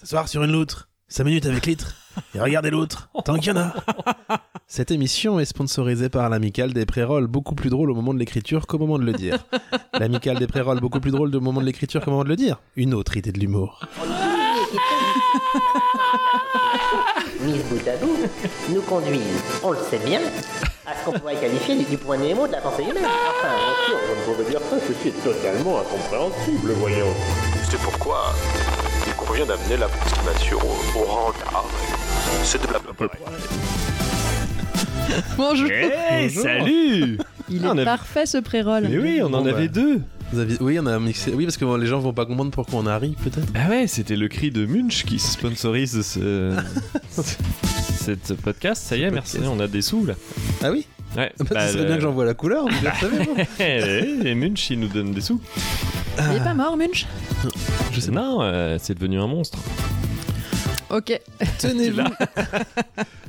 S'asseoir sur une loutre, 5 minutes avec l'itre, et regarder l'autre, tant qu'il y en a. Cette émission est sponsorisée par l'Amicale des prérolls, beaucoup plus drôle au moment de l'écriture qu'au moment de le dire. L'Amicale des prérolls, beaucoup plus drôle au moment de l'écriture qu'au moment de le dire. Une autre idée de l'humour. mis bout à bout, nous conduisent, on le sait bien, à ce qu'on pourrait qualifier du point de mot de la pensée humaine. Enfin, bien sûr. On ne peut dire ça, ceci est totalement incompréhensible, voyons. C'est pourquoi il convient d'amener la nature au, au rang d'arbre. C'est de la Ah, Bonjour. Hey, Eh, salut Il Ah, on est a- parfait ce pré-roll. Mais oui, on en Bon, avait bah. deux Vous aviez- Oui, on a mixé. Oui, parce que bon, les gens vont pas comprendre pourquoi on a ri, peut-être. Ah ouais, c'était le cri de Munch qui sponsorise ce... cette podcast. Ça y est, merci, on a des sous là. Ah oui Ouais, bah, bah, Ce serait le- bien que j'en vois la couleur, vous le savez, vous. Et Munch, il nous donne des sous. Il est pas mort, Munch Je sais non, euh, c'est devenu un monstre. Ok. Tenez-vous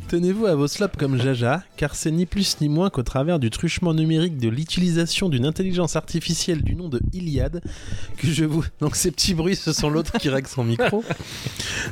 Tenez-vous à vos slopes comme Jaja, car c'est ni plus ni moins qu'au travers du truchement numérique de l'utilisation d'une intelligence artificielle du nom de Iliade que je vous... Donc ces petits bruits, ce sont l'autre qui règle son micro.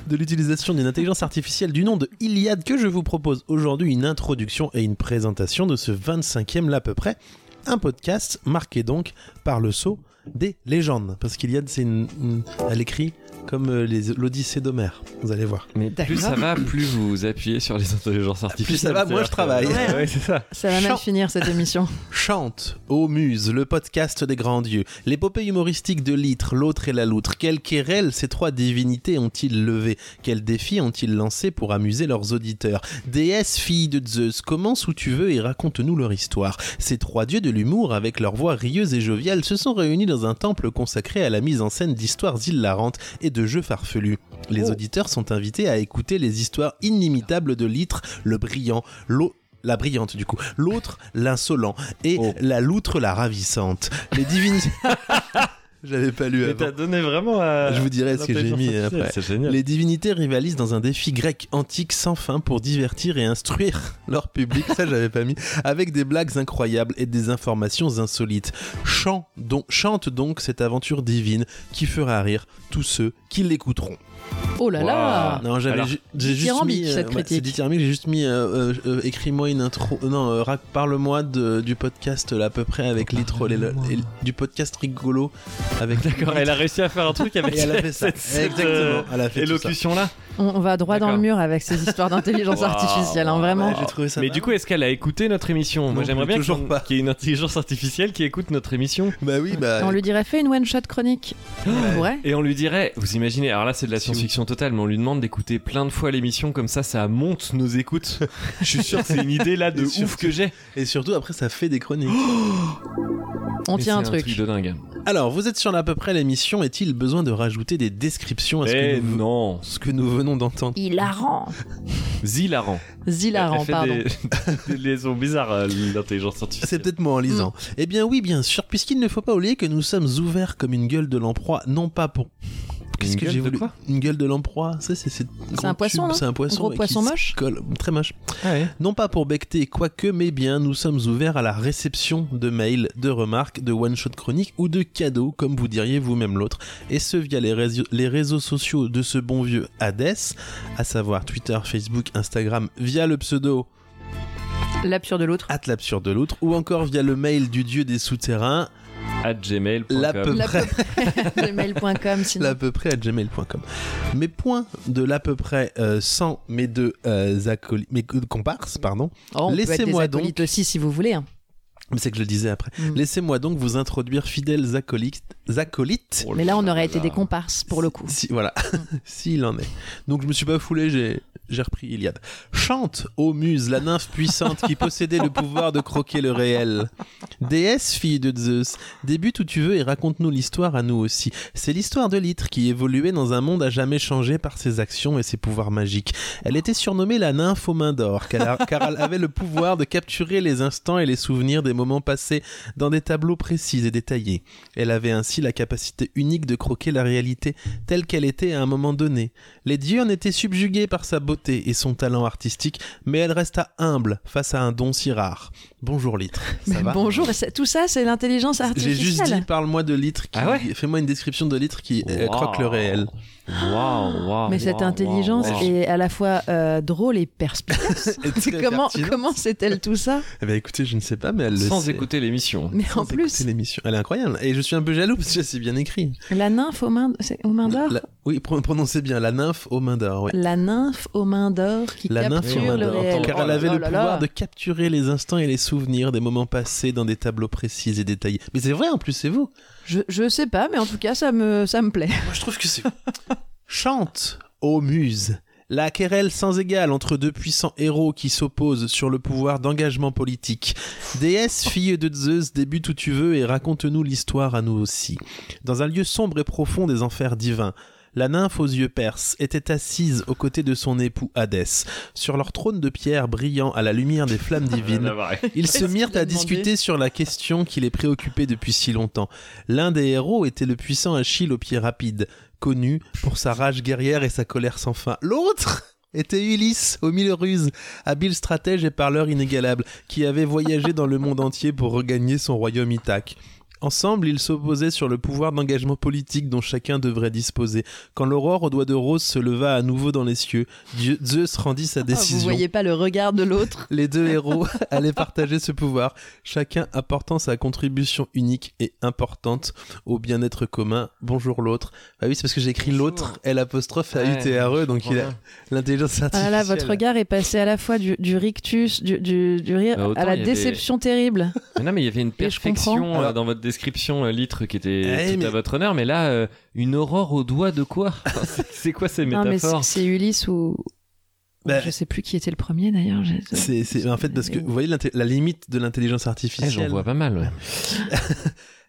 De l'utilisation d'une intelligence artificielle du nom de Iliade que je vous propose aujourd'hui une introduction et une présentation de ce 25e là à peu près. Un podcast marqué donc par le sceau des légendes. Parce qu'Iliade, c'est une, une- Elle écrit comme euh, les- l'Odyssée d'Homère. Vous allez voir. Mais D'accord. plus ça va, plus vous vous appuyez sur les intelligences artificielles. ça va, moins je travaille. Ouais, ouais, c'est ça. Ça va mal Chant. finir cette émission. Chante, ô muse, le podcast des grands dieux, l'épopée humoristique de l'itre, l'autre et la loutre, quelle querelle ces trois divinités ont-ils levé Quels défis ont-ils lancés pour amuser leurs auditeurs Déesse, fille de Zeus, commence où tu veux et raconte-nous leur histoire. Ces trois dieux de l'humour, avec leurs voix rieuses et joviales, se sont réunis dans un temple consacré à la mise en scène d'histoires hilarantes et de jeux farfelus. Les Oh. auditeurs sont invités à écouter les histoires inimitables de l'itre, le brillant, l'eau la brillante du coup, l'autre l'insolent et Oh. la loutre la ravissante. Les divinités. J'avais pas lu Mais avant. t'as donné vraiment à. Je vous dirai ce que j'ai mis l'intelligence après. artificielle, C'est génial. Les divinités rivalisent dans un défi grec antique sans fin pour divertir et instruire leur public, ça j'avais pas mis, avec des blagues incroyables et des informations insolites. Chant donc, chante donc cette aventure divine qui fera rire tous ceux qui l'écouteront. Oh là là Ah. Non, j'avais Alors, ju- j'ai juste dithyrambique, mis. euh, cette ouais, c'est critique. dithyrambique, j'ai juste mis. euh, euh, euh, Écris-moi une intro. euh, non, euh, rac- parle-moi de- du podcast là à peu près avec l'intro. les- les- Du podcast rigolo avec. D'accord, elle a réussi à faire un truc avec Et elle a fait ça. cette, cette, euh, Exactement. Elle a fait tout ça. élocution là. On, on va droit dans le D'accord. mur avec ces histoires d'intelligence Waouh. artificielle, hein, vraiment. Ouais, j'ai trouvé ça Mais mal. du coup, est-ce qu'elle a écouté notre émission Non, Moi, j'aimerais mais bien toujours qu'on- pas. qu'il y ait une intelligence artificielle qui écoute notre émission. Bah oui, bah. On lui dirait fais une one shot chronique. Ouais. Et on lui dirait, vous imaginez, alors là c'est de la Si vous- science-fiction totale, mais on lui demande d'écouter plein de fois l'émission, comme ça ça monte nos écoutes. Je suis sûr que c'est une idée là de Et ouf surtout- que j'ai. Et surtout, après, ça fait des chroniques. On Et tient un c'est truc. de dingue. Alors, vous êtes sur à peu près l'émission. Est-il besoin de rajouter des descriptions à ce, Eh que, nous, non, ce que nous venons d'entendre Hilarant. Zilarant. Zilarant, Elle fait pardon. Des, des liaisons bizarres, euh, l'intelligence C'est artificielle. peut-être moi en lisant. Mm. Eh bien, oui, bien sûr, puisqu'il ne faut pas oublier que nous sommes ouverts comme une gueule de l'emploi, non pas pour. Qu'est-ce Une que gueule j'ai de voulu quoi Une gueule de l'emploi, ça c'est c'est grand un poisson, tube, non C'est un poisson, Gros et qui poisson se moche colle. très moche. Ah ouais. Non pas pour becter, quoique, mais bien nous sommes ouverts à la réception de mails, de remarques, de one-shot chroniques ou de cadeaux, comme vous diriez vous-même l'autre, et ce via les réseaux, les réseaux sociaux de ce bon vieux Hades, à savoir Twitter, Facebook, Instagram, via le pseudo L'absurde de l'autre. Atlapsure de l'autre, ou encore via le mail du dieu des souterrains, At gmail.com. l'à peu La près. Gmail.com, sinon. l'à peu près à gmail.com. Mes points de l'à peu près euh, 100 mes deux euh, acoly- mes co- comparses, pardon. Oh, on peut être des Laissez-moi donc- acolytes aussi si vous voulez. hein. Mais c'est que je le disais après. Mm. Laissez-moi donc vous introduire fidèles acolytes. acolytes Mais là, on aurait été des comparses pour le coup. Mm. si, voilà, s'il en est. Donc je me suis pas foulé, j'ai, j'ai repris Iliade. Chante, ô muse, la nymphe puissante qui possédait le pouvoir de croquer le réel. Déesse, fille de Zeus, débute où tu veux et raconte-nous l'histoire à nous aussi. C'est l'histoire de Lytre qui évoluait dans un monde à jamais changé par ses actions et ses pouvoirs magiques. Elle était surnommée la nymphe aux mains d'or, car, car elle avait le pouvoir de capturer les instants et les souvenirs des moments passés dans des tableaux précis et détaillés. Elle avait ainsi la capacité unique de croquer la réalité telle qu'elle était à un moment donné. Les dieux en étaient subjugués par sa, beau- beauté et son talent artistique, mais elle resta humble face à un don si rare. Bonjour Litre, ça Mais va Bonjour, et ça- tout ça, c'est l'intelligence J'ai artificielle. juste dit parle-moi de Litre, qui... Ah ouais fais-moi une description de Litre qui euh, croque le réel. Waouh, waouh. Mais cette intelligence est à la fois euh, drôle et perspicace. Et très comment pertinent. comment sait-elle tout ça Eh ben écoutez, je ne sais pas, mais elle le Sans sait. écouter l'émission. Mais Sans en écouter plus, l'émission. Elle est incroyable. Et je suis un peu jaloux parce que c'est bien écrit. la nymphe aux mains, c'est aux mains d'or La- Oui, pro- prononcez bien, la nymphe aux mains d'or. oui. La nymphe aux mains d'or qui La nymphe capture aux mains le d'or, réel. car Oh elle là avait là le là pouvoir là. de capturer les instants et les souvenirs des moments passés dans des tableaux précis et détaillés. Mais c'est vrai, en plus, c'est vous. Je, je sais pas, mais en tout cas, ça me, ça me plaît. Moi, je trouve que c'est. Chante, ô muse, la querelle sans égale entre deux puissants héros qui s'opposent sur le pouvoir d'engagement politique. Déesse, fille de Zeus, débute où tu veux et raconte-nous l'histoire à nous aussi. Dans un lieu sombre et profond des enfers divins, la nymphe aux yeux perses était assise aux côtés de son époux Hadès. Sur leur trône de pierre brillant à la lumière des flammes divines, ils se Qu'est-ce mirent qu'il a à demandé discuter sur la question qui les préoccupait depuis si longtemps. L'un des héros était le puissant Achille aux pieds rapides, connu pour sa rage guerrière et sa colère sans fin. L'autre était Ulysse, aux mille ruses, habile stratège et parleur inégalable, qui avait voyagé dans le monde entier pour regagner son royaume Ithaque. Ensemble, ils s'opposaient sur le pouvoir d'engagement politique dont chacun devrait disposer. Quand l'aurore aux doigts de rose se leva à nouveau dans les cieux, Dieu, Zeus rendit sa Ah, vous décision. voyez pas le regard de l'autre Les deux héros allaient partager ce pouvoir, chacun apportant sa contribution unique et importante au bien-être commun. Bonjour l'autre. Bah oui, c'est parce que j'ai écrit Bonjour. l'autre L apostrophe à Ouais, UTRE, E, donc il a l'intelligence Ah là artificielle. là, votre regard est passé à la fois du, du rictus, du, du- du rire, Bah, autant à la il y avait- déception terrible. Mais non, mais il y avait une Et je perfection comprends. euh, Alors- dans votre description, euh, litre, qui était Eh, tout mais- à votre honneur. Mais là, euh, une aurore au doigt de quoi Enfin, c'est- C'est quoi ces Non, mais métaphores c'est c'est Ulysse ou. Bah, je sais plus qui était le premier d'ailleurs. j'ai- C'est, c'est- en fait parce que vous voyez l'inté- la limite de l'intelligence Eh, J'en artificielle. vois pas mal. ouais.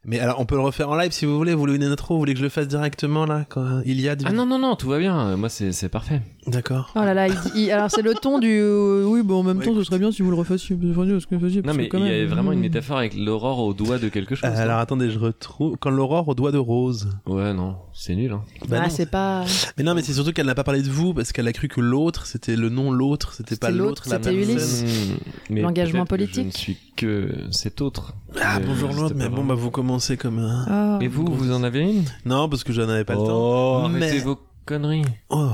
Mais alors on peut le refaire en live si vous voulez. Vous voulez une intro Vous voulez que je le fasse directement là quand il y a des... Ah non, non, non, tout va bien. euh, Moi, c'est c'est parfait. D'accord. Oh là là, il dit- il- alors c'est le ton du. euh, oui, bon, en même Ouais, temps, ce serait bien si vous le refassiez. parce que- parce que- parce que- Non, mais quand il y même- avait vraiment une métaphore avec l'aurore au doigt de quelque chose. hein. Euh, alors attendez, je retrouve. Quand l'aurore au doigt de rose. Ouais, non, c'est nul. hein. Bah ah, non. c'est pas. Mais non, mais c'est surtout qu'elle n'a pas parlé de vous parce qu'elle a cru que l'autre, c'était le nom l'autre, c'était pas C'était l'autre, Ah, l'autre, la c'était personne. Ulysse. Mmh, mais L'engagement peut-être que Je ne politique. suis que cet autre. Ah, Euh, bonjour c'était l'autre, pas mais bon, vraiment- bah vous commencez comme un. Oh. Et vous, vous en avez une Non, parce que j'en avais pas le temps. Oh, Mais- arrêtez vos conneries. Oh.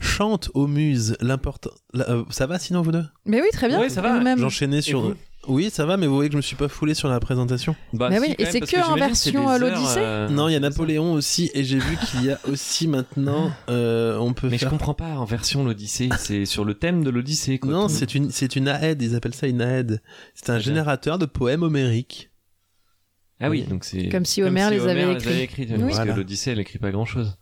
Chante aux muses, l'important. la- euh, ça va sinon vous deux Ah, Mais oui, très bien. Ouais, ça va, Même. J'enchaînais vous sur. Oui, ça va, mais vous voyez que je me suis pas foulé sur la présentation. Bah, Mais si, oui, quand et même, c'est parce que en j'imagine c'est version, des euh, heures, l'Odyssée euh, non, il y en a c'est ça. Napoléon aussi, et j'ai vu qu'il y a aussi maintenant. euh, on peut Mais je faire. comprends pas, en version l'Odyssée, c'est sur le thème de l'Odyssée. quoi. Non, Tout- c'est une, c'est une aède, ils appellent ça une aède. C'est un C'est-à-dire générateur de poèmes homériques. Ah oui, donc c'est. Comme si Homer les avait écrits. euh, Oui. Parce Voilà. que l'Odyssée, elle écrit pas grand chose.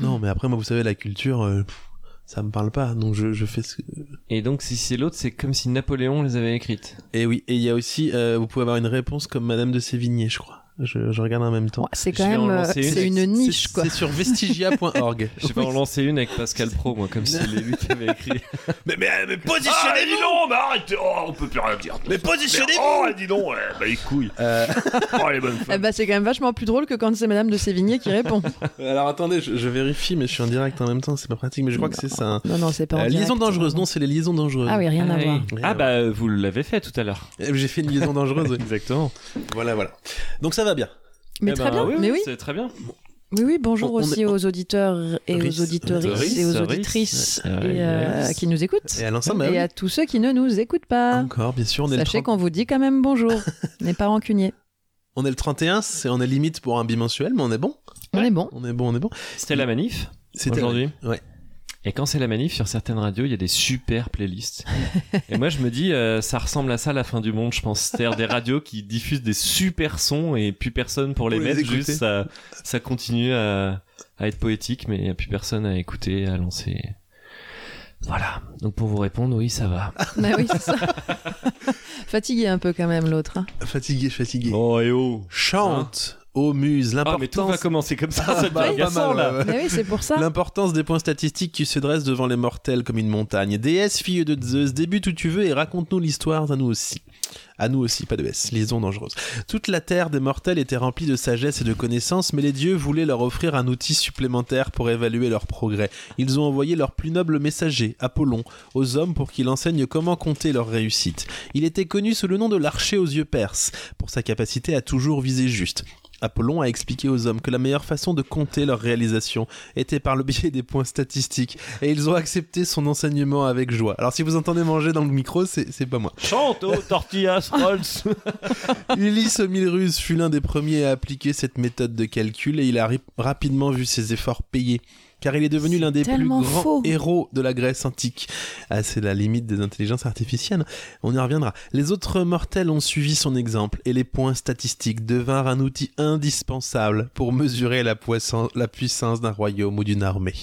Non, mais après, moi, vous savez, la culture, euh, pff, ça me parle pas, donc je, je fais ce que. Et donc, si c'est l'autre, c'est comme si Napoléon les avait écrites. Et Eh oui, et il y a aussi, euh, vous pouvez avoir une réponse comme Madame de Sévigné, je crois. Je, je regarde en même temps. Ouais, c'est Je quand vais en même. euh, lancer une. C'est une niche, C'est- quoi. C'est sur vestigia.org. Je sais pas en lancer une avec Pascal Pro, moi, comme si c'est lui qui avait écrit. Mais, mais, mais Ah, positionnez-vous non, mais arrêtez Oh, on peut plus rien dire. Mais positionnez-vous Oh, dis donc, eh, bah les couilles. Euh, Oh, les bonnes Eh femmes. ben, c'est quand même vachement plus drôle que quand c'est Madame de Sévigné qui répond. alors attendez, je, je vérifie, mais je suis en direct en même temps, c'est pas pratique, mais je crois que c'est ça. hein. Non, non, c'est pas. en Euh, liaison direct. hein. dangereuse, non, c'est les liaisons dangereuses. Ah oui, rien à oui. voir. Rien à Ah bah, vous l'avez fait tout à l'heure. Euh, J'ai fait une liaison dangereuse, oui. Exactement. Voilà, voilà. Donc ça va bien. Mais Eh très ben, bien. mais oui. C'est très bien. Oui, oui, bonjour On- on aussi est- aux auditeurs et Riss. aux auditeuristes Riss, et aux riss, auditrices ouais, et, euh, riss. qui nous écoutent. Et à l'ensemble, bah Et oui. à tous ceux qui ne nous écoutent pas. encore, bien sûr, on est, le Sachez 30 qu'on vous dit quand même bonjour. On n'est pas rancunier. on est le 31, c'est on est limite pour un bimensuel, mais on est bon. On est bon. On est bon, on est bon. C'était la manif C'était- aujourd'hui. Ouais. Et quand c'est la manif, sur certaines radios, il y a des super playlists. et moi, je me dis, euh, ça ressemble à ça la fin du monde, je pense. C'est-à-dire des radios qui diffusent des super sons et plus personne pour les Pour les mettre. écouter. juste, ça, ça continue à, à être poétique, mais il n'y a plus personne à écouter, à lancer. Voilà. Donc pour vous répondre, oui, ça va. Ah, Bah oui, c'est ça. Fatigué un peu quand même l'autre. hein. Fatigué, fatigué. Oh et oh. Chante, aux muses. Ah, mais tout va L'importance commencer comme ça, Ah, ça bah, devient pas agaçant, mal, là. ouais, ouais. Mais oui, c'est pour ça. L'importance des points statistiques qui se dressent devant les mortels comme une montagne. Déesse, fille de Zeus, débute où tu veux et raconte-nous l'histoire à nous aussi. À nous aussi, pas de S, liaison dangereuse. Toute la terre des mortels était remplie de sagesse et de connaissances, mais les dieux voulaient leur offrir un outil supplémentaire pour évaluer leur progrès. Ils ont envoyé leur plus noble messager, Apollon, aux hommes pour qu'il enseigne comment compter leur réussite. Il était connu sous le nom de l'archer aux yeux perses, pour sa capacité à toujours viser juste. Apollon a expliqué aux hommes que la meilleure façon de compter leur réalisation était par le biais des points statistiques, et ils ont accepté son enseignement avec joie. Alors si vous entendez manger dans le micro, c'est c'est pas moi. Chante, oh, tortillas, rolls. Ulysse Milrus fut l'un des premiers à appliquer cette méthode de calcul et il a ri- rapidement vu ses efforts payés. Car il est devenu l'un des plus tellement grands faux. héros de la Grèce antique. Ah, c'est la limite des intelligences artificielles. On y reviendra. Les autres mortels ont suivi son exemple et les points statistiques devinrent un outil indispensable pour mesurer la, poisson- la puissance d'un royaume ou d'une armée.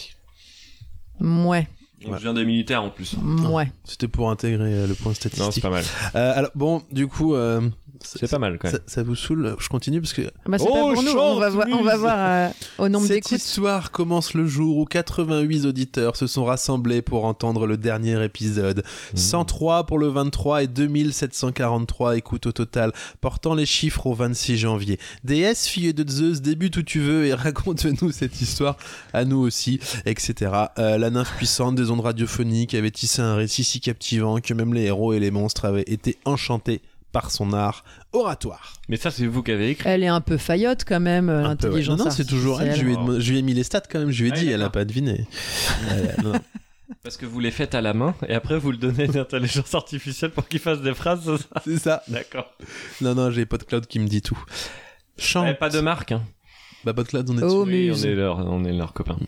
Mouais, On devient des militaires en plus. mouais. C'était pour intégrer euh, le point statistique. Non, c'est pas mal. Euh, alors, bon, du coup, euh, C'est pas mal quand ça, même. ça vous saoule Je continue parce que Bah, c'est Oh, pas pour nous. On va, chante, voir- on va muse. voir euh, au nombre Cette d'écoutes. histoire commence le jour où 88 auditeurs se sont rassemblés pour entendre le dernier épisode. 103 pour le 23 et 2743 écoutes au total, portant les chiffres au 26 janvier. Déesse, fille de Zeus, débute où tu veux et raconte-nous cette histoire, à nous aussi, etc. Euh, la nymphe puissante des ondes radiophoniques avait tissé un récit si captivant que même les héros et les monstres avaient été enchantés par son art oratoire. Mais ça, c'est vous qui avez écrit. Elle est un peu faillotte quand même, euh, Un peu, ouais. l'intelligence. Non, non, c'est toujours elle. Je lui, ai, artificielle. demand- je lui ai mis les stats quand même. Je lui ai Ah dit, oui, elle n'a d'accord. pas deviné. Euh, non, non. Parce que vous les faites à la main et après vous le donnez à une intelligence artificielle pour qu'il fasse des phrases, c'est ça C'est ça. D'accord. Non, non, j'ai PodCloud qui me dit tout. Chante. Eh, pas de marque, hein. Bah, PodCloud, on est Oh, dessus. Oui, on muse. est leur, on est leur copain.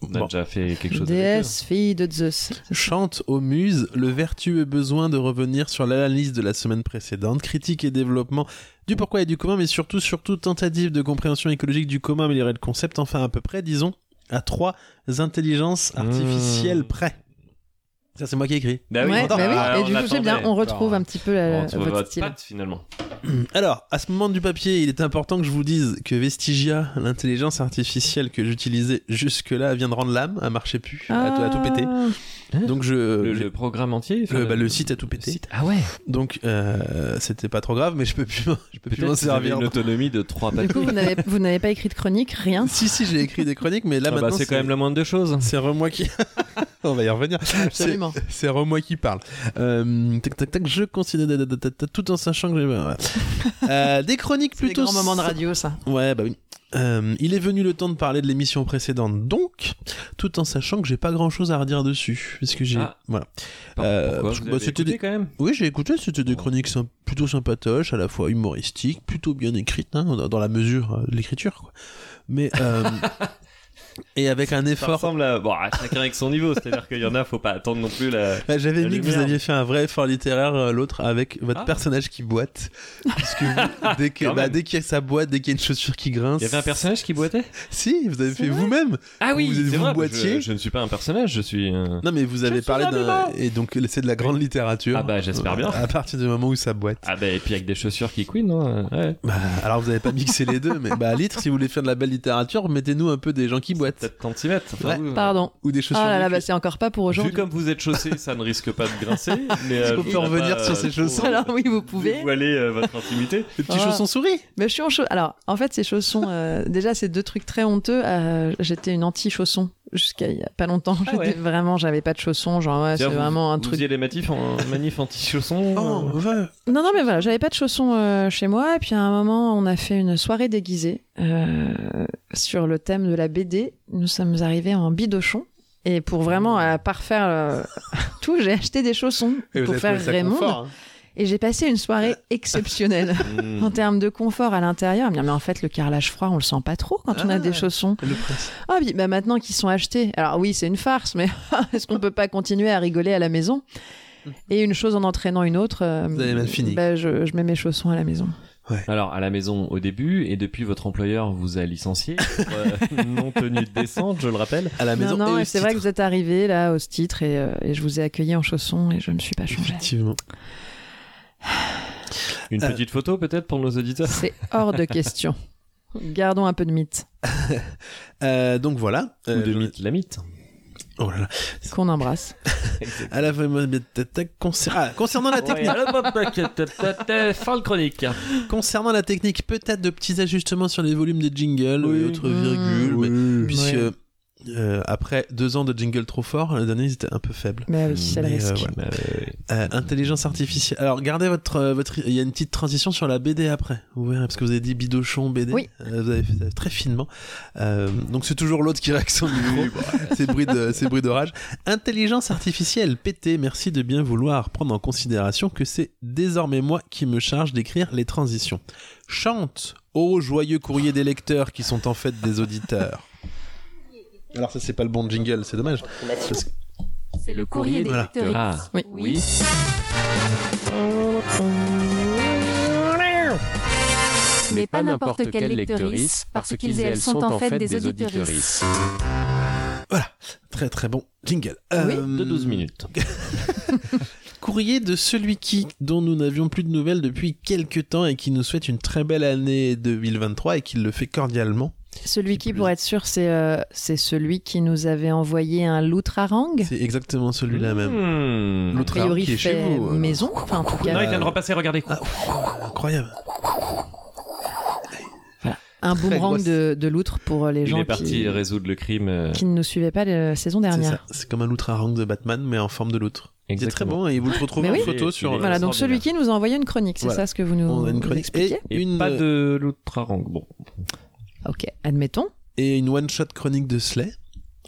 On a Bon. déjà fait quelque chose. avec eux. Déesse, fille de Zeus. Chante aux muses le vertueux besoin de revenir sur l'analyse de la semaine précédente, critique et développement du pourquoi et du comment, mais surtout, surtout tentative de compréhension écologique du commun, améliorer le concept, enfin à peu près, disons, à trois intelligences artificielles Mmh. près. Ça, c'est moi qui ai écrit. Bah oui, Ouais, attends, bah oui. ah, et du on coup, c'est bien, attendait. on retrouve un petit peu la- On retrouve votre votre style. patte, finalement. Alors, à ce moment du papier, il est important que je vous dise que Vestigia, l'intelligence artificielle que j'utilisais jusque-là, vient de rendre l'âme, elle marchait plus, elle a tout- elle a tout Ah. pété. Donc je, Le, j'ai- le programme entier enfin, Euh, le- bah, le site a tout pété. site. Ah ouais Donc euh, c'était pas trop grave, mais je peux plus, m'en- je peux plus Peut-être m'en que vous avez servir. une autonomie de 3 Du papiers. coup, vous n'avez- vous n'avez pas écrit de chronique, rien. Si si, j'ai écrit des chroniques, mais là Ah bah, maintenant c'est quand même la moindre des choses. hein. c'est re- moi qui. On va y revenir. C'est- Absolument. C'est re- moi qui parle. Euh, tac tac tac, je considère tout en sachant que j'ai. voilà. Euh, des chroniques plutôt. Plutôt grand moment de sa- radio, ça. Ouais, bah oui. Euh, il est venu le temps de parler de l'émission précédente, donc, tout en sachant que j'ai pas grand chose à redire dessus. Parce que j'ai. Ah. Voilà. Pardon, Euh, pourquoi parce vous que, bah, avez c'était écouté des- quand même Oui, j'ai écouté, c'était des chroniques symp- plutôt sympatoches, à la fois humoristiques, plutôt bien écrites, hein, dans- dans la mesure euh, de l'écriture, quoi. Mais. euh, et avec un Ça effort. ressemble à... Bon, à chacun avec son niveau, c'est-à-dire qu'il y en a, faut pas attendre non plus la... Bah, J'avais La mis que vous lumière. aviez fait un vrai effort littéraire, euh, l'autre avec votre Ah. personnage qui boite. Parce que vous- dès que- Quand bah, même. dès qu'il y a sa boîte, dès qu'il y a une chaussure qui grince. Il y avait un personnage qui boitait Si, vous avez C'est fait vrai vous-même. Ah oui, Vous êtes- c'est vous vrai, boitiez je, je ne suis pas un personnage, je suis. un- Non, mais vous avez suis parlé un d'un. humain. Et donc, c'est de la grande littérature. Ah bah, j'espère bien. À partir du moment où ça boite. Ah bah et puis avec des chaussures qui queen, non ouais. Bah, alors, vous avez pas mixé les deux, mais bah, à litre, si vous voulez faire de la belle littérature, mettez-nous un peu des gens qui boitent. Peut-être 30 cm. Ouais. Pardon. Ou des chaussures. Ah là là, de bah, cuir. c'est encore pas pour Vu aujourd'hui. comme vous êtes chaussé, ça ne risque pas de grincer. Mais Est-ce euh, qu'on je peut voudrais revenir pas, sur euh, ces trop chaussons Alors oui, vous pouvez. Dévoiler euh, votre intimité. Les petits Ah. chaussons souris. Mais je suis en chaussons. Alors, en fait, ces chaussons, euh, déjà, c'est deux trucs très honteux. Euh, j'étais une anti-chausson jusqu'à il y a pas longtemps. Ah J'étais ouais. Vraiment, j'avais pas de chaussons. Genre, ouais, c'est C'est-à-dire, vous- vraiment un Vous truc. faisiez les manifs en manif anti-chaussons. Oh, euh, va. Non, non, mais voilà, j'avais pas de chaussons euh, chez moi. Et puis à un moment, on a fait une soirée déguisée euh, sur le thème de la BD. Nous sommes arrivés en bidochon. Et pour vraiment euh, parfaire euh, tout, j'ai acheté des chaussons Et vous pour avez faire trouvé ça Raymond. confort, hein. Et j'ai passé une soirée exceptionnelle hmm. en termes de confort à l'intérieur. Bien, mais en fait, le carrelage froid, on le sent pas trop quand on Ah. a des chaussons. Le prince. Ah oui, bah maintenant qu'ils sont achetés. Alors oui, c'est une farce, mais est-ce qu'on peut pas continuer à rigoler à la maison Et une chose en entraînant une autre. euh, Vous avez mal fini. bah, je, je mets mes chaussons à la maison. Alors à la maison au début et depuis votre employeur vous a licencié pour, euh, non tenue décente, je le rappelle. À la maison. non, non, et et au c'est vrai que titre. vous êtes arrivé là, au titre, et, euh, et je vous ai accueilli en chaussons, et je me suis pas changée. Effectivement. Une Euh. petite photo peut-être pour nos auditeurs. C'est hors de question. Gardons un peu de mythe Euh, donc voilà. Ou Euh, de je- mythe la mythe. Oh là là. qu'on embrasse. À la fameuse- Concer- ah, concernant la technique, Fin de chronique. concernant la technique, peut-être de petits ajustements sur les volumes des jingles et autres Mmh. virgules, mais- puisque Ouais. euh, après deux ans de jingle trop fort, le dernier était un peu faible. Mais oui, c'est le Mais, euh, risque. Ah. voilà. Euh, intelligence artificielle. Alors, gardez votre, euh, votre. Il y a une petite transition sur la BD après. Ouais, parce que vous avez dit bidochon, BD. Oui. Euh, vous avez fait ça très finement. Euh, donc, c'est toujours l'autre qui réacte son micro. ces bruits de- ces bruits d'orage. Intelligence artificielle, PT, merci de bien vouloir prendre en considération que c'est désormais moi qui me charge d'écrire les transitions. Chante, ô joyeux courrier des lecteurs qui sont en fait des auditeurs. Alors, ça, c'est pas le bon jingle, c'est dommage. Parce que- C'est le courrier des Voilà. lecteurs. Ah, Oui. Oui. Mais pas n'importe quelle lectrice, parce qu'ils et elles sont en fait des auditrices. Très très bon jingle. Euh, Oui. de 12 minutes. Courrier de celui qui, dont nous n'avions plus de nouvelles depuis quelques temps et qui nous souhaite une très belle année 2023 et qui le fait cordialement. Celui qui, plus- pour être sûr, c'est euh, c'est celui qui nous avait envoyé un loutre-harangue. C'est exactement celui-là même. Hmm. A L'autre priori, qui est fait chez vous. euh, maison. Enfin, en tout cas, Non, il vient de repasser, regardez. Ah, Incroyable. un boomerang grosse. de, de loutre pour euh, les Il gens est parti qui, résoudre le crime. euh, qui ne nous suivaient pas la saison C'est ça. dernière. C'est comme un loutre à rang de Batman, mais en forme de loutre. C'est très exactement. bon et vous le retrouvez Mais en oui. photo Il est- sur. il est- Voilà, donc celui qui nous a envoyé une chronique, c'est Voilà. ça ce que vous nous, On a une nous chronique expliquiez et une, euh, Et pas de l'autre harangue. Bon. Ok, admettons. et une one shot chronique de Slay.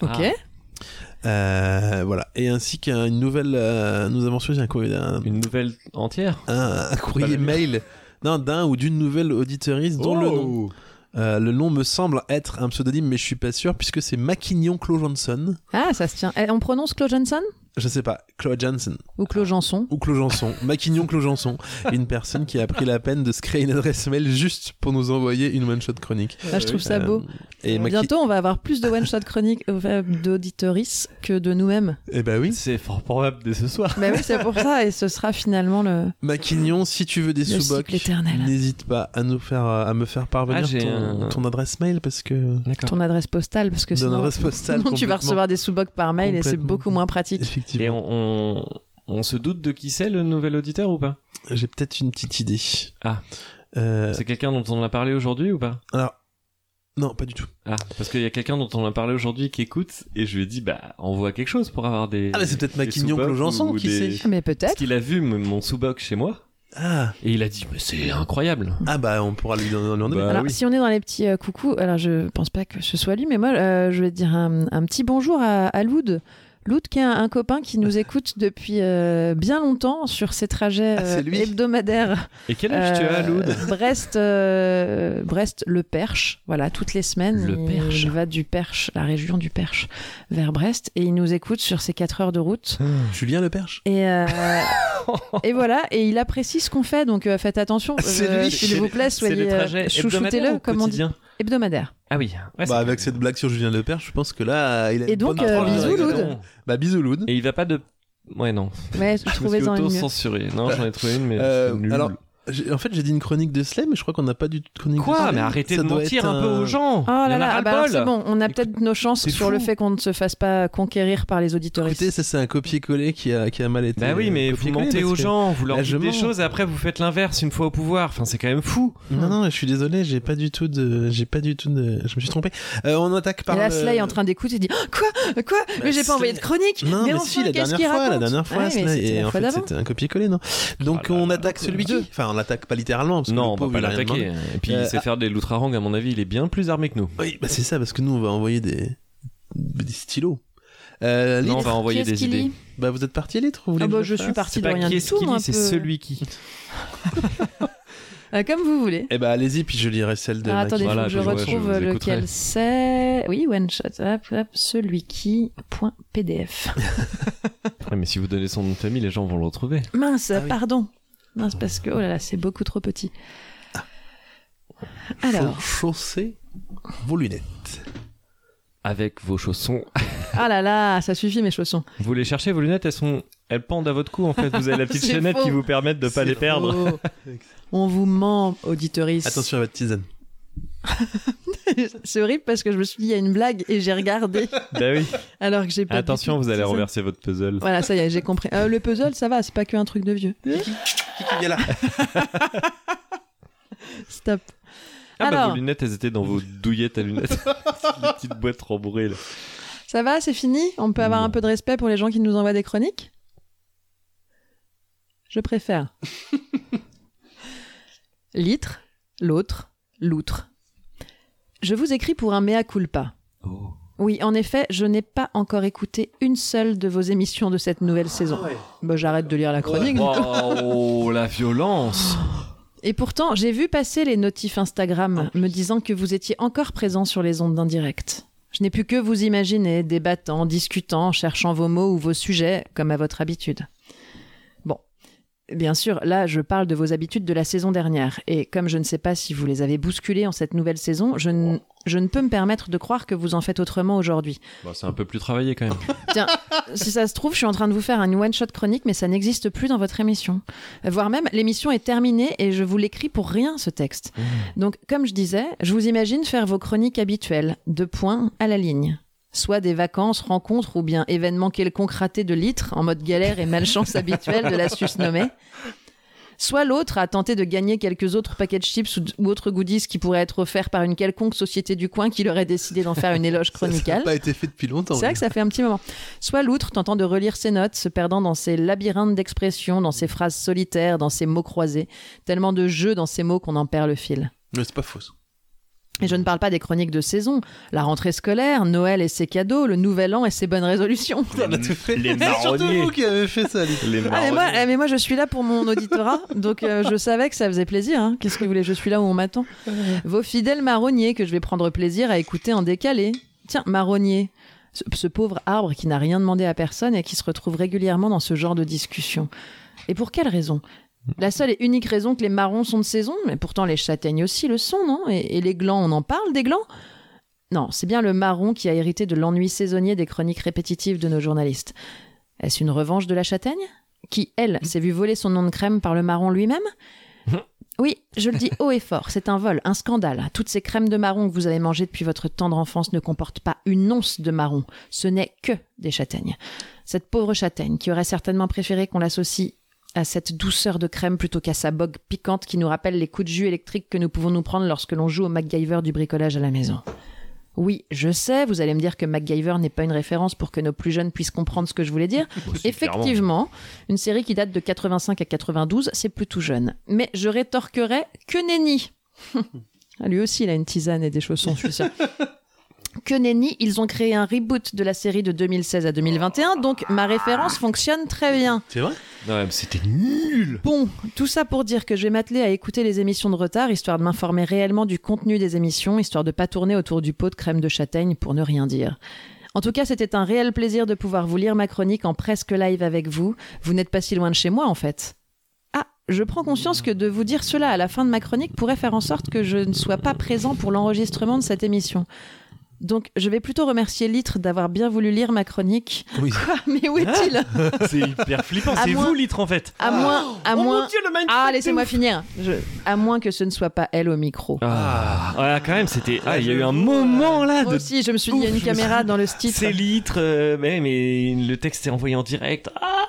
Ok. Ah. Euh, voilà. Et ainsi qu'une nouvelle. euh, nous avons choisi un, cour- un, Une nouvelle entière. un- un courrier la mienne. mail d'un d'un ou d'une nouvelle auditoriste dont le nom Oh. Euh, le nom me semble être un pseudonyme, mais je suis pas sûr, puisque c'est Maquignon Clo Johnson. Ah, ça se tient. Eh, on prononce Claude Johnson Je sais pas, Clo Johnson ou Claude Janson ou Clo Janson, Maquignon Clo Janson, une personne qui a pris la peine de se créer une adresse mail juste pour nous envoyer une one shot chronique. Ah, Je trouve ça Euh, beau. et Maqui- Bientôt, on va avoir plus de one-shot chroniques euh, d'auditoris que de nous-mêmes. Eh bah oui, C'est fort probable dès ce soir. Bah oui, c'est pour ça, et ce sera finalement le. Maquignon, si tu veux des Le sous-bocs, cycle éternel. n'hésite pas à nous faire, euh, à me faire parvenir Ah, j'ai ton, un- ton adresse mail parce que D'accord. Ton adresse postale, parce que Ton sinon, adresse postale, sinon tu vas complètement. recevoir des sous-bocs par mail et c'est Complètement. beaucoup moins pratique. Et effectivement, on, on, on se doute de qui c'est le nouvel auditeur ou pas j'ai peut-être une petite idée. Ah. Euh, C'est quelqu'un dont on a parlé aujourd'hui ou pas alors non, pas du tout. Ah, parce qu'il y a quelqu'un dont on a parlé aujourd'hui qui écoute et je lui ai dit bah envoie quelque chose pour avoir des. Ah mais c'est peut-être des Maquignon sous-bocs Clo Janson ou qui des- sait. Ah, Mais Parce peut-être. qu'il a vu m- mon sous-boc chez moi Ah et il a dit mais c'est incroyable. ah bah on pourra lui donner. lui en donner. Bah, alors, oui. si on est dans les petits euh, coucou, alors je pense pas que ce soit lui, mais moi, euh, je vais te dire un, un petit bonjour à, à Loud. Loud, qui est un, un copain qui nous écoute depuis euh, bien longtemps sur ses trajets Ah, c'est euh, lui hebdomadaires. Et quel âge tu as, Euh, Loud Brest, euh, Brest, le Perche. Voilà, toutes les semaines, Le il Perche. va du Perche, la région du Perche, vers Brest, et il nous écoute sur ses 4 heures de route. Julien Ah, Leperche Et, euh, et voilà, et il apprécie ce qu'on fait, donc euh, faites attention, C'est euh, lui. s'il vous plaît, Ah, C'est soyez les trajets euh, hebdomadaires chouchoutez-le, ou comme on dit, quotidiens hebdomadaire. Ah oui. Ouais, c'est- bah, avec cette blague sur Julien Lepers, je pense que là, il a Et une donc, bonne euh, tranche de bisous, raison. Loud. Bah, bisous, Loud. Et il va pas de. Ouais, non. Ouais, Je me suis trouvez-en une mieux. auto-censuré. Non, j'en ai trouvé une, mais Euh, c'est nul. alors, j'ai- en fait, j'ai dit une chronique de Slay, mais je crois qu'on n'a pas du tout de chronique de Quoi Slay. Mais arrêtez Ça de doit mentir être un peu aux gens. Oh là Il y en a là, ah bah alors ras-le-bol. c'est bon, on a Écoute, peut-être nos chances c'est sur fou. le fait qu'on ne se fasse pas conquérir par les auditoristes. Écoutez, ça, c'est un copier-coller qui a, qui a mal été. Bah oui, mais vous copié-collé, mentez parce aux que- gens, vous leur Là, dites je des mens. choses et après vous faites l'inverse une fois au pouvoir. Enfin, c'est quand même fou. Non, non, je suis désolé, j'ai pas du tout de. J'ai pas du tout de. Je me suis trompé. Euh, on attaque par. euh, et là, le- Sly est en train d'écouter, il dit Quoi Quoi Bah, Mais j'ai Sly- pas envoyé de chronique Non, mais, mais, si, enfin, la qu'est-ce dernière qu'il fois, la raconte dernière fois, Ah oui, mais Sly, c'était et la en fois fait, d'avant. c'était un copier-coller, non Donc, Ah là on là, attaque donc, celui qui. deux. Enfin, on l'attaque pas littéralement, parce que non, le on va pauvre, pas il a rien demandé. l'attaquer. hein. Et puis, Euh, il sait faire des loutrarangues, à mon avis, il est bien plus armé que nous. Oui, bah c'est ça, parce que nous, on va envoyer des, des stylos. Euh, Non, on Litre, va envoyer Qu'est-ce des qu'il idées. lit bah vous êtes parti, Litre vous voulez Ah que bah, le je suis fasse partie C'est de pas rien qui du est-ce tout, qui moi, un lit, c'est peu. celui qui. Ah, Comme vous voulez. Eh bah allez-y, puis je lirai celle de Ah, Maki. attendez, Voilà, faut que je puis ouais, je retrouve euh, vous écouterai. lequel c'est. Oui, one shot, hop, hop, celui qui. point PDF. Ouais, mais si vous donnez son nom de famille, les gens vont le retrouver. Mince, Ah oui. pardon. Mince, parce que, oh là là, c'est beaucoup trop petit. Cha- Alors, Chaussez vos lunettes. Avec vos chaussons. ah là là, ça suffit mes chaussons. Vous les cherchez, vos lunettes, elles sont. Elles pendent à votre cou, en fait. Vous avez la petite C'est chaînette faux. qui vous permet de pas les perdre. Oh, on vous ment, auditoriste. Attention à votre tisane. c'est horrible parce que je me suis dit, il y a une blague et j'ai regardé Bah oui. alors que j'ai pas. du Attention, tout- vous allez c'est ça. renverser votre puzzle. Voilà, ça y est, j'ai compris. Euh, le puzzle, ça va, c'est pas que un truc de vieux. Qui qui vient là Stop. Ah bah Alors. vos lunettes, elles étaient dans vos douillettes à lunettes. Les petites boîtes rembourrées là. Ça va, c'est fini On peut avoir un peu de respect pour les gens qui nous envoient des chroniques Je préfère. Litre, l'autre, l'outre. Je vous écris pour un mea culpa. Oh. Oui, en effet, je n'ai pas encore écouté une seule de vos émissions de cette nouvelle saison. Bah, J'arrête de lire la chronique. Waouh, Oh, la violence Et pourtant, j'ai vu passer les notifs Instagram me disant que vous étiez encore présent sur les ondes d'indirect. Je n'ai plus que vous imaginer, débattant, discutant, cherchant vos mots ou vos sujets, comme à votre habitude. Bon. Bien sûr, là, je parle de vos habitudes de la saison dernière, et comme je ne sais pas si vous les avez bousculées en cette nouvelle saison, je, ne- je ne peux me permettre de croire que vous en faites autrement aujourd'hui. Bon, Bah, c'est un peu plus travaillé quand même. Si ça se trouve, je suis en train de vous faire un one-shot chronique, mais ça n'existe plus dans votre émission. Voire même, l'émission est terminée et je vous l'écris pour rien, ce texte. Donc, comme je disais, je vous imagine faire vos chroniques habituelles, de points à la ligne. Soit des vacances, rencontres ou bien événements quelconques ratés de litres, en mode galère et malchance habituelle de la susnommée. Soit l'autre a tenté de gagner quelques autres paquets de chips ou, d- ou autres goodies qui pourraient être offerts par une quelconque société du coin qui leur aurait décidé d'en faire une éloge Ça, Ça n'a chronicale. pas été fait depuis longtemps. C'est vrai là. que ça fait un petit moment. Soit l'outre tentant de relire ses notes, se perdant dans ses labyrinthes d'expressions, dans ses phrases solitaires, dans ses mots croisés. Tellement de jeux dans ces mots qu'on en perd le fil. Mais c'est pas faux. ça. Et je ne parle pas des chroniques de saison, la rentrée scolaire, Noël et ses cadeaux, le nouvel an et ses bonnes résolutions. On a tout fait. les C'est surtout marronniers. vous qui avez fait ça, Lily. Les Ah, mais, moi, marronniers. eh, mais moi, je suis là pour mon auditorat, donc euh, je savais que ça faisait plaisir. hein. Qu'est-ce que vous voulez Je suis là où on m'attend. Vos fidèles marronniers que je vais prendre plaisir à écouter en décalé. Tiens, marronnier, ce, ce pauvre arbre qui n'a rien demandé à personne et qui se retrouve régulièrement dans ce genre de discussion. Et pour quelle raison La seule et unique raison que les marrons sont de saison, mais pourtant les châtaignes aussi le sont, non et, et les glands, on en parle des glands Non, c'est bien le marron qui a hérité de l'ennui saisonnier des chroniques répétitives de nos journalistes. Est-ce une revanche de la châtaigne qui, elle, s'est vue voler son nom de crème par le marron lui-même Oui, je le dis haut et fort, c'est un vol, un scandale. Toutes ces crèmes de marron que vous avez mangées depuis votre tendre enfance ne comportent pas une once de marron. Ce n'est que des châtaignes. Cette pauvre châtaigne qui aurait certainement préféré qu'on l'associe à cette douceur de crème plutôt qu'à sa bogue piquante qui nous rappelle les coups de jus électriques que nous pouvons nous prendre lorsque l'on joue au MacGyver du bricolage à la maison. Oui, je sais, vous allez me dire que MacGyver n'est pas une référence pour que nos plus jeunes puissent comprendre ce que je voulais dire. Effectivement, une série qui date de 85 à 92, c'est plus tout jeune. Mais je rétorquerais que nenni. Ah, Lui aussi, il a une tisane et des chaussons, je suis sûre. Que nenni, ils ont créé un reboot de la série de 2016 à 2021, donc ma référence fonctionne très bien. C'est vrai Non, mais c'était nul Bon, tout ça pour dire que je vais m'atteler à écouter les émissions de retard, histoire de m'informer réellement du contenu des émissions, histoire de pas tourner autour du pot de crème de châtaigne pour ne rien dire. En tout cas, c'était un réel plaisir de pouvoir vous lire ma chronique en presque live avec vous. Vous n'êtes pas si loin de chez moi, en fait. Ah, je prends conscience que de vous dire cela à la fin de ma chronique pourrait faire en sorte que je ne sois pas présent pour l'enregistrement de cette émission. Donc, je vais plutôt remercier Litre d'avoir bien voulu lire ma chronique. Oui. Quoi Mais où Hein est-il C'est hyper flippant, À c'est moins- vous litre en fait À moins, à moins, Oh le mindfuck ah, laissez-moi finir. Je- À moins que ce ne soit pas elle au micro. Ah, ouais, quand même, c'était. Ah, il y a eu un je- moment là Moi Ah, de. aussi, je me suis dit, il y a Ouf, une je me suis caméra dit, dans le titre. C'est litre, euh, mais, mais le texte est envoyé en direct. Ah,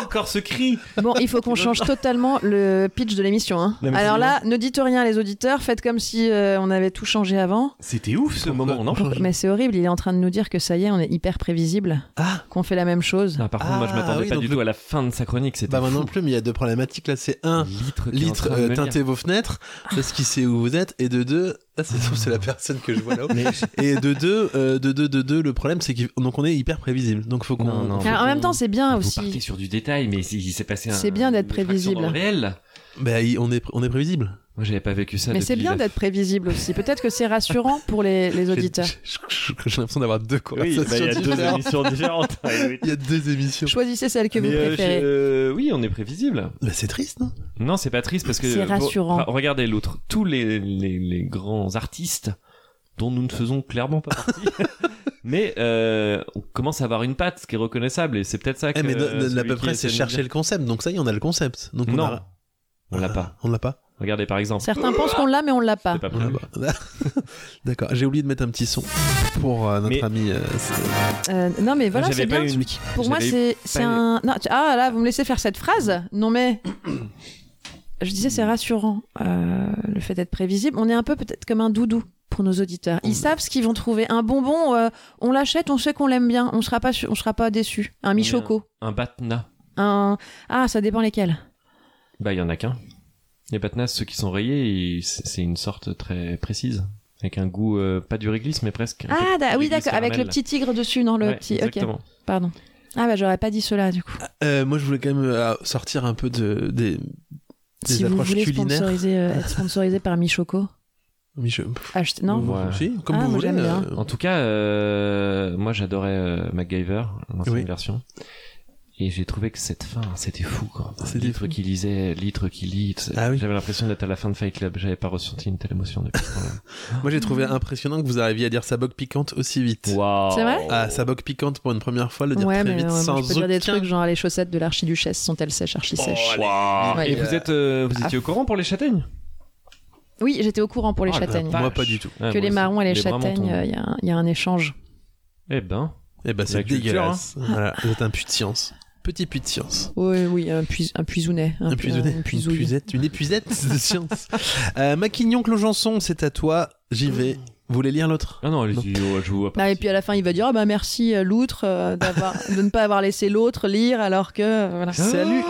encore ce cri Bon, il faut qu'on change totalement le pitch de l'émission. hein. Non, mais Alors c'est là, ne dites rien les auditeurs, faites comme si euh, on avait tout changé avant. C'était ouf ce moment, on en peut plus. Mais c'est horrible, il est en train de nous dire que ça y est, on est hyper prévisible, Ah. qu'on fait la même chose. Ah, par contre, moi je Ah, m'attendais oui, pas donc du le- tout à la fin de sa chronique, c'était. Bah, moi non fou. plus, mais il y a deux problématiques là. C'est un, Litre, qui est en litre, train de euh, me lire. Ah. teintez vos fenêtres, parce qu'il sait où vous êtes. Et de deux, ah, c'est c'est la personne que je vois là-haut. Et de deux, euh, de deux, de deux, le problème, c'est qu'on est hyper prévisible. Donc faut Non, qu'on. non. Alors, Ah, en même temps, c'est bien Vous partez aussi. sur du détail, mais il il s'est passé un. C'est bien d'être une fraction prévisible. dans le réel. Bah, il- on est, on est prévisible. Moi, j'avais pas vécu ça. Mais c'est depuis bien la- d'être prévisible aussi. Peut-être que c'est rassurant pour les, les J'ai- auditeurs. J'ai j'ai- j'ai l'impression d'avoir deux Oui, conversations bah, il y a deux différentes. émissions différentes. Il y a deux émissions. Choisissez celle que vous Mais, euh, préférez. je- euh, oui, on est prévisible. Bah, c'est triste, non Non, c'est pas triste parce que. C'est bon, rassurant. ra- regardez l'autre. Tous les, les, les grands artistes dont nous ne faisons clairement pas partie. mais euh, on commence à avoir une patte, ce qui est reconnaissable, et c'est peut-être ça que. Eh, mais no- euh, no- à celui peu qui près, essaie c'est de nous chercher dire- le concept. Donc ça y est, on a le concept. Donc on Non, a- on l'a pas. On l'a pas. Regardez par exemple. Certains pensent qu'on l'a, mais on l'a pas. C'est pas Ah prévu. bah. D'accord, j'ai oublié de mettre un petit son pour euh, notre Mais- ami. euh, c'est- Euh, non, mais voilà, J'avais c'est pas bien. eu une- Pour moi, j'avais c'est c'est eu- un. non, tu- Ah là, vous me laissez faire cette phrase Non, mais. Je disais, c'est rassurant, euh, le fait d'être prévisible. On est un peu peut-être comme un doudou pour nos auditeurs. Mm. Ils savent ce qu'ils vont trouver. Un bonbon, euh, on l'achète, on sait qu'on l'aime bien, on sera pas, su- on sera pas déçu. Un michoco. bah. un batna. Un... Ah, ça dépend lesquels. Bah, il y en a qu'un. Les batnas, ceux qui sont rayés, ils- c'est c'est une sorte très précise. Avec un goût, euh, pas du réglisse, mais presque. un peu Ah, da- oui, réglisse d'accord, avec le caramel. petit tigre dessus, non, le Ouais, petit. Ok, Exactement. pardon. Ah, bah, j'aurais pas dit cela, du coup. Euh, moi, je voulais quand même euh, sortir un peu de, des, des si vous approches voulez culinaires. sponsoriser, euh, être sponsorisé par Michoco, Mais je- achetez. Non Ouais. Si, comme Ah, vous moi, voulez. j'aime bien. euh, En tout cas, euh, moi j'adorais euh, MacGyver, l'ancienne Oui. version. Et j'ai trouvé que cette fin, c'était fou quoi. C'était litre fou. qui lisait, litre qui lit. c'est- Ah oui. J'avais l'impression d'être à la fin de Fight Club. J'avais pas ressenti une telle émotion depuis. Moi, j'ai trouvé impressionnant que vous arriviez à dire sa boque piquante aussi vite. Waouh. C'est vrai Ah, sa boque piquante pour une première fois, le dire très vite ouais, moi, sans je peux dire des aucun- trucs genre les chaussettes de l'archiduchesse sont-elles sèches, archi Oh, sèches. Waouh. Ouais. Ah. Et vous êtes, euh, vous étiez au courant pour les châtaignes Oui, j'étais au courant pour les Oh, la châtaignes. vache. Moi, pas du tout. Ah, moi Que les aussi. marrons et les, bras châtaignes, m'entendent. euh. il y, a un- y a un échange. Eh ben, Eh ben, c'est La culture, dégueulasse. Voilà, vous êtes un puits de science. Petit puits de science. Oui, oui, un, puis, un puisounet. Un pu- puisonnet. un Une puisouille. puisette. Une épuisette de science. Euh, Maquignon Clojanson, c'est à toi. J'y vais. Vous voulez lire l'autre ah non, les Non. tuyaux, je vous vois pas. Ah, et puis à la fin, il va dire ah bah merci euh, l'outre euh, d'avoir- de ne pas avoir laissé l'autre lire alors que. euh, Ah. voilà. Salut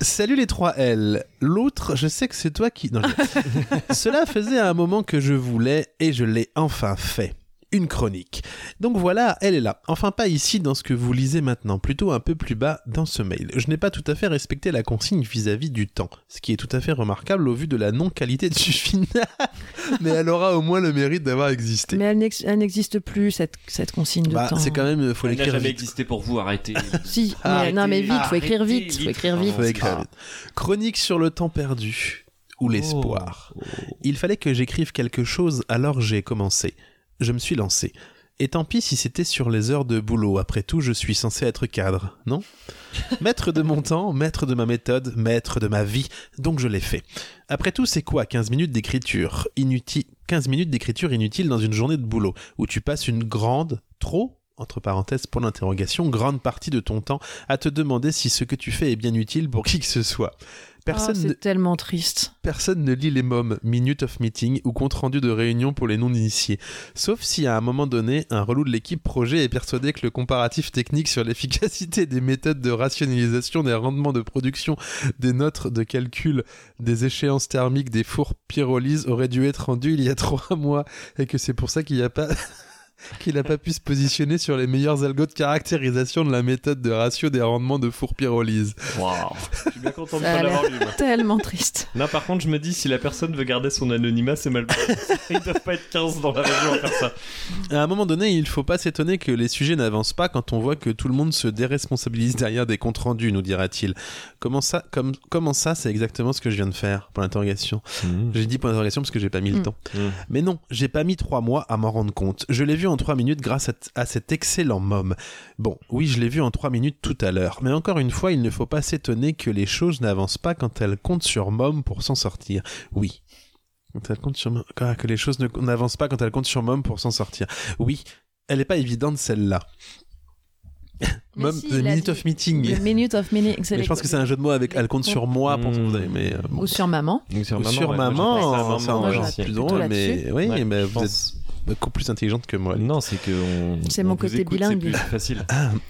Salut les trois L. L'autre, je sais que c'est toi qui. Non, je- Cela faisait un moment que je voulais et je l'ai enfin fait. Une chronique. Donc voilà, elle est là. Enfin, pas ici dans ce que vous lisez maintenant, plutôt un peu plus bas dans ce mail. Je n'ai pas tout à fait respecté la consigne vis-à-vis du temps, ce qui est tout à fait remarquable au vu de la non-qualité du final. Mais elle aura au moins le mérite d'avoir existé. Mais elle n'ex- elle n'existe plus cette, cette consigne de Bah, temps. c'est quand même, faut Elle n'a l'écrire jamais vite. existé pour vous, arrêtez. Si, mais- Arrêtez, non mais vite, faut arrêtez, écrire vite, faut vite. écrire vite. Oh, Faut écrire vite. Chronique sur le temps perdu ou Oh. l'espoir. Il fallait que j'écrive quelque chose, alors j'ai commencé. Je me suis lancé. Et tant pis si c'était sur les heures de boulot, après tout je suis censé être cadre, non Maître de mon temps, maître de ma méthode, maître de ma vie, donc je l'ai fait. Après tout, c'est quoi 15 minutes d'écriture inutile 15 minutes d'écriture inutile dans une journée de boulot, où tu passes une grande, trop, entre parenthèses pour l'interrogation, grande partie de ton temps à te demander si ce que tu fais est bien utile pour qui que ce soit. Oh, Personne ne- c'est tellement triste. Personne ne lit les mômes, minute of meeting ou compte rendu de réunion pour les non-initiés. Sauf si à un moment donné, un relou de l'équipe projet est persuadé que le comparatif technique sur l'efficacité des méthodes de rationalisation des rendements de production, des notes de calcul, des échéances thermiques, des fours pyrolyse aurait dû être rendu il y a trois mois et que c'est pour ça qu'il n'y a pas qu'il n'a pas pu se positionner sur les meilleurs algos de caractérisation de la méthode de ratio des rendements de four pyrolyse. Waouh. Je suis bien content de Ça a pas l'air l'avoir lu. moi. Tellement triste. Là, par contre, je me dis, si la personne veut garder son anonymat, c'est mal. barré. Ils doivent pas être 15 dans la région à faire ça. À un moment donné, il faut pas s'étonner que les sujets n'avancent pas quand on voit que tout le monde se déresponsabilise derrière des comptes rendus, nous dira-t-il. Comment ça, comme, comment ça, c'est exactement ce que je viens de faire Point d'interrogation. Mmh. J'ai dit point d'interrogation parce que j'ai pas mis le Mm. temps. Mm. Mais non, j'ai pas mis trois mois à m'en rendre compte. Je l'ai vu en trois minutes grâce à, t- à cet excellent môme. Bon, oui, je l'ai vu en trois minutes tout à l'heure. Mais encore une fois, il ne faut pas s'étonner que les choses n'avancent pas quand elles comptent sur môme pour s'en sortir. Oui. Quand elles comptent sur môme- ah, que les choses ne- n'avancent pas quand elles comptent sur môme pour s'en sortir. Oui. Elle n'est pas évidente celle-là. Mais Môme, si, the il a minute dit- of meeting. The minute of meaning. Mais je pense que c'est un jeu de mots avec elle compte sur moi pour Mm. mais euh, bon. Ou sur maman. Ou sur maman, hein, ça Moi, en j'aurais plus plutôt drôle, là-dessus. mais oui, mais vous êtes beaucoup plus intelligente que moi. Non, c'est que on- C'est on mon vous côté écoute, bilingue. C'est plus facile.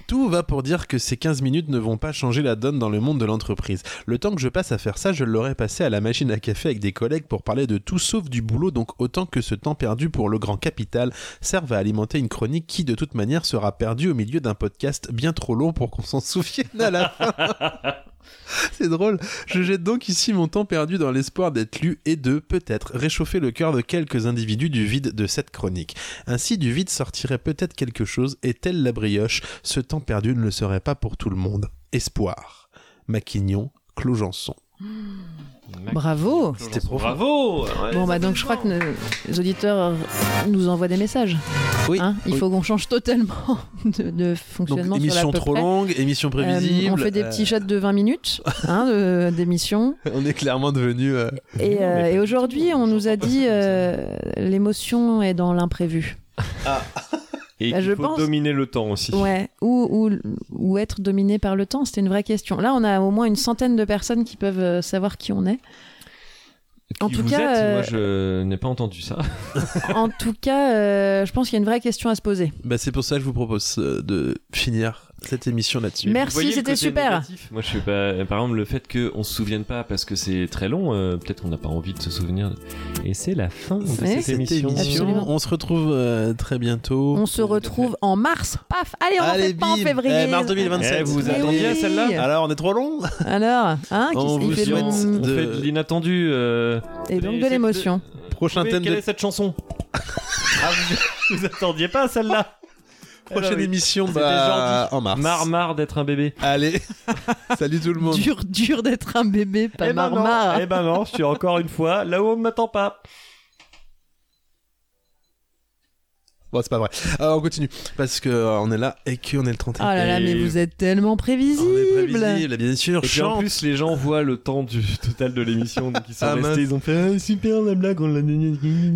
Tout va pour dire que ces 15 minutes ne vont pas changer la donne dans le monde de l'entreprise. Le temps que je passe à faire ça, je l'aurais passé à la machine à café avec des collègues pour parler de tout sauf du boulot, donc autant que ce temps perdu pour le grand capital serve à alimenter une chronique qui de toute manière sera perdue au milieu d'un podcast bien trop long pour qu'on s'en souvienne à la fin. C'est drôle. Je jette donc ici mon temps perdu dans l'espoir d'être lu et de, peut-être, réchauffer le cœur de quelques individus du vide de cette chronique. Ainsi, du vide sortirait peut-être quelque chose, et telle la brioche, ce temps perdu ne le serait pas pour tout le monde. Espoir. Maquignon, Clojanson. Bravo C'était profond. Bravo Ouais. Bon, bah donc je crois que nos- les auditeurs nous envoient des messages. Oui. hein. Il Oui. faut qu'on change totalement de, de Donc fonctionnement. sur émission l'à peu trop près. longue, émission Euh, prévisible. on fait des euh, petits shots de 20 minutes hein, de- d'émission. on est clairement devenu. euh, Non, Et, mais euh, pas et du tout, aujourd'hui, on je nous a comprends pas dit ça comme ça. euh, l'émotion est dans l'imprévu. Et Bah, il je faut pense- dominer le temps aussi. Ouais, ou, ou, ou être dominé par le temps, c'était une vraie question. Là, on a au moins une centaine de personnes qui peuvent euh, savoir qui on est. Qui En tout vous cas, êtes euh, moi je n'ai pas entendu ça. En tout cas, euh, je pense qu'il y a une vraie question à se poser. Bah, c'est pour ça que je vous propose euh, de finir cette émission là-dessus. Merci, Vous voyez le c'était côté super. négatif Moi, je suis pas. Par exemple, le fait qu'on se souvienne pas parce que c'est très long, euh, peut-être qu'on n'a pas envie de se souvenir. Et c'est la fin de Ouais. cette Cette émission. émission, Absolument. on se retrouve euh, très bientôt. On se pour- retrouve en mars. Paf Allez, on Allez, fait pas en bim. février. Eh, mars 2027. Eh, vous Mais attendiez à oui. celle-là Alors, on est trop long Alors, hein, On qui- il vous fait Et on- bon- souhaite- on de- fait de l'inattendu. euh, Et donc mais de c'est- l'émotion. euh, Prochain oui, thème Quelle de- est cette chanson Ah, vous, vous attendiez pas à celle-là Prochaine Ah, oui. émission, C'était bah, gentil. en mars. Marre, marre d'être un bébé. Allez, salut tout le monde. Dur, dur d'être un bébé, pas eh ben non, marmar. eh ben non, je suis encore une fois là où on ne m'attend pas. Bon, c'est pas vrai. Euh, on continue parce que euh, on est là et qu'on est le 31. Oh là là, mais Et- vous êtes tellement prévisible. eh. On est prévisible, bien sûr. Et puis en Chante. plus, les gens voient le temps du total de l'émission, donc ils sont Ah, mince. restés, ils ont fait Ah, super la blague, on l'a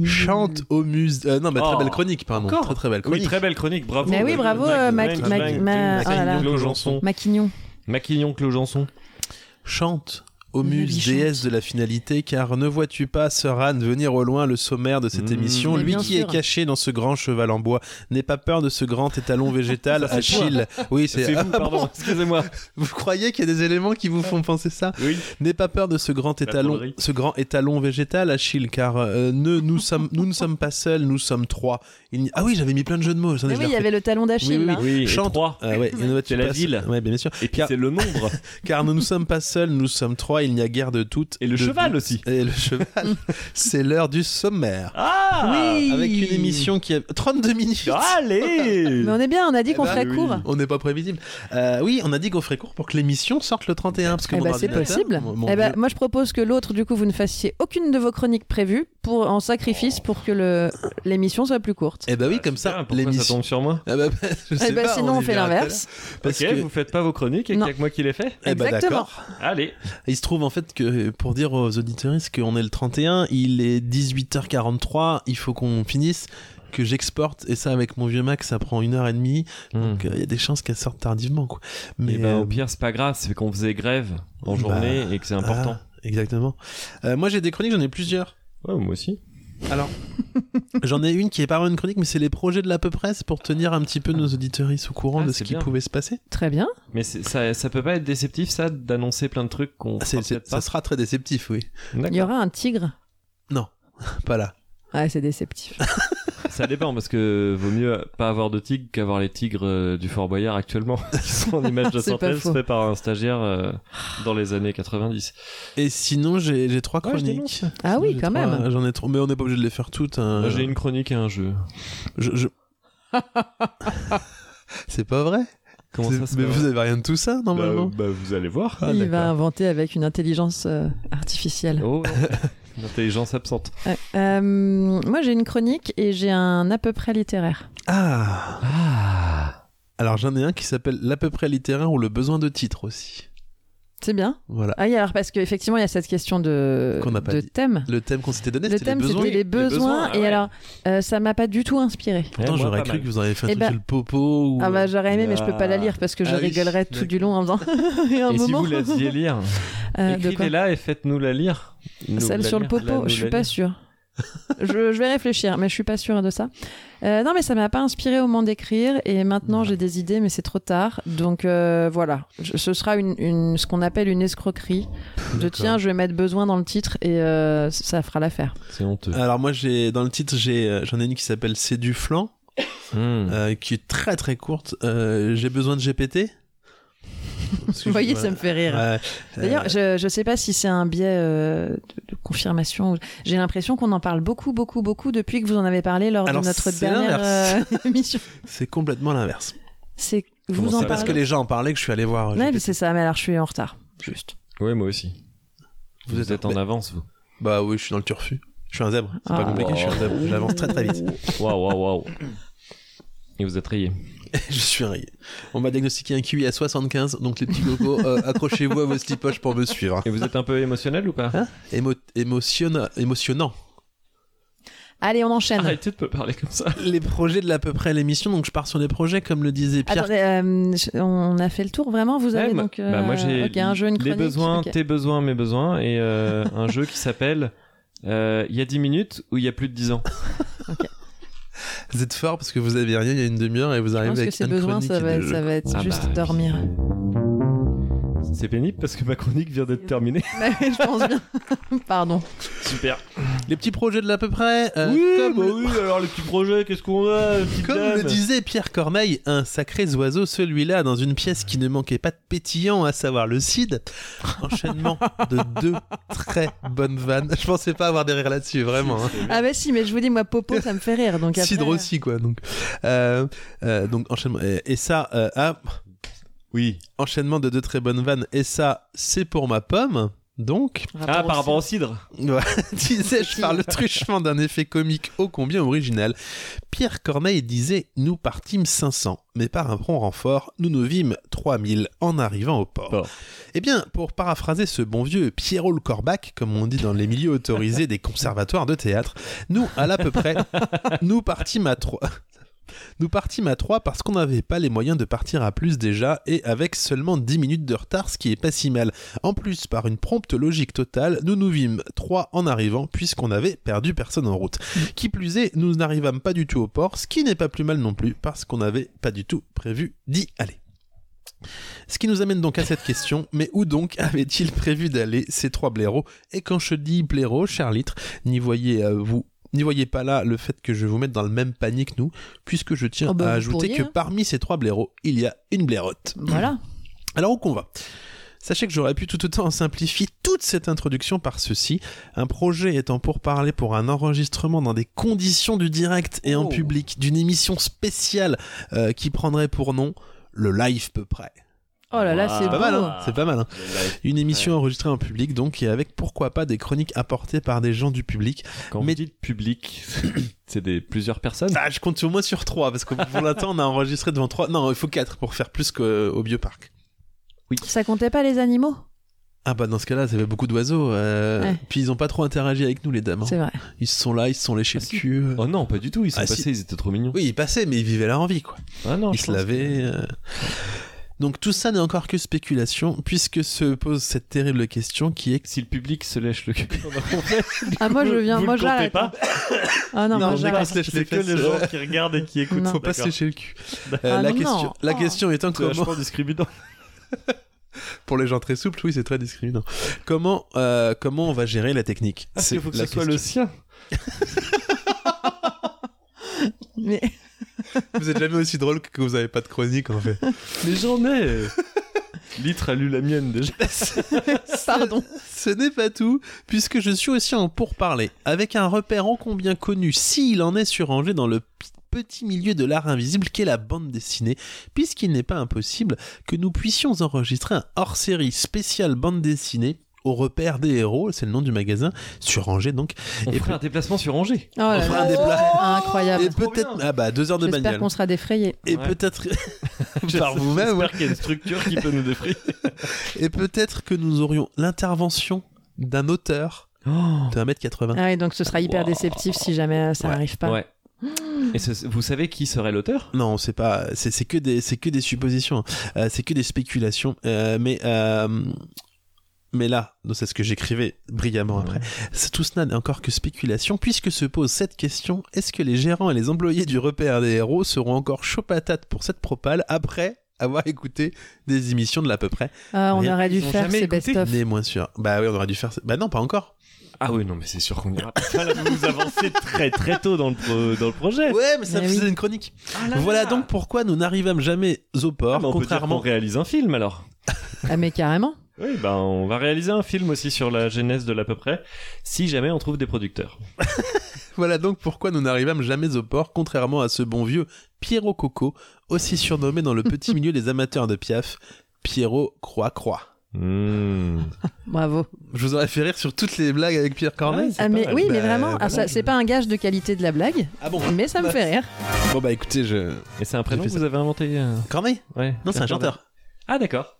Chante au musée. non, mais très Mmh. Oh. belle chronique, pardon. Encore très très belle Oui, chronique. très belle chronique, bravo. Mais oui, bravo, euh, Mac- Mac- Ma- oh là là. Clojanson. Maquignon. Maquillon Clojanson. Chante au Mais muse, oui, chante. déesse de la finalité, car ne vois-tu pas, sœur Anne, venir au loin le sommaire de cette Mmh. émission Mais Lui bien qui sûr. est caché dans ce grand cheval en bois, n'aie pas peur de ce grand étalon végétal, Ça, c'est toi. Achille. Oui, c'est. Ah C'est vous, pardon, excusez-moi. Vous croyez qu'il y a des éléments qui vous font penser ça Oui. N'aie pas peur de ce grand La étalon, drôlerie. ce grand étalon végétal, Achille, car euh, ne, nous, sommes, nous ne sommes pas seuls, nous sommes trois. Il n'y- Ah oui, j'avais mis plein de jeux de mots. attendez, Mais je oui, les il y avait le talon d'Achille. hein. Oui, oui, oui. là. Oui, Chante. Chante. trois. refais. Ah ouais, il y en a C'est la pas- ville. Ouais, bien sûr. Et puis Car- c'est le nombre. Car nous ne sommes pas seuls, nous sommes trois, il n'y a guère de toutes. Et le de- cheval aussi. Et le cheval. C'est l'heure du sommaire. Ah Oui. Avec une émission qui a 32 minutes. Allez Mais on est bien, on a dit qu'on Eh ben, ferait oui. court. On n'est pas prévisible. Euh, oui, on a dit qu'on ferait court pour que l'émission sorte le 31. Parce que Eh mon ben, c'est ordinateur- possible. mon- mon Eh ben, vieux- moi, je propose que l'autre, du coup, vous ne fassiez aucune de vos chroniques prévues pour en sacrifice pour que le- l'émission soit plus courte. Eh ben oui, comme ça, Pourquoi ça l'émission. tombe sur moi Ah bah, bah, je Eh sais ben, pas, sinon, on y fait verra l'inverse. tout à l'heure. Parce Parce ok, que. vous faites pas vos chroniques et qu'il Non. y a que moi qui les fait eh ben, Exactement. d'accord. Allez Il se trouve en fait que pour dire aux auditeurs qu'on est le 31, il est 18h43, il faut qu'on finisse, que j'exporte, et ça avec mon vieux Mac ça prend une heure et demie, Hmm. donc euh, il y a des chances qu'elle sorte tardivement quoi. Mais Eh ben, euh, au pire, c'est pas grave, c'est qu'on faisait grève en bah, journée et que c'est important. ah, exactement. Euh, moi j'ai des chroniques, j'en ai plusieurs. Ouais, moi aussi. Alors, j'en ai une qui est pas vraiment une chronique, mais c'est les projets de la peu presse pour tenir un petit peu nos auditeurs au courant Ah, de ce c'est qui bien. pouvait se passer. Très bien. Mais c'est- ça, ça peut pas être déceptif, ça, d'annoncer plein de trucs qu'on C'est- fera c'est- peut-être ça pas. sera très déceptif, oui. Il y aura un tigre. Pas là. Ouais, c'est déceptif. Ça dépend, parce que vaut mieux pas avoir de tigre qu'avoir les tigres euh, du Fort Boyard actuellement, qui sont en image de C'est pas synthèse faux. fait par un stagiaire euh, dans les années 90. Et sinon, j'ai j'ai trois Ouais, je chroniques. Ah Sinon, oui, j'ai quand trois- même. J'en ai trois, mais on n'est pas obligé de les faire toutes. hein. Moi, J'ai une chronique et un jeu. Je- je- c'est pas vrai. Comment C'est- ça se mais fait vous avez rien de tout ça normalement. bah, vous allez voir. Ah, Il d'accord. va inventer avec une intelligence euh, artificielle. Oh, l'intelligence absente. Ouais. Euh, moi, j'ai une chronique et j'ai un à peu près littéraire. Ah. Ah Alors j'en ai un qui s'appelle l'à peu près littéraire ou le besoin de titre aussi. C'est bien. Voilà. Ah oui, alors parce qu'effectivement, il y a cette question de, Qu'on n'a pas de dit. thème. Le thème qu'on s'était donné, Le c'était les thème, besoins. c'était les besoins. besoins, et ouais. alors, euh, ça m'a pas du tout inspiré. Pourtant, Eh, moi, j'aurais pas cru mal. que vous auriez fait un Eh truc ben- sur le popo ou. Ah bah j'aurais aimé, mais je peux pas la Ah. lire parce que je Ah oui, rigolerais tout du long en faisant. et un Et si moment. vous l'aviez lire, Euh, de quoi écrivez-la et faites-nous la lire. Nous Celle la sur le lire, la- nous popo, je suis la pas lire. sûre. je, je vais réfléchir, mais je suis pas sûre de ça. Euh, non, mais ça m'a pas inspiré au moment d'écrire, et maintenant j'ai des idées, mais c'est trop tard. Donc euh, voilà, Je- ce sera une, une- ce qu'on appelle une escroquerie. De tiens, je vais mettre besoin dans le titre, et euh, ça fera l'affaire. C'est honteux. Alors moi j'ai dans le titre j'ai euh, j'en ai une qui s'appelle c'est du flan Hmm. euh, qui est très très courte. Euh, j'ai besoin de GPT. Parce que Vous voyez, je- ça me fait rire. Ouais. Euh, D'ailleurs, je, je sais pas si c'est un biais euh, de, de confirmation. J'ai l'impression qu'on en parle beaucoup, beaucoup, beaucoup depuis que vous en avez parlé lors Alors, de notre c'est dernière l'inverse. euh, émission. C'est complètement l'inverse. C'est Comment vous en ça, Parce parlez. que les gens en parlaient que je suis allé voir. euh, Ouais, GPT. mais c'est ça. Mais alors, je suis en retard. Juste. Ouais, moi aussi. Vous, êtes, en mais- avance, vous. Bah oui, je suis dans le turfu. Je suis un zèbre. C'est pas Ah. compliqué, je suis un zèbre. J'avance très très vite. Waouh, waouh, waouh. Et vous êtes rayé. je suis un rayé. On m'a diagnostiqué un QI à 75, donc les petits cocos, euh, accrochez-vous à vos slipoches pour me suivre. Et vous êtes un peu émotionnel ou pas Ah, Hein Émo- émotionna- émotionnant. Allez, on enchaîne. Arrêtez de me parler comme ça. Les projets de l'à peu près l'émission, donc je pars sur des projets comme le disait Pierre. Attendez, euh, je- on a fait le tour vraiment. Vous avez Ouais, donc bah, euh, bah, moi j'ai ok, un jeu, une les chronique, besoins, ok. tes besoins, mes besoins, et euh, un jeu qui s'appelle euh, Il y a 10 minutes ou il y a plus de 10 ans. Vous êtes fort parce que vous avez rien il y a une demi-heure et vous Je arrivez pense que avec ces une besoins, chronique ça va, de jeu. ça va être Ah juste bah, dormir. C'est pénible parce que ma chronique vient d'être terminée. Bah je pense bien. Pardon. Super. Les petits projets de l'à peu près, euh, comme le- oui, alors les petits projets, qu'est-ce qu'on a Comme le disait Pierre Corneille, un sacré oiseau, celui-là, dans une pièce qui ne manquait pas de pétillant, à savoir le CID. Enchaînement de deux très bonnes vannes. Je pensais pas avoir des rires là-dessus, vraiment. hein. Ah bah si, mais je vous dis, moi, Popo, ça me fait rire. Donc après, CID aussi, quoi. Donc, Euh, euh, donc enchaînement. Et, et ça, euh, ah, Oui. enchaînement de deux très bonnes vannes. Et ça, c'est pour ma pomme. Donc, Ah, par rapport au cidre Ouais, disais-je par le truchement d'un effet comique ô combien original, Pierre Corneille disait Nous partîmes 500, mais par un prompt renfort, nous nous vîmes 3000 en arrivant au port. Port. Eh bien, pour paraphraser ce bon vieux Pierrot le Corbac, comme on dit dans les milieux autorisés des conservatoires de théâtre, nous, à l'à peu près, nous partîmes à 3. Nous partîmes à 3 parce qu'on n'avait pas les moyens de partir à plus déjà et avec seulement 10 minutes de retard, ce qui est pas si mal. En plus, par une prompte logique totale, nous nous vîmes trois en arrivant puisqu'on avait perdu personne en route. Mm. Qui plus est, nous n'arrivâmes pas du tout au port, ce qui n'est pas plus mal non plus parce qu'on n'avait pas du tout prévu d'y aller. Ce qui nous amène donc à cette question, mais où donc avait-il prévu d'aller ces trois blaireaux Et quand je dis blaireaux, cher litre, n'y voyez euh, vous n'y voyez pas là le fait que je vous mette dans le même panier que nous, puisque je tiens Oh bah, à vous ajouter pourriez, que hein. parmi ces trois blaireaux, il y a une blairotte. Voilà. Alors où qu'on va Sachez que j'aurais pu tout autant simplifier toute cette introduction par ceci. Un projet étant pourparlé pour un enregistrement dans des conditions du direct et en Oh. public d'une émission spéciale euh, qui prendrait pour nom le live peu près. Oh là là, Wow. c'est Pas mal, beau. hein C'est pas mal, hein Une émission enregistrée en public donc et avec pourquoi pas des chroniques apportées par des gens du public. Quand Mais- vous dites public, c'est des plusieurs personnes Ah, je compte au moins sur trois parce que pour l'instant on a enregistré devant trois. Non, il faut quatre pour faire plus qu'au bioparc. Ça comptait pas les animaux Ah bah dans ce cas-là, ça fait beaucoup d'oiseaux. euh, Ouais. Puis ils ont pas trop interagi avec nous les dames. hein. C'est vrai. Ils se sont là, ils se sont léchés Ah, le si. cul. Oh non, pas du tout, ils sont Ah, passés, si. ils étaient trop mignons. Oui, ils passaient, mais ils vivaient leur envie, quoi. Ah non, Ils je se pense lavaient. euh. Donc tout ça n'est encore que spéculation, puisque se pose cette terrible question qui est que Si le public se lèche le cul, Ah moi je viens, vous moi le comptez j'arrête. pas Ah Non, non, moi mais j'arrête. se lèche les C'est que les fesses. gens qui regardent et qui écoutent. Non. faut pas se D'accord. lécher le cul. Euh, Ah la non, question, non. la Oh. question étant C'est comment vachement discriminant. pour les gens très souples, oui, c'est très discriminant. Comment euh, comment on va gérer la technique Ah, C'est il faut que la ce soit le question. sien. Mais Vous êtes jamais aussi drôle que quand vous avez pas de chronique en fait. Mais j'en ai Litre a lu la mienne déjà. pardon. Ce n'est pas tout, puisque je suis aussi en pourparler, avec un repère en combien connu, s'il en est surrangé dans le p- petit milieu de l'art invisible qu'est la bande dessinée, puisqu'il n'est pas impossible que nous puissions enregistrer un hors-série spécial bande dessinée au repère des héros, c'est le nom du magasin, surrangé donc, On Et ferait un déplacement sur Angers. Oh là fera un là. dépla- Incroyable. et peut-être, bien. ah bah, deux heures de J'espère bagnole, qu'on sera défrayés. et Ouais. peut-être, par vous-même, ouais. J'espère qu'il y a une structure qui peut nous défrayer. et peut-être que nous aurions l'intervention d'un auteur Oh. de 1m80. Ah oui, donc ce sera hyper Wow. déceptif si jamais ça Ouais. n'arrive pas. Hein. Ouais. Et ce- vous savez qui serait l'auteur Non, c'est pas, c'est c'est que des, c'est que des suppositions, Euh, c'est que des spéculations. Euh, mais euh, mais là, donc c'est ce que j'écrivais brillamment après. C'est- Tout cela n'est encore que spéculation, puisque se pose cette question est-ce que les gérants et les employés du repère des héros seront encore chauds patates pour cette propale après avoir écouté des émissions de l'à peu près Ah, on Rien. aurait dû Ils ont faire jamais ces écouté. best-of. N'est moins sûr. Bah oui, on aurait dû faire. ça. Bah non, pas encore. Ah oui, non, mais c'est sûr qu'on ira. Là, vous vous avancez très très tôt dans le, pro- dans le projet. Ouais, mais ça Mais faisait oui. une chronique. voilà donc pourquoi nous n'arrivâmes jamais au Ah, port, mais on contrairement. peut dire qu'on réalise un film alors. Ah mais carrément. Oui, ben on va réaliser un film aussi sur la genèse de l'à peu près, si jamais on trouve des producteurs. Voilà donc pourquoi nous n'arrivâmes jamais au port, contrairement à ce bon vieux Pierrot Coco, aussi surnommé dans le petit milieu des amateurs de Piaf, Pierrot Croix-Croix. Mmh. Bravo. Je vous aurais fait rire sur toutes les blagues avec Pierre Corneille. Ouais. C'est Ah, mais pas mal. oui, mais Bah, vraiment, voilà, ah, ça- je- c'est pas un gage de qualité de la blague, Ah bon mais ça me Bah. fait rire. Bon bah écoutez, je... Et c'est un prénom J'ai que fait vous avez inventé euh, Corneille Ouais. Non, c'est un chanteur. Ah d'accord.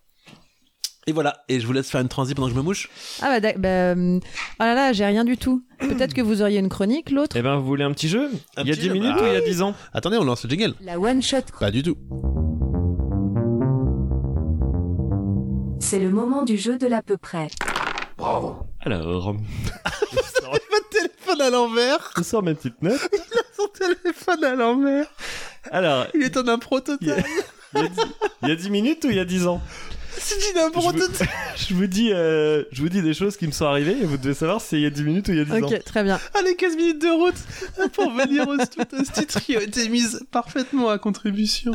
Et voilà, et je vous laisse faire une transi pendant que je me mouche. Ah bah, d'ac- bah, hum, oh là là, j'ai rien du tout. Peut-être que vous auriez une chronique, l'autre. Eh ben vous voulez un petit jeu Un Il y a petit 10 jeu, minutes bah ou il y a oui. 10 ans Attendez, on lance le jingle. La One Shot Crew, Pas du tout. c'est le moment du jeu de l'à peu près. Bravo. Alors, Téléphone à l'envers je sors mes petites notes. Son téléphone à l'envers Alors, Il est en impro total il y a 10 il y a 10 minutes ou il y a 10 ans C'est une impro Je veux- totale. Je vous dis, euh, je vous dis des choses qui me sont arrivées et vous devez savoir si il y a 10 minutes ou il y a 10 ans. Ok, très bien. Allez, 15 minutes de route pour venir au stout. Ce titre qui a été mise parfaitement à contribution.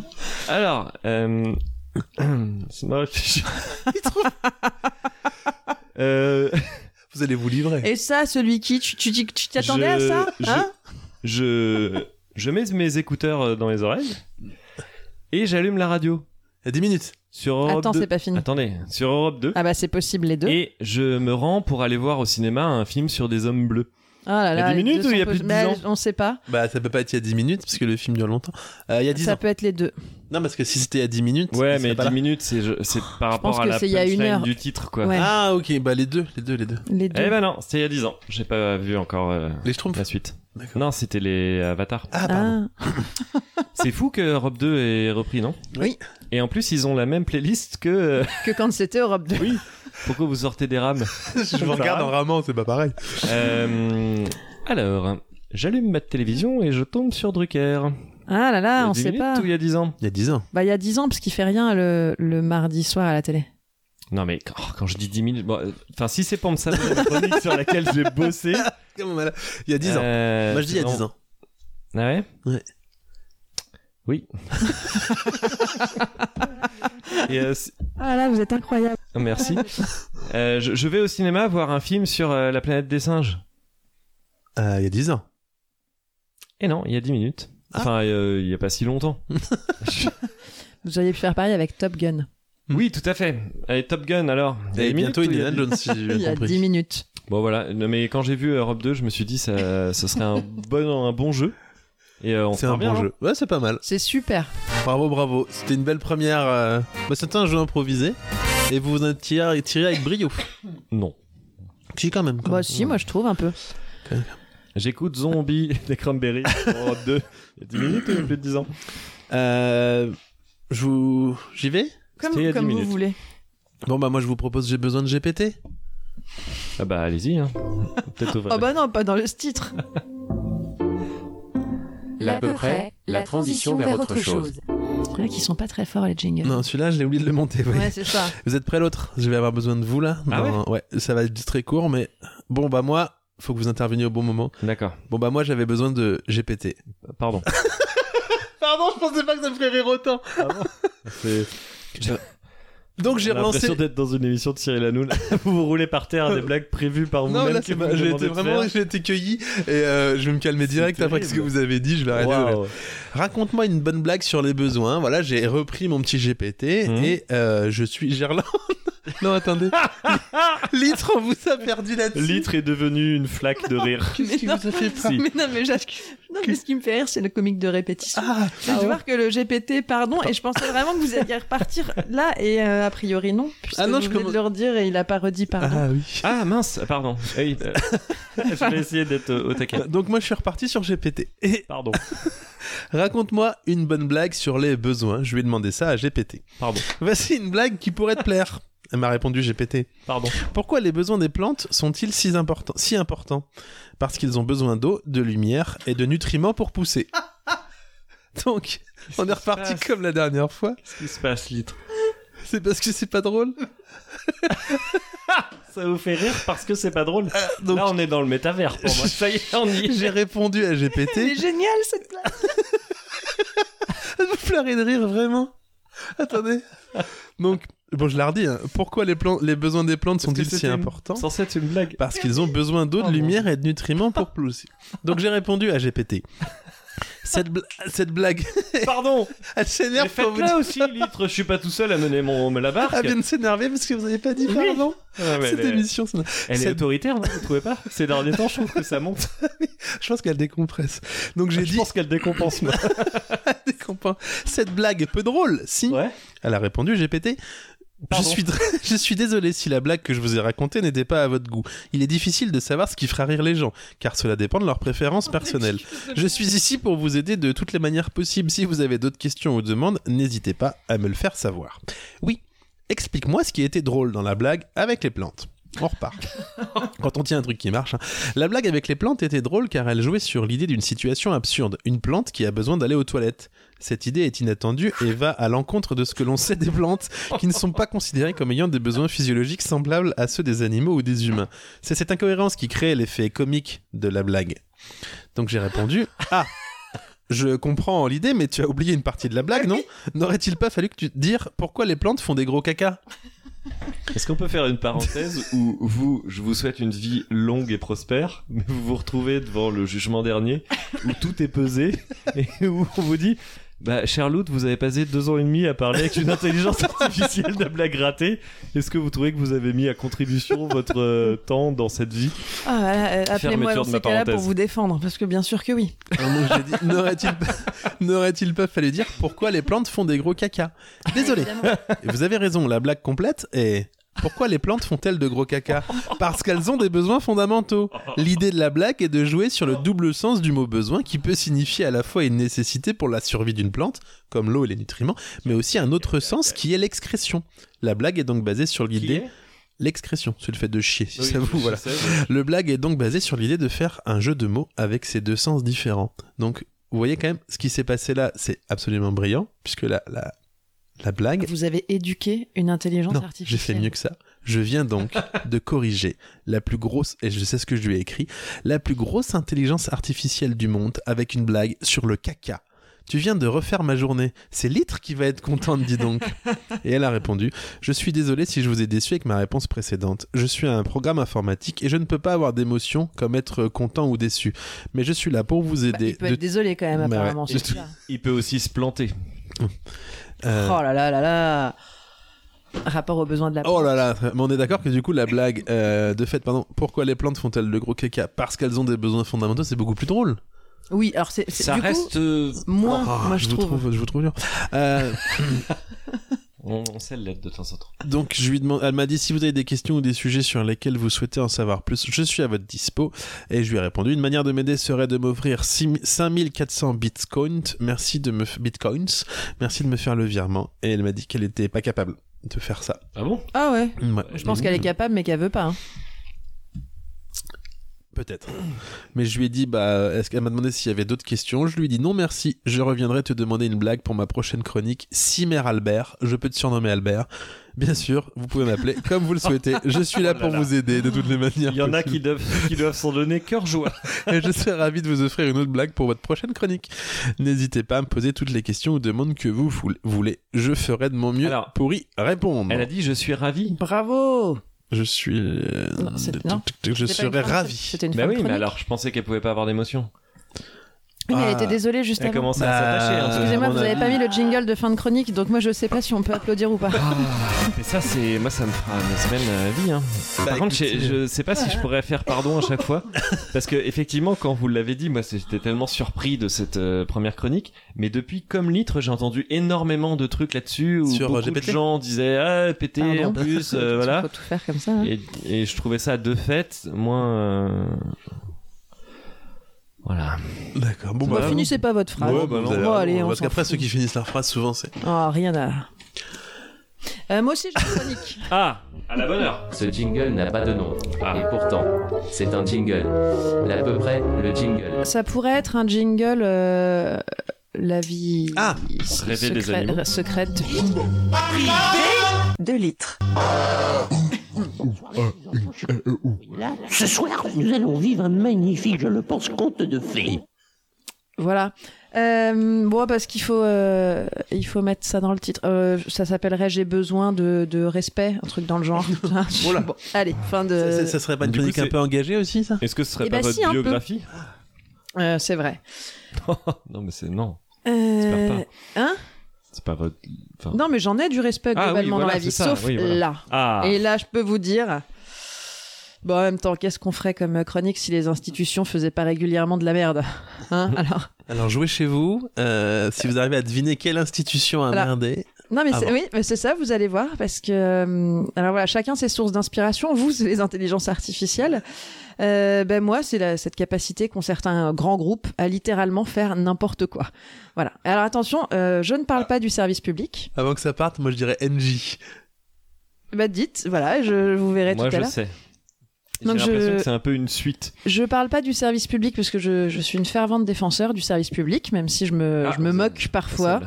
Alors, euh... c'est marrant, je- Euh, Vous allez vous livrer. Et ça, celui qui, tu tu dis que tu t'attendais à Je- ça Hein je, je mets mes écouteurs euh, dans les oreilles et j'allume la radio 10 minutes. sur Europe Attends, 2. c'est pas fini. Attendez, sur Europe 2. Ah bah c'est possible les deux. Et je me rends pour aller voir au cinéma un film sur des hommes bleus. Ah là Il y a là, dix minutes les deux ou il y a sont plus de pos- dix Mais ans On sait pas. Bah, ça peut pas être il y a 10 minutes, parce que le film dure longtemps. Euh, il y a 10 Ça ans. peut être les deux. Non, parce que si c'était à 10 minutes. Ouais, il serait mais pas 10 là. minutes, c'est je- c'est par pense rapport à que la c'est il y a une punchline heure. du titre, quoi. Ouais. Ah, ok, bah les deux, les deux, les deux. Les deux. Eh ben non, c'était il y a 10 ans. J'ai pas vu encore euh, Les Schtroumpfs. la suite. D'accord. Non, c'était les Avatars. Ah, pardon. Ah. C'est fou que Europe 2 est repris, non Oui. Et en plus, ils ont la même playlist que. euh, Ah, que quand c'était Europe 2. Oui. Pourquoi vous sortez des rames je vous regarde en ramant, c'est pas pareil. Euh, Alors, j'allume ma télévision et je tombe sur Drucker. Ah là Il y là, a on 10 sait minutes pas. ou il y a 10 ans Il y a 10 ans. Bah il y a 10 ans parce qu'il fait rien le, le mardi soir à la télé. Non, mais quand, quand je dis 10 minutes. bon, euh, Enfin, si c'est pour me saboter la chronique sur laquelle j'ai bossé. Il y a 10 ans. euh, Moi, je dis il y a 10 ans. Ah ouais Ouais. Oui. et euh, c- Ah là, vous êtes incroyable. oh, merci. Euh, je, je vais au cinéma voir un film sur euh, la planète des singes. Euh, Il y a 10 ans. Et Eh non, il y a 10 minutes. Ah. Enfin, euh, il y a pas si longtemps. Vous auriez pu faire pareil avec Top Gun. oui, tout à fait. Allez, Top Gun alors. Il y a Et 10 minutes bientôt ou il y a Indiana 10 Jones, si j'ai Il y bien a 10 compris. minutes. Bon voilà, Non, mais quand j'ai vu Europe 2, je me suis dit ça, ce serait un bon un bon jeu. Et euh, on C'est se un marre bien, bon hein. jeu. Ouais, c'est pas mal. C'est super. Bravo, bravo. C'était une belle première. euh, Bah, c'était un jeu improvisé. Et vous vous en êtes tiré, tiré avec brio. Non. Si, quand même. quand Bah même. si, moi je trouve un peu. J'écoute Zombie des Cranberries sur Europe 2. Il y a 10 minutes ou il y a plus de 10 ans Euh, je vous... J'y vais Comme, C'était il y a 10 comme vous minutes. voulez. Bon, bah, moi, je vous propose J'ai besoin de GPT. Ah bah allez-y hein. Peut-être ouvrir. Ah Oh bah non, pas dans le titre. L'à peu près, la transition vers autre chose. Là qui sont pas très forts les jingles. Non, celui-là, je l'ai oublié de le monter. oui. Ouais, c'est ça. Vous êtes prêts l'autre Je vais avoir besoin de vous, là. Ah Dans- ouais, ça va être très court, mais... Bon, bah, moi... Faut que vous interveniez au bon moment. D'accord. Bon, bah, moi, j'avais besoin de GPT. Pardon. Pardon, je pensais pas que ça me ferait rire autant. C'est- Donc, j'ai J'ai relancé... l'impression d'être dans une émission de Cyril Hanoun. vous vous roulez par terre à des blagues prévues par Non, mais vous-même. là, que c'est vous pas- me j'ai demandez été de vraiment, faire. j'ai été cueilli et euh, je vais me calmer C'est direct après terrible. ce que vous avez dit. Je vais arrêter. de- Waouh. Raconte-moi une bonne blague sur les besoins. Voilà, j'ai repris mon petit GPT Mhm. et euh, je suis Gerland. non, attendez. Litre, on vous a perdu là-dessus. Litre est devenu une flaque de rire. qu'est-ce qui Mais vous a fait peur Si. Mais non, mais, j'ac- non, mais ce qui me fait rire, c'est le comique de répétition. Ah, C'est de voir que le GPT, pardon, et je pensais vraiment que vous alliez repartir là, et euh, a priori non, puisque Ah non, vous je venez commen- de le redire et il a pas redit pardon. ah oui. Ah mince, pardon. Ah oui, euh, Je vais essayer d'être euh, au taquet. Donc moi je suis reparti sur GPT. Et Pardon. raconte-moi une bonne blague sur les besoins. Je lui ai demandé ça à GPT. Pardon. Voici une blague qui pourrait te plaire. Elle m'a répondu GPT. Pardon. Pourquoi les besoins des plantes sont-ils si importants Si importants Parce qu'ils ont besoin d'eau, de lumière et de nutriments pour pousser. Donc, on est reparti passe comme la dernière fois. Qu'est-ce qui se passe, Litre C'est parce que c'est pas drôle. Ça vous fait rire parce que c'est pas drôle donc- Ah, Là, on est dans le métavers pour moi. Ça y est, on y J'ai est. répondu à Elle est GPT. géniale cette blague. Vous pleurez de rire vraiment Attendez. Donc, bon, je la redis. hein. Pourquoi les, plan- les besoins des plantes Parce que sont-ils si c'était une- importants Censé être une blague. Parce qu'ils ont besoin d'eau, Oh, de mon lumière et de nutriments pour pousser. Donc j'ai répondu à GPT. cette, bla- cette blague, Pardon elle s'énerve Mais pour vous faites-la aussi, litre. Je suis pas tout seul à mener mon, la barque. Elle vient de s'énerver parce que vous n'avez pas dit pardon. Ah, mais Ah, Cette elle, est, émission, ça n'a- elle est cette- autoritaire, non vous trouvez pas Ces derniers temps, je trouve que ça monte. je pense qu'elle décompresse. Donc j'ai je dit, pense qu'elle décompense. Moi. décompense. cette blague peu drôle, si. Ouais. Elle a répondu, j'ai pété. Je Pardon. suis, dr- je suis désolé si la blague que je vous ai racontée n'était pas à votre goût. Il est difficile de savoir ce qui fera rire les gens, car cela dépend de leurs préférences personnelles. Je suis ici pour vous aider de toutes les manières possibles. Si vous avez d'autres questions ou demandes, n'hésitez pas à me le faire savoir. Oui, explique-moi ce qui était drôle dans la blague avec les plantes. On repart. Quand on tient un truc qui marche. hein. La blague avec les plantes était drôle car elle jouait sur l'idée d'une situation absurde. Une plante qui a besoin d'aller aux toilettes. Cette idée est inattendue et va à l'encontre de ce que l'on sait des plantes qui ne sont pas considérées comme ayant des besoins physiologiques semblables à ceux des animaux ou des humains. C'est cette incohérence qui crée l'effet comique de la blague. Donc j'ai répondu Ah je comprends l'idée, mais tu as oublié une partie de la blague, non N'aurait-il pas fallu que tu te dire pourquoi les plantes font des gros caca Est-ce qu'on peut faire une parenthèse où vous, je vous souhaite une vie longue et prospère, mais vous vous retrouvez devant le jugement dernier où tout est pesé et où on vous dit. Bah, Charlotte, vous avez passé deux ans et demi à parler avec une intelligence artificielle de blague ratée. Est-ce que vous trouvez que vous avez mis à contribution votre euh, temps dans cette vie Ah, voilà, euh, appelez-moi Fermeture dans de ces ma cas-là pour parenthèse. vous défendre, parce que bien sûr que oui. Alors, donc, j'ai dit, N'aurait-il pas, n'aurait-il pas fallu dire pourquoi les plantes font des gros caca Désolé. Évidemment. Et vous avez raison, la blague complète est pourquoi les plantes font-elles de gros caca Parce qu'elles ont des besoins fondamentaux. L'idée de la blague est de jouer sur le double sens du mot besoin qui peut signifier à la fois une nécessité pour la survie d'une plante, comme l'eau et les nutriments, mais aussi un autre sens qui est l'excrétion. La blague est donc basée sur l'idée l'excrétion, c'est le fait de chier, si ça vous voilà. Le blague est donc basé sur l'idée de faire un jeu de mots avec ces deux sens différents. Donc, vous voyez quand même, ce qui s'est passé là, c'est absolument brillant, puisque la, la, la blague Vous avez éduqué une intelligence non, j'ai artificielle. fait mieux que ça. Je viens donc de corriger la plus grosse, et je sais ce que je lui ai écrit, la plus grosse intelligence artificielle du monde avec une blague sur le caca. Tu viens de refaire ma journée. C'est Litre qui va être contente, dis donc. Et elle a répondu Je suis désolé si je vous ai déçu avec ma réponse précédente. Je suis un programme informatique et je ne peux pas avoir d'émotion comme être content ou déçu. Mais je suis là pour vous Bah, aider. il peut de- être désolé quand même, Bah ouais. apparemment. Et c'est tout- ça. Il peut aussi se planter. Euh, Oh là là là là Rapport aux besoins de la Oh là là, mais on est d'accord que du coup la blague euh, de fait, pardon, pourquoi les plantes font-elles de gros caca Parce qu'elles ont des besoins fondamentaux, c'est beaucoup plus drôle. Oui, alors c'est c'est- Ça du reste. coup, euh, moins, Oh, Ah, moi je, vous trouve. je vous trouve dur. Euh, On, on sait l'être de temps en temps. donc je lui demande, elle m'a dit si vous avez des questions ou des sujets sur lesquels vous souhaitez en savoir plus, je suis à votre dispo. Et je lui ai répondu une manière de m'aider serait de m'offrir 6 5400 bitcoins. Merci de me f- bitcoins. Merci de me faire le virement. Et elle m'a dit qu'elle n'était pas capable de faire ça. Ah bon Ah ouais Ouais. Je pense qu'elle est capable, mais qu'elle veut pas. hein. Peut-être. Mais je lui ai dit, bah, est-ce qu'elle m'a demandé s'il y avait d'autres questions Je lui ai dit non, merci. Je reviendrai te demander une blague pour ma prochaine chronique. Simère Albert, je peux te surnommer Albert. Bien sûr, vous pouvez m'appeler comme vous le souhaitez. Je suis là Oh là pour là. vous aider de toutes les manières. Il y en a qui possibles. doivent, qui doivent s'en donner cœur joie. Et je serai ravi de vous offrir une autre blague pour votre prochaine chronique. N'hésitez pas à me poser toutes les questions ou demandes que vous foul- voulez. Je ferai de mon mieux Alors, pour y répondre. Elle a dit Je suis ravi. Bravo Je suis. euh, Non, c'est- non. je C'était pas une serai femme, ravi. C'était une Bah femme oui, chronique. Ah mais alors je pensais qu'elle pouvait pas avoir d'émotion. Oui, mais elle Ah. était désolée juste Elle avant. commence Bah, à s'attacher. un peu. Excusez-moi, à vous mon avez pas mis le jingle de fin de chronique, donc moi je sais pas si on peut applaudir ou pas. Ah, mais ça, c'est moi, ça me fera mes semaines à vie. hein. Bah, Par contre, écoutez, je, je sais pas si je pourrais faire pardon à chaque fois, parce que effectivement, quand vous l'avez dit, moi, j'étais tellement surpris de cette euh, première chronique. Mais depuis, comme litre, j'ai entendu énormément de trucs là-dessus où Sur, euh, beaucoup GPT? de gens disaient ah pété Pardon. en plus, Il euh, voilà. Faut tout faire comme ça. hein. Et, et je trouvais ça de fait moins. euh, Voilà. D'accord. Bon, Bon, bah, finissez pas votre phrase. Ouais, bah, vous Bon, avez raison. allez, on Parce s'en qu'après, fout. ceux qui finissent leur phrase, souvent, c'est. Oh, rien à. Euh, moi aussi j'ai une chronique. Ah, à la bonne heure. Ce jingle n'a pas de nom. Ah. Et pourtant, c'est un jingle. L'à peu près, le jingle. ça pourrait être un jingle. euh, La vie Ah se- Rêver des secrète- animaux. secrète. de litres. Là, ce soir, nous allons vivre un magnifique, je le pense, conte de fées. Voilà. Euh, bon, parce qu'il faut, euh, il faut mettre ça dans le titre. Euh, ça s'appellerait J'ai besoin de, de respect, un truc dans le genre. Voilà. Bon, allez, fin de. Ça, ça- ça serait pas une Du coup, chronique un c'est- peu engagée aussi, ça Est-ce que ce serait Eh pas bah, votre si, un peu. biographie Euh, c'est vrai. non, mais c'est non. Euh, pas. Hein C'est pas votre. enfin, Non, mais j'en ai du respect Ah oui, globalement dans voilà, la vie, c'est ça, sauf oui, voilà. là. Ah. Et là, je peux vous dire. Bon, en même temps, qu'est-ce qu'on ferait comme chronique si les institutions faisaient pas régulièrement de la merde Hein Alors, Alors jouez chez vous. euh, si vous arrivez à deviner quelle institution a Voilà. merdé, non, mais Ah c'est- bon. oui, mais c'est ça. Vous allez voir, parce que euh, alors voilà, chacun ses sources d'inspiration. Vous, c'est les intelligences artificielles. Euh, ben moi, c'est la- cette capacité qu'ont certains grands groupes à littéralement faire n'importe quoi. Voilà. Alors attention, euh, je ne Ah. parle pas du service public. avant que ça parte, moi je dirais NJ. Bah dites, voilà, je, je vous verrai Moi, tout à je l'heure. sais. J'ai Donc, je- l'impression que c'est un peu une suite. Je parle pas du service public parce que je, je suis une fervente défenseur du service public, même si je me, Ah, je me c'est- moque parfois.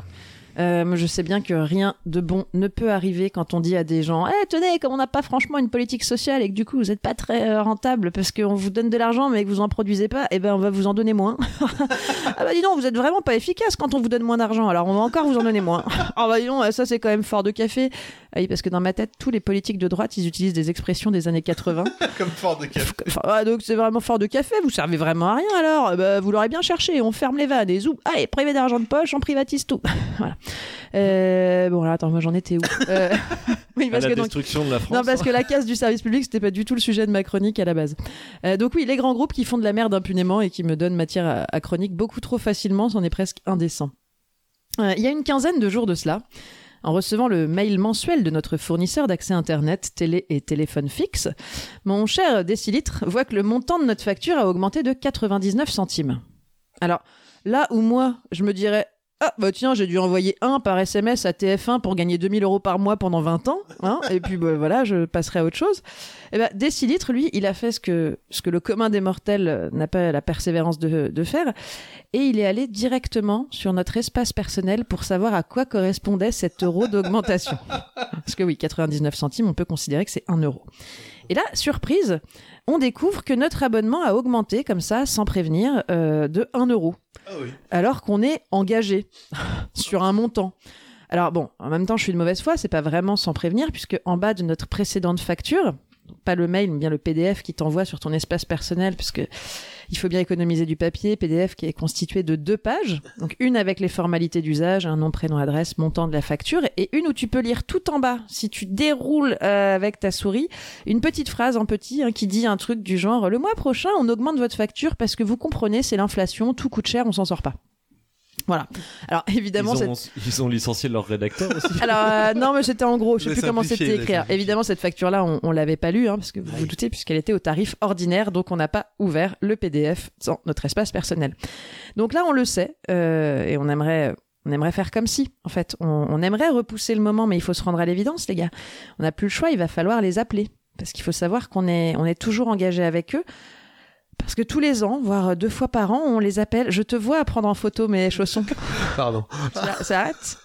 Euh, moi, je sais bien que rien de bon ne peut arriver quand on dit à des gens Eh, tenez, comme on n'a pas franchement une politique sociale et que du coup vous n'êtes pas très euh, rentable parce qu'on vous donne de l'argent mais que vous en produisez pas, eh ben on va vous en donner moins. ah bah dis donc, vous êtes vraiment pas efficace quand on vous donne moins d'argent, alors on va encore vous en donner moins. ah bah dis donc, ça c'est quand même fort de café. Ah oui, parce que dans ma tête, tous les politiques de droite ils utilisent des expressions des années 80 Comme fort de café. Enfin, ah, donc c'est vraiment fort de café, vous servez vraiment à rien alors Eh ben, Vous l'aurez bien cherché, on ferme les vannes et zoom. Allez, privé d'argent de poche, on privatise tout. voilà. Euh, bon, alors attends, moi j'en étais où Euh, Oui, À parce la que donc. destruction de la France. Non, parce que la casse du service public, c'était pas du tout le sujet de ma chronique à la base. Euh, donc, oui, les grands groupes qui font de la merde impunément et qui me donnent matière à, à chronique beaucoup trop facilement, c'en est presque indécent. Euh, il y a une quinzaine de jours de cela, en recevant le mail mensuel de notre fournisseur d'accès Internet, télé et téléphone fixe, mon cher décilitre voit que le montant de notre facture a augmenté de 99 centimes. Alors, là où moi, je me dirais. Ah, bah tiens, j'ai dû envoyer un par SMS à TF1 pour gagner 2000 euros par mois pendant 20 ans. hein, et puis bah, voilà, je passerai à autre chose. Et ben, Décilitre, lui, il a fait ce que, ce que le commun des mortels euh, n'a pas la persévérance de, de faire. Et il est allé directement sur notre espace personnel pour savoir à quoi correspondait cet euro d'augmentation. Parce que oui, 99 centimes, on peut considérer que c'est 1 euro. Et là, surprise, on découvre que notre abonnement a augmenté comme ça, sans prévenir, euh, de 1 euro. Alors qu'on est engagé sur un montant. Alors bon, en même temps, je suis de mauvaise foi, c'est pas vraiment sans prévenir, puisque en bas de notre précédente facture, pas le mail, mais bien le PDF qui t'envoie sur ton espace personnel, puisque il faut bien économiser du papier, PDF qui est constitué de deux pages, donc une avec les formalités d'usage, un nom, prénom, adresse, montant de la facture, et une où tu peux lire tout en bas, si tu déroules euh, avec ta souris, une petite phrase en petit hein, qui dit un truc du genre le mois prochain on augmente votre facture parce que vous comprenez c'est l'inflation tout coûte cher on s'en sort pas voilà alors Ils évidemment cette- ont, ils ont licencié leur rédacteur aussi. alors euh, non, mais c'était en gros, je sais Il a plus comment simplifié, c'était il a écrit. Alors, simplifié. Évidemment, cette facture-là, on, on l'avait pas lue, hein, parce que vous vous doutez, puisqu'elle était au tarif ordinaire, donc on n'a pas ouvert le PDF dans notre espace personnel. Donc là, on le sait, euh, et on aimerait. On aimerait faire comme si, en fait. On, on aimerait repousser le moment, mais il faut se rendre à l'évidence, les gars. On n'a plus le choix, il va falloir les appeler. Parce qu'il faut savoir qu'on est, on est toujours engagé avec eux. Parce que tous les ans, voire deux fois par an, on les appelle. Je te vois prendre en photo mes chaussons. Pardon. Ça, ça arrête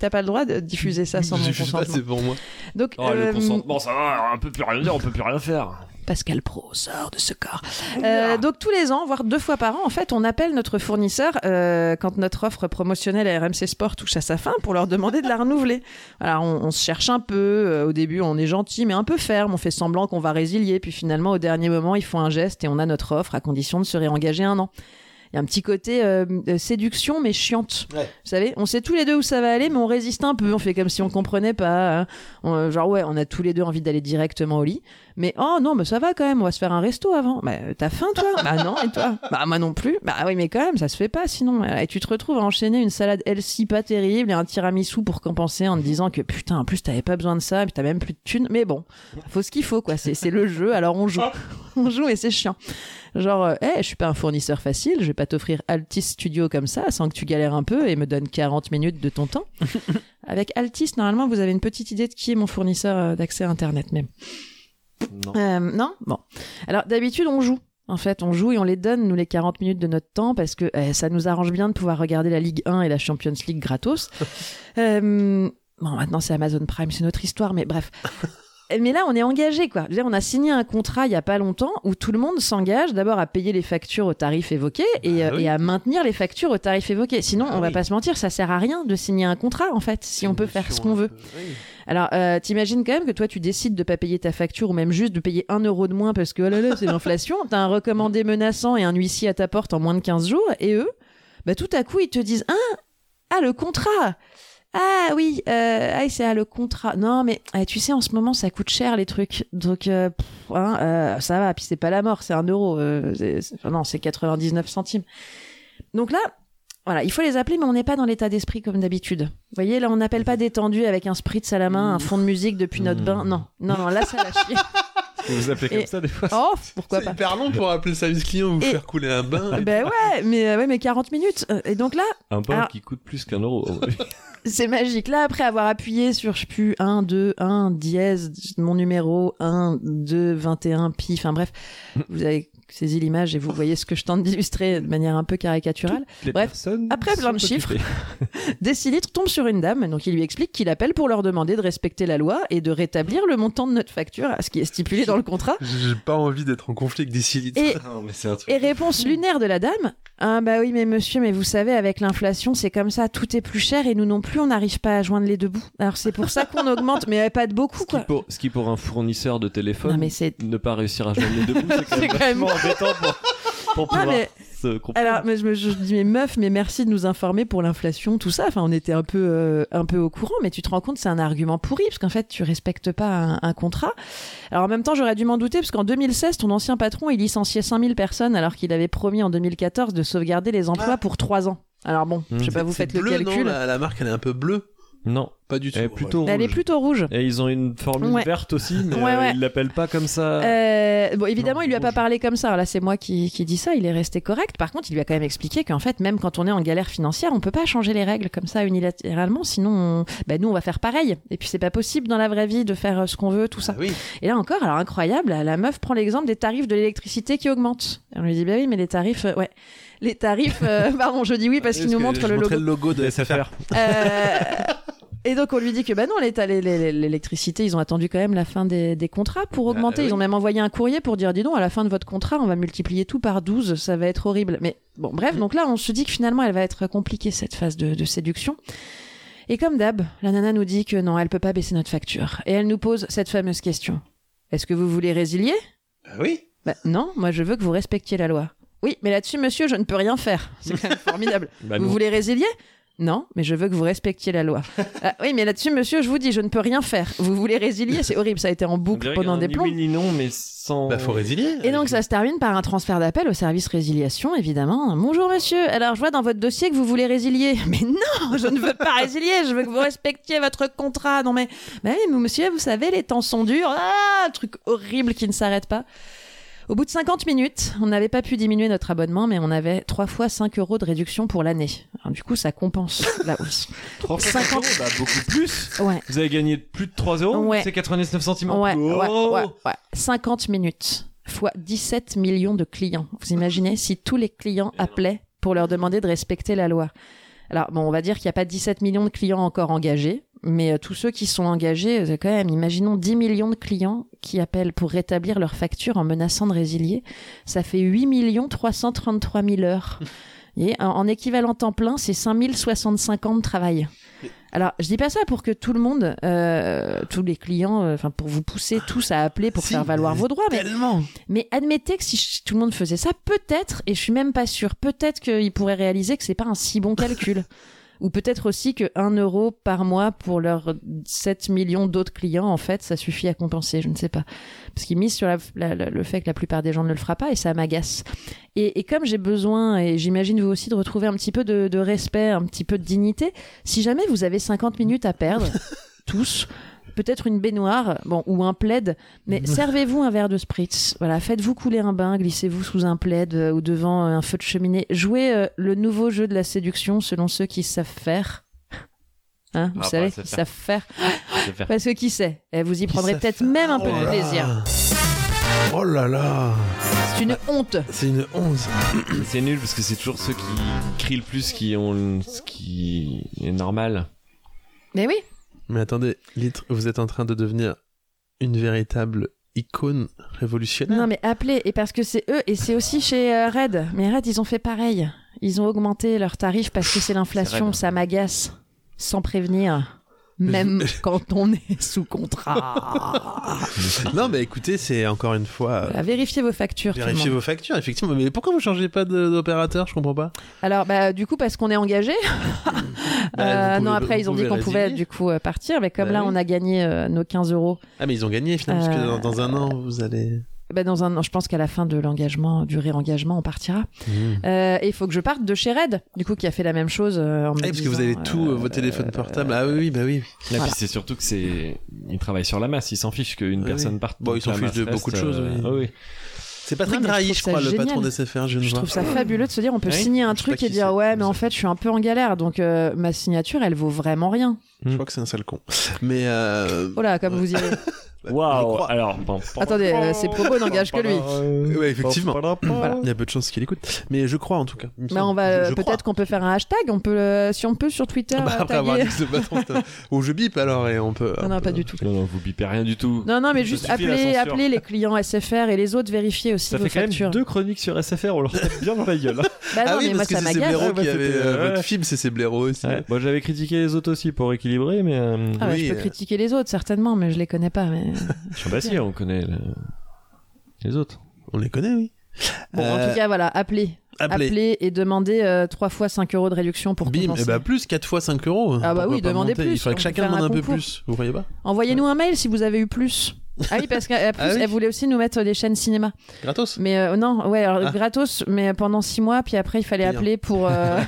T'as pas le droit de diffuser ça sans Je mon sais pas, consentement. c'est pour moi. Donc, Oh, euh, le consentement, ça va, on peut plus rien dire, on peut plus rien faire. Pascal Pro sort de ce corps. Euh, donc, tous les ans, voire deux fois par an, en fait, on appelle notre fournisseur euh, quand notre offre promotionnelle à RMC Sport touche à sa fin pour leur demander de la renouveler. Alors, on, on se cherche un peu. euh, au début, on est gentil, mais un peu ferme. On fait semblant qu'on va résilier. Puis finalement, au dernier moment, ils font un geste et on a notre offre à condition de se réengager un an. Il y a un petit côté euh, euh, séduction, mais chiante. Ouais. Vous savez, on sait tous les deux où ça va aller, mais on résiste un peu. On fait comme si on comprenait pas. hein. On, euh, genre, ouais, on a tous les deux envie d'aller directement au lit. Mais oh non, mais ça va quand même, on va se faire un resto avant. Bah euh, t'as faim toi Bah non, et toi Bah moi non plus. Bah oui, mais quand même, ça se fait pas sinon. Euh, Et tu te retrouves à enchaîner une salade healthy pas terrible et un tiramisu pour compenser en te disant que putain, en plus t'avais pas besoin de ça, et puis t'as même plus de thunes. Mais bon, faut ce qu'il faut quoi, c'est c'est le jeu, alors on joue. On joue et c'est chiant. Genre, euh, Eh, je suis pas un fournisseur facile, je vais pas t'offrir Altis Studio comme ça sans que tu galères un peu et me donne 40 minutes de ton temps. Avec Altis, normalement, vous avez une petite idée de qui est mon fournisseur euh, d'accès à Internet même. Non. Euh, non Bon. Alors d'habitude, on joue. En fait, on joue et on les donne, nous, les 40 minutes de notre temps, parce que eh, ça nous arrange bien de pouvoir regarder la Ligue 1 et la Champions League gratos. Euh, bon, maintenant, c'est Amazon Prime, c'est notre histoire, mais bref. mais là, on est engagé, quoi. Je veux dire, on a signé un contrat il y a pas longtemps où tout le monde s'engage d'abord à payer les factures au tarif évoqué et, Bah euh, oui. et à maintenir les factures au tarif évoqué. Sinon, Bah on va oui. pas se mentir, ça sert à rien de signer un contrat, en fait, si on peut faire ce qu'on veut. Alors, euh, t'imagines quand même que toi, tu décides de pas payer ta facture ou même juste de payer un euro de moins parce que oh là là, c'est l'inflation. T'as un recommandé menaçant et un huissier à ta porte en moins de 15 jours. Et eux, bah, tout à coup, ils te disent Ah, ah le contrat Ah oui, euh, ah, c'est ah, le contrat. Non, mais eh, tu sais, en ce moment, ça coûte cher les trucs. Donc, euh, pff, hein, euh, ça va. Puis c'est pas la mort, c'est un euro. euh, c'est- c'est- enfin, non, c'est 99 centimes. Donc là, voilà, il faut les appeler, mais on n'est pas dans l'état d'esprit comme d'habitude. Vous voyez, là, on n'appelle pas détendu avec un spritz à la main, un fond de musique depuis notre Mmh. bain. Non, non, non, là, ça va chier. Vous vous appelez comme Et- ça des fois Oh, pourquoi C'est pas hyper long pour appeler le service client ou Et- faire couler un bain. Ben ouais, mais, euh, ouais, mais 40 minutes. Euh, Et donc là, Un pain Alors- qui coûte plus qu'un euro. en vrai. c'est magique. Là, après avoir appuyé sur, je sais plus, 1, 2, 1, dièse, mon numéro, 1, 2, 21, pi, enfin bref, vous avez saisi l'image et vous voyez ce que je tente d'illustrer de manière un peu caricaturale. Les Bref, personnes après, plein de sont chiffres. occupées. Décilitre tombe sur une dame, donc il lui explique qu'il appelle pour leur demander de respecter la loi et de rétablir le montant de notre facture à ce qui est stipulé dans le contrat. J'ai pas envie d'être en conflit avec des silites. Et, Non, mais c'est un truc. et réponse lunaire de la dame Ah, bah oui, mais monsieur, mais vous savez, avec l'inflation, c'est comme ça, tout est plus cher et nous non plus, on n'arrive pas à joindre les deux bouts. Alors c'est pour ça qu'on augmente, mais euh, pas de beaucoup, Ce qui, quoi. pour, ce qui pour un fournisseur de Non, téléphone, mais c'est. ne pas réussir à joindre les deux bouts, c'est quand C'est même quand même- vachement embêtant pour, pour Ah, pouvoir mais se comprendre. alors, mais je me je dis, mais meuf, mais merci de nous informer pour l'inflation, tout ça. Enfin, on était un peu, euh, un peu au courant, mais tu te rends compte, c'est un argument pourri, parce qu'en fait, tu respectes pas un, un contrat. Alors, en même temps, j'aurais dû m'en douter, parce qu'en 2016, ton ancien patron, il licenciait 5000 personnes, alors qu'il avait promis en 2014 de sauvegarder les emplois Ah. pour 3 ans. Alors bon, je sais pas, bah, vous C'est faites le bleu, Non, calcul. Bah, la, la marque elle est un peu bleue. Non, Pas du tout. elle est plutôt Elle est rouge. plutôt rouge. Et ils ont une formule Ouais. verte aussi, mais Ouais, euh, ouais. ils l'appellent pas comme ça. Euh, bon, Ah. évidemment, Non, il lui a pas rouge. parlé comme ça. Alors là, c'est moi qui, qui dis ça. Il est resté correct. Par contre, il lui a quand même expliqué qu'en fait, même quand on est en galère financière, on peut pas changer les règles comme ça unilatéralement. Sinon, on- bah, nous, on va faire pareil. Et puis, c'est pas possible dans la vraie vie de faire euh, ce qu'on veut, tout ça. Ah oui. Et là encore, alors incroyable, la meuf prend l'exemple des tarifs de l'électricité qui augmentent. Et on lui dit, bah oui, mais les tarifs, euh, ouais. Les tarifs, euh, pardon, je dis oui parce qu'il nous montre je le montrais logo. le logo de SFR. SFR. Euh, et donc on lui dit que bah non, l'état- les- les- les- l'électricité, ils ont attendu quand même la fin des, des contrats pour augmenter. oui. Ils ont même envoyé un courrier pour dire dis donc, à la fin de votre contrat, on va multiplier tout par 12, ça va être horrible. Mais bon, bref, donc là, on se dit que finalement, elle va être compliquée cette phase de, de séduction. Et comme d'hab, la nana nous dit que non, elle peut pas baisser notre facture. Et elle nous pose cette fameuse question Est-ce que vous voulez résilier Ah oui. Bah non, moi je veux que vous respectiez la loi. Oui, mais là-dessus, monsieur, je ne peux rien faire. C'est quand même formidable. Bah Vous non. voulez résilier Non, mais je veux que vous respectiez la loi. Ah, oui, mais là-dessus, monsieur, je vous dis, je ne peux rien faire. Vous voulez résilier C'est horrible, ça a été en On boucle dirait pendant un des ni plombs. oui ni non, mais sans. Bah faut résilier. Et donc ça se termine par un transfert d'appel au service résiliation, évidemment. Bonjour monsieur, alors je vois dans votre dossier que vous voulez résilier. Mais non, je ne veux pas résilier, je veux que vous respectiez votre contrat. Non mais, mais oui, mais monsieur, vous savez, les temps sont durs. Ah, un truc horrible qui ne s'arrête pas. Au bout de 50 minutes, on n'avait pas pu diminuer notre abonnement, mais on avait 3 fois 5 euros de réduction pour l'année. Alors, Du coup, ça compense la hausse. 50 euros, bah beaucoup plus. Ouais. Vous avez gagné plus de 3 euros, Ouais. c'est 99 centimes. Ouais, Oh ouais, ouais, ouais. 50 minutes fois 17 millions de clients. Vous imaginez si tous les clients appelaient pour leur demander de respecter la loi. Alors, bon, on va dire qu'il n'y a pas 17 millions de clients encore engagés, mais euh, tous ceux qui sont engagés, euh, c'est quand même, imaginons 10 millions de clients qui appellent pour rétablir leur facture en menaçant de résilier. Ça fait 8 333 000 heures. Et en, en équivalent temps plein, c'est 5065 ans de travail. Alors, je dis pas ça pour que tout le monde, euh, tous les clients, euh, enfin pour vous pousser tous à appeler pour Si, faire valoir mais vos droits, mais Tellement. mais admettez que si ch- tout le monde faisait ça, peut-être, et je suis même pas sûre, peut-être qu'ils pourraient réaliser que c'est pas un si bon calcul. Ou peut-être aussi que 1 euro par mois pour leurs 7 millions d'autres clients, en fait, ça suffit à compenser, je ne sais pas. Parce qu'ils misent sur la- la- la- le fait que la plupart des gens ne le fera pas et ça m'agace. Et, et comme j'ai besoin, et j'imagine vous aussi, de retrouver un petit peu de, de respect, un petit peu de dignité, si jamais vous avez 50 minutes à perdre, tous, peut-être une baignoire, bon, ou un plaid, mais servez-vous un verre de spritz. Voilà, faites-vous couler un bain, glissez-vous sous un plaid euh, ou devant euh, un feu de cheminée. Jouez euh, le nouveau jeu de la séduction selon ceux qui savent faire. Hein, vous Ah, savez, bah, ça qui fait. savent faire. Je vais faire- Parce que qui sait eh, Vous y prendrez savent peut-être faire. même un peu Oh de là plaisir. là. Oh là là. C'est une honte. C'est une honte. C'est nul parce que c'est toujours ceux qui crient le plus qui ont le- ce qui est normal. Mais oui. Mais attendez, Litre, vous êtes en train de devenir une véritable icône révolutionnaire. Non, mais appelez, et parce que c'est eux, et c'est aussi chez euh, Red. Mais Red, ils ont fait pareil. Ils ont augmenté leurs tarifs parce que c'est l'inflation, ça m'agace. Sans prévenir. Même quand on est sous contrat. Non, mais écoutez, c'est encore une fois. euh, Voilà, vérifiez vos factures. tout le Vérifiez monde. vos factures, effectivement. Mais pourquoi vous changez pas de- d'opérateur Je comprends pas. Alors, bah, du coup, parce qu'on est engagé. Bah, Euh, vous pouvez- non, après, vous ils ont pouvez dit qu'on pouvait résilier. du coup euh, partir, mais comme Bah là, oui. on a gagné euh, nos 15 euros, Ah, mais ils ont gagné finalement, parce que Euh, dans, dans un an, vous allez. Ah bah, dans un an, je pense qu'à la fin de l'engagement, du réengagement, on partira. Mmh. Euh, et il faut que je parte de chez Red, du coup, qui a fait la même chose. euh, en me Ah, parce que vous disant, avez tout, euh, vos téléphones portables. Ah oui, oui, bah oui. Là, Voilà. puis c'est surtout que c'est. Ils travaillent sur la masse, ils s'en fichent qu'une Oui, personne oui. parte. Bon, ils donc s'en la fichent masse de beaucoup de reste, choses, euh, oui. ah oui. C'est Patrick Non, mais je Drahi, trouve je ça crois, le génial. patron des SFR, je ne Je vois. trouve ça fabuleux de se dire on peut Ah Oui. signer un Je sais pas truc qui et dire c'est, ouais mais mais en fait je suis un peu en galère donc euh, ma signature elle vaut vraiment rien. Je crois que c'est un sale con. Mais. Euh... Voilà comme vous y allez. je Waouh! crois. Alors, bon, Attendez euh, ces propos n'engagent que lui. Ouais, effectivement. Voilà. Il y a peu de chances qu'il écoute. Mais je crois en tout cas. Il me Mais semble. Bah, on Je- va euh, je peut-être qu'on peut faire un hashtag on peut euh, si on peut sur Twitter. crois. Bah, euh, après avoir taguer. dit ce patron, c'est un- ou je bip alors et on peut. euh, Non non pas du tout. Non, non, vous bipez rien du tout. Non, non, mais Ça juste suffit, la appelez, censure. appelez les clients SFR et les autres, vérifiez aussi Ça vos fait quand factures. même deux chroniques sur SFR, on leur tape bien dans la gueule. hein. Bah non, Ah oui, mais moi parce que ça c'est ces m'agace. blaireaux ouais, qui bah, avaient. c'était- euh, ouais. Votre film, c'est ces blaireaux aussi. Ouais. Bon, j'avais critiqué les autres aussi pour équilibrer, mais. euh, Ah ouais, Oui, je peux euh. critiquer les autres certainement, mais je les connais pas. Mais... ah bah si, on connaît le- les autres. On les connaît, oui. Bon, en Euh, tout cas, voilà, appelez, appelez, appelez. et demandez euh, trois fois 5 euros de réduction pour Bim, et compenser. bah plus, 4 fois 5 euros. Ah bah Pourquoi oui, pas demandez monter plus, Il faudrait que on chacun peut faire demande un un peu concours. plus. Vous voyez pas Envoyez-nous un mail si vous avez eu plus. Ah oui, parce qu'elle Ah oui. elle voulait aussi nous mettre des chaînes cinéma. Gratos Mais euh, non, ouais, alors, Ah. gratos, mais pendant 6 mois, puis après il fallait Payant. appeler pour, euh,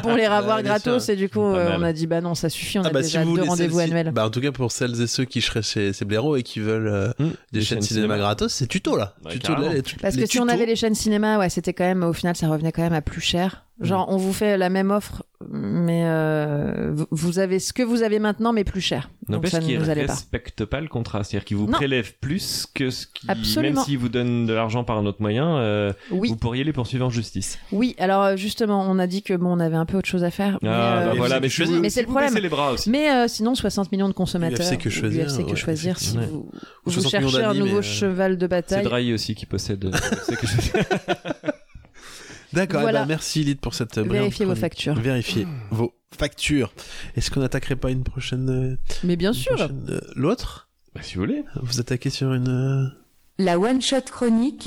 pour les revoir Bah, bien gratos, et du coup Pas euh, mal. on a dit bah non, ça suffit, on Ah a bah si déjà vous deux voulez rendez-vous celle-ci- annuels. Bah en tout cas pour celles et ceux qui seraient chez ces blaireaux et qui veulent euh, Hmm. des chaînes cinéma gratos, c'est tuto là. Ouais, tuto carrément. les tu- Parce les que si on tutos. avait les chaînes cinéma, ouais, c'était quand même, au final, ça revenait quand même à plus cher. Genre, on vous fait la même offre, mais euh, vous- vous avez ce que vous avez maintenant, mais plus cher. Donc N'empêche ça ne qu'ils nous allait pas. respectent pas le contrat, c'est-à-dire qu'ils vous Non. prélèvent plus que ce qui, Absolument. même s'ils vous donnent de l'argent par un autre moyen, euh, Oui, vous pourriez les poursuivre en justice. oui. Alors euh, justement, on a dit que bon, on avait un peu autre chose à faire. mais, Ah, euh, bah voilà, UFC mais, que si choisir. vous- Mais si c'est le vous problème. baissez les bras aussi. mais, euh, sinon, 60 millions de consommateurs. UFC que ou choisir, UFC que ouais, choisir. Si effectivement. vous, Ou vous 60 millions cherchez un d'amis, nouveau mais, euh, cheval de C'est bataille. Drahi aussi qui possède. euh, c'est que je- D'accord, eh Voilà. ben, merci Lyd pour cette euh, brillante Vérifiez vos chronique. factures. Vérifiez vos factures. Est-ce qu'on n'attaquerait pas une prochaine euh, Mais bien une sûr. prochaine, euh, l'autre Bah, si vous voulez. Vous attaquez sur une euh, La One Shot Chronique.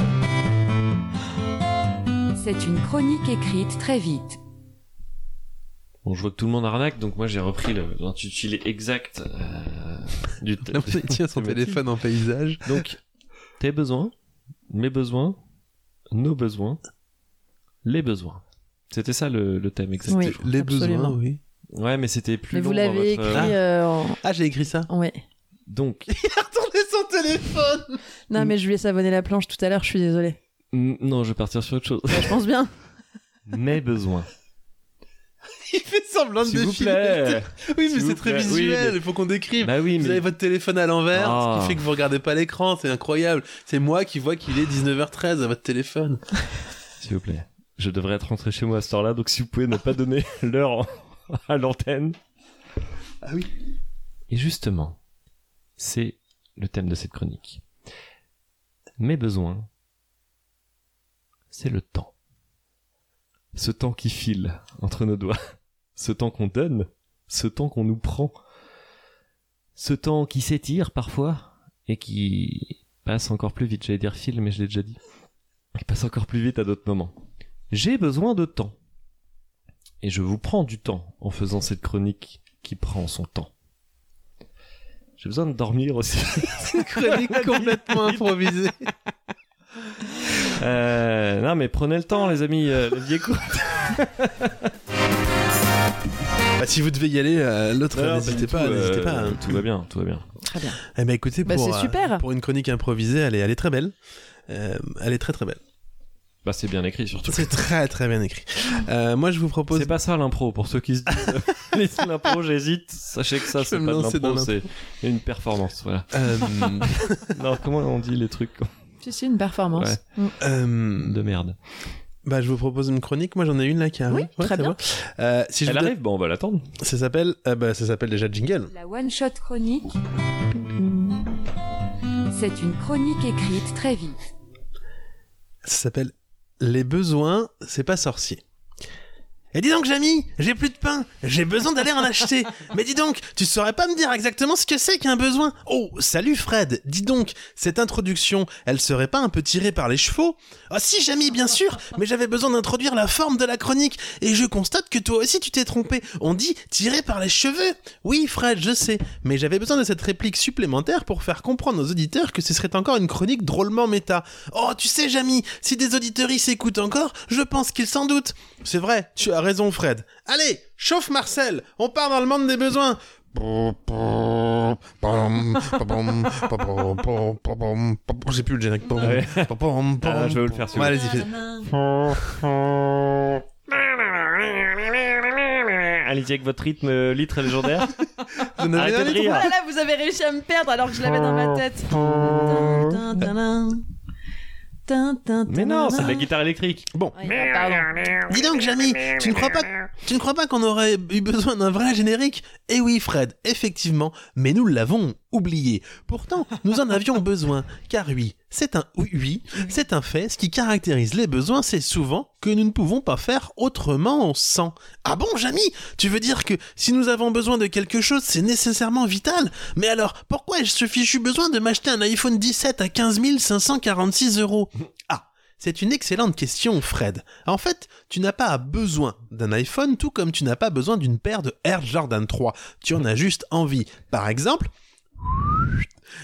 C'est une chronique écrite très vite. Bon, je vois que tout le monde arnaque, donc moi j'ai repris le- l'intitulé exact euh, du. Non, mais Tiens, son du- téléphone en paysage. Donc, tes besoins, mes besoins, nos besoins, les besoins. C'était ça le, le thème exact. Oui, les absolument. besoins, oui. Ouais, mais c'était plus Mais vous long dans l'avez votre- écrit. Ah. euh, en- Ah, j'ai écrit ça. Ouais. Donc, Attendez son téléphone Non, mais je lui ai savonné la planche tout à l'heure. Je suis désolée. n- non, je vais partir sur autre chose. Je pense bien. mes besoins. Il fait semblant de S'il vous défiler. plaît. Oui, mais S'il c'est vous très plaît. Oui, visuel, mais- il faut qu'on décrive. bah oui, Vous avez mais votre téléphone à l'envers, ce Ah. qui fait que vous regardez pas l'écran, c'est incroyable. C'est moi qui vois qu'il est 19h13 à votre téléphone. s'il vous plaît. Je devrais être rentré chez moi à cette heure-là, donc si vous pouvez ne pas donner l'heure en- à l'antenne. Ah oui. Et justement, c'est le thème de cette chronique. Mes besoins, c'est le temps. Ce temps qui file entre nos doigts, ce temps qu'on donne, ce temps qu'on nous prend, ce temps qui s'étire parfois et qui passe encore plus vite. J'allais dire file, mais je l'ai déjà dit. Qui passe encore plus vite à d'autres moments. J'ai besoin de temps. Et je vous prends du temps en faisant cette chronique qui prend son temps. J'ai besoin de dormir aussi. Une chronique complètement improvisée. Euh, non, mais prenez le temps, les amis. euh, la vie est courte. Bah, si vous devez y aller, euh, l'autre, Non, non, n'hésitez pas pas, du tout, n'hésitez euh, pas. hein. Tout va bien, tout va bien. Très bien. Eh ben, écoutez, Bah, pour, c'est euh, super. pour une chronique improvisée, elle est, elle est très belle. Euh, elle est très très belle. Bah, c'est bien écrit surtout. C'est très très bien écrit. Euh, moi, je vous propose C'est pas ça l'impro, pour ceux qui se disent laisse l'impro, j'hésite. Sachez que ça, Je c'est vais me pas de lancer dans l'impro, c'est une performance. Voilà. Euh, Non, comment on dit les trucs C'est c'est une performance. Ouais. Mm. euh, de merde bah, je vous propose une chronique. Moi, j'en ai une là qui arrive. Oui, très c'est bien. bon. Euh, si je Elle vous donne- arrive, bon, on va l'attendre. Ça s'appelle, euh, bah, ça s'appelle déjà jingle. La One Shot Chronique. C'est une chronique écrite très vite. Ça s'appelle Les besoins, c'est pas sorcier. Et dis donc, Jamie, j'ai plus de pain, j'ai besoin d'aller en acheter. Mais dis donc, tu saurais pas me dire exactement ce que c'est qu'un besoin Oh, salut Fred, dis donc, cette introduction, elle serait pas un peu tirée par les chevaux Ah si, Jamie, bien sûr, mais j'avais besoin d'introduire la forme de la chronique, et je constate que toi aussi tu t'es trompé. On dit tiré par les cheveux Oui, Fred, je sais, mais j'avais besoin de cette réplique supplémentaire pour faire comprendre aux auditeurs que ce serait encore une chronique drôlement méta. Oh, tu sais, Jamie, si des auditeurs y s'écoutent encore, je pense qu'ils s'en doutent. C'est vrai, tu as raison, Fred. Allez, chauffe Marcel, on part dans le monde des besoins. J'ai plus le générique. Ouais. Ah, je vais vous le faire, celui-là. Ouais, allez-y, fais- Allez-y avec votre rythme euh, litre légendaire. Je n'avais Arrêtez rien de dit. rire. Voilà, Oh vous avez réussi à me perdre alors que je l'avais dans Oh. ma tête. Euh. Tin, tin, tin, tin. Tin, tin, Mais non, tin, c'est de la tin. guitare électrique. Bon, Ouais, pardon. dis donc, Jamie, tu ne crois pas, tu ne crois pas qu'on aurait eu besoin d'un vrai générique Eh oui, Fred, effectivement, mais nous l'avons oublié. Pourtant, nous en avions besoin, car oui, c'est un oui, oui, c'est un fait. Ce qui caractérise les besoins, c'est souvent que nous ne pouvons pas faire autrement sans. Ah bon, Jamie Tu veux dire que si nous avons besoin de quelque chose, c'est nécessairement vital Mais alors, pourquoi ai-je ce fichu besoin de m'acheter un iPhone 17 à 15 546 euros Ah c'est une excellente question, Fred. En fait, tu n'as pas besoin d'un iPhone, tout comme tu n'as pas besoin d'une paire de Air Jordan 3. Tu en as juste envie. Par exemple,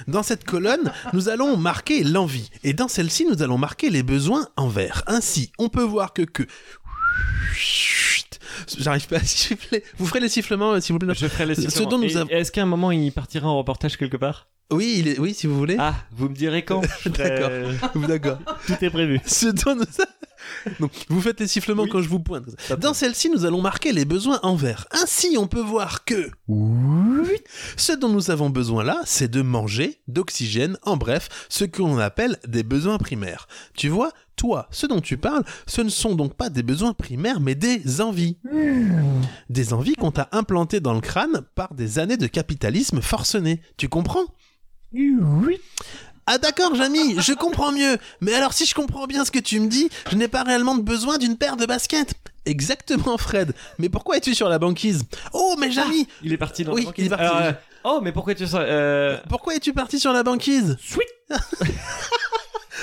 dans cette colonne, nous allons marquer l'envie. Et dans celle-ci, nous allons marquer les besoins envers. Ainsi, on peut voir que que... J'arrive pas à siffler. Vous ferez les sifflements, euh, s'il vous plaît. Je ferai les Ce suppléments. dont nous Et avons- Est-ce qu'à un moment il partira en reportage quelque part Oui, il est- oui, si vous voulez. Ah, vous me direz quand. Je ferai- D'accord. D'accord. Tout est prévu. Ce dont nous- Donc, vous faites les sifflements Oui. quand je vous pointe. Dans celle-ci, nous allons marquer les besoins envers. Ainsi, on peut voir que ce dont nous avons besoin là, c'est de manger, d'oxygène, en bref, ce qu'on appelle des besoins primaires. Tu vois, toi, ce dont tu parles, ce ne sont donc pas des besoins primaires, mais des envies. Des envies qu'on t'a implantées dans le crâne par des années de capitalisme forcené. Tu comprends ah d'accord, Jamie, je comprends mieux. Mais alors si je comprends bien ce que tu me dis, je n'ai pas réellement de besoin d'une paire de baskets. Exactement, Fred. Mais pourquoi es-tu sur la banquise Oh, mais Jamie, Il est parti dans Oui, la banquise. il est parti. Alors, euh, Oh, mais pourquoi tu sens euh... pourquoi es-tu parti sur la banquise Sweet.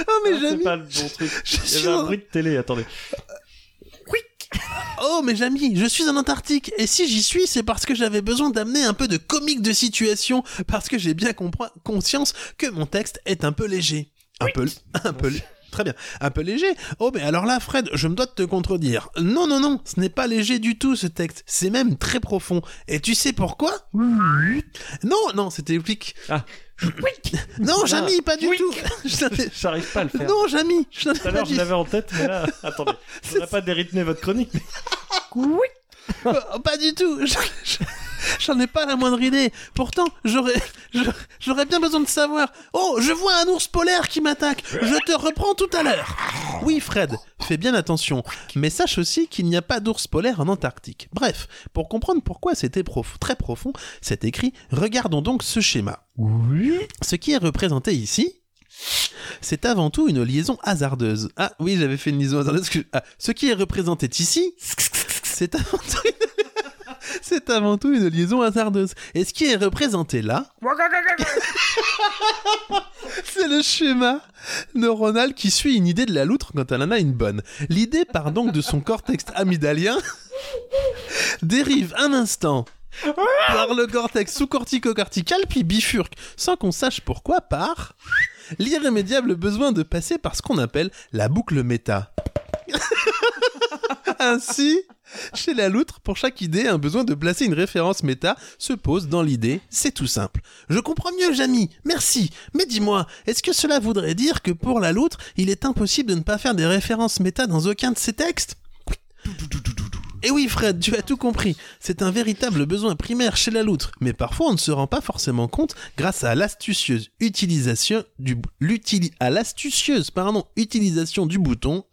oh mais ah, C'est Jamie, pas le bon truc. je Il y suis avait un en- bruit de télé, attendez. Oh mais Jamie, je suis en Antarctique et si j'y suis, c'est parce que j'avais besoin d'amener un peu de comique de situation parce que j'ai bien compre- conscience que mon texte est un peu léger. Un peu un peu Très bien. Un peu léger. Oh, mais alors là, Fred, je me dois de te contredire. Non, non, non, ce n'est pas léger du tout, ce texte. C'est même très profond. Et tu sais pourquoi Non, non, c'était épique. Ah. Non, Jamie, pas du tout. Je n'avais- J'arrive pas à le faire. Non, Jamie, je n'avais Tout à pas l'heure, je dit. l'avais en tête, mais là, attendez. On n'a pas dérythmé votre chronique. Euh, pas du tout. Je- je- J'en ai pas la moindre idée. Pourtant, j'aurais, je- j'aurais bien besoin de savoir. Oh, je vois un ours polaire qui m'attaque. Je te reprends tout à l'heure. Oui, Fred, fais bien attention. Mais sache aussi qu'il n'y a pas d'ours polaire en Antarctique. Bref, pour comprendre pourquoi c'était prof- très profond, cet écrit, regardons donc ce schéma. Ce qui est représenté ici, c'est avant tout une liaison hasardeuse. Ah oui, j'avais fait une liaison hasardeuse. parce que- ah, ce qui est représenté ici, c'est avant tout une... c'est avant tout une liaison hasardeuse. Et ce qui est représenté là, c'est le schéma neuronal qui suit une idée de la loutre quand elle en a une bonne. L'idée part donc de son cortex amygdalien, dérive un instant par le cortex sous-cortico-cortical, puis bifurque, sans qu'on sache pourquoi, par l'irrémédiable besoin de passer par ce qu'on appelle la boucle méta. Ainsi, chez la loutre, pour chaque idée, un besoin de placer une référence méta se pose dans l'idée, c'est tout simple. Je comprends mieux, Jamy, merci, mais dis-moi, est-ce que cela voudrait dire que pour la loutre, il est impossible de ne pas faire des références méta dans aucun de ses textes et oui Fred, tu as tout compris. C'est un véritable besoin primaire chez la loutre, mais parfois on ne se rend pas forcément compte grâce à l'astucieuse utilisation du l'utili- à l'astucieuse pardon, utilisation du bouton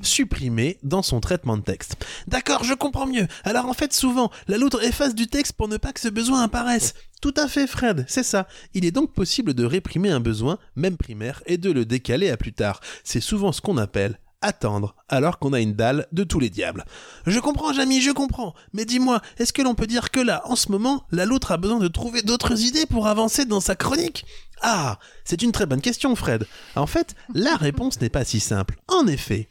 supprimée dans son traitement de texte. D'accord, je comprends mieux. Alors en fait, souvent, la loutre efface du texte pour ne pas que ce besoin apparaisse. Tout à fait, Fred, c'est ça. Il est donc possible de réprimer un besoin, même primaire, et de le décaler à plus tard. C'est souvent ce qu'on appelle attendre, alors qu'on a une dalle de tous les diables. Je comprends, Jamy, je comprends. Mais dis-moi, est-ce que l'on peut dire que là, en ce moment, la loutre a besoin de trouver d'autres idées pour avancer dans sa chronique Ah, c'est une très bonne question, Fred. En fait, la réponse n'est pas si simple. En effet.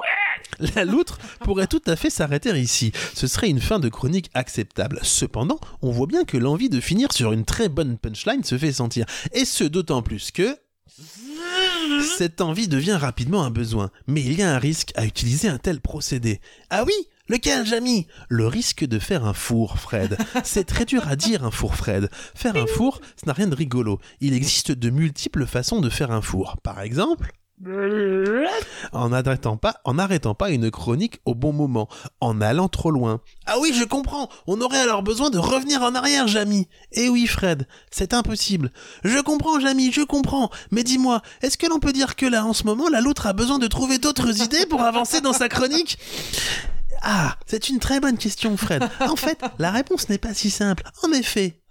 La loutre pourrait tout à fait s'arrêter ici. Ce serait une fin de chronique acceptable. Cependant, on voit bien que l'envie de finir sur une très bonne punchline se fait sentir. Et ce d'autant plus que... Cette envie devient rapidement un besoin, mais il y a un risque à utiliser un tel procédé. Ah oui Lequel, Jamy Le risque de faire un four, Fred. C'est très dur à dire, un four, Fred. Faire un four, ce n'a rien de rigolo. Il existe de multiples façons de faire un four. Par exemple, en n'arrêtant pas, en n'arrêtant pas une chronique au bon moment, en allant trop loin. Ah oui, je comprends. On aurait alors besoin de revenir en arrière, Jamy. Eh oui, Fred, c'est impossible. Je comprends, Jamy, je comprends. Mais dis-moi, est-ce que l'on peut dire que là, en ce moment, la loutre a besoin de trouver d'autres idées pour avancer dans sa chronique Ah, c'est une très bonne question, Fred. En fait, la réponse n'est pas si simple. En effet.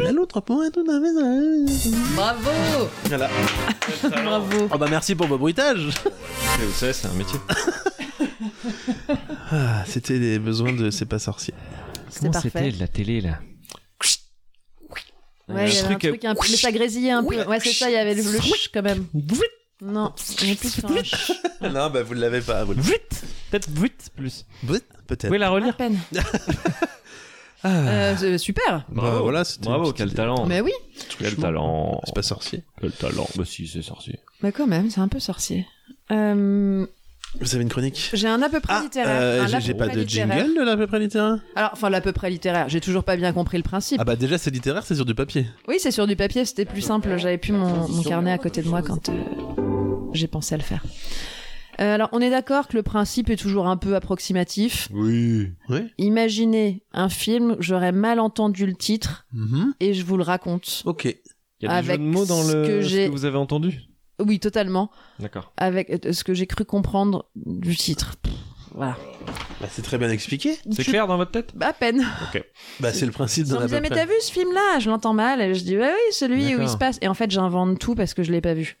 La loutre pourrait tout à fait. Bravo Voilà. Bravo Oh bah merci pour vos bruitages. Mais vous savez, c'est un métier. Ah, c'était les besoins de c'est pas sorcier. C'était parfait. la télé là Ouais, il y euh, avait un truc un peu... Mais ça grésillait un peu. Ouais, c'est ça, il y avait le, le ch quand même. Non, on est plus sur un ch. non, bah vous ne l'avez pas. Vous Vite Peut-être vite plus. Vous Peut-être. pouvez la À relire peine. Euh, c'est super Bah, voilà, c'était une Bravo, petite quel idée. talent. Mais oui, Quel talent. C'est pas sorcier. Quel talent. Bah si, c'est sorcier. mais quand même, c'est un peu sorcier. Euh, Vous avez une chronique j'ai un à peu près littéraire. euh, un j'ai- à j'ai peu pas près de littéraire. jingle de l'à peu près littéraire Alors, enfin, l'à peu près littéraire. J'ai toujours pas bien compris le principe. Ah bah déjà c'est littéraire, c'est sur du papier. Oui, c'est sur du papier, c'était plus simple. J'avais plus mon, mon carnet à côté de moi quand euh, j'ai pensé à le faire. Euh, alors, on est d'accord que le principe est toujours un peu approximatif. Oui. Oui. Imaginez un film, j'aurais mal entendu le titre Mhm. et je vous le raconte. Ok. Il y a des jeux Avec de mots dans ce le... que ce j'ai- que vous avez entendu Oui, totalement, D'accord. avec euh, ce que j'ai cru comprendre du titre. Pff, Voilà. Bah, c'est très bien expliqué. C'est clair dans votre tête À peine. Bah c'est le principe Si d'un on à me disait, peu mais près. t'as vu ce film-là Je l'entends mal. Et je dis, bah oui, celui où il D'accord. se passe. Et en fait, j'invente tout parce que je l'ai pas vu.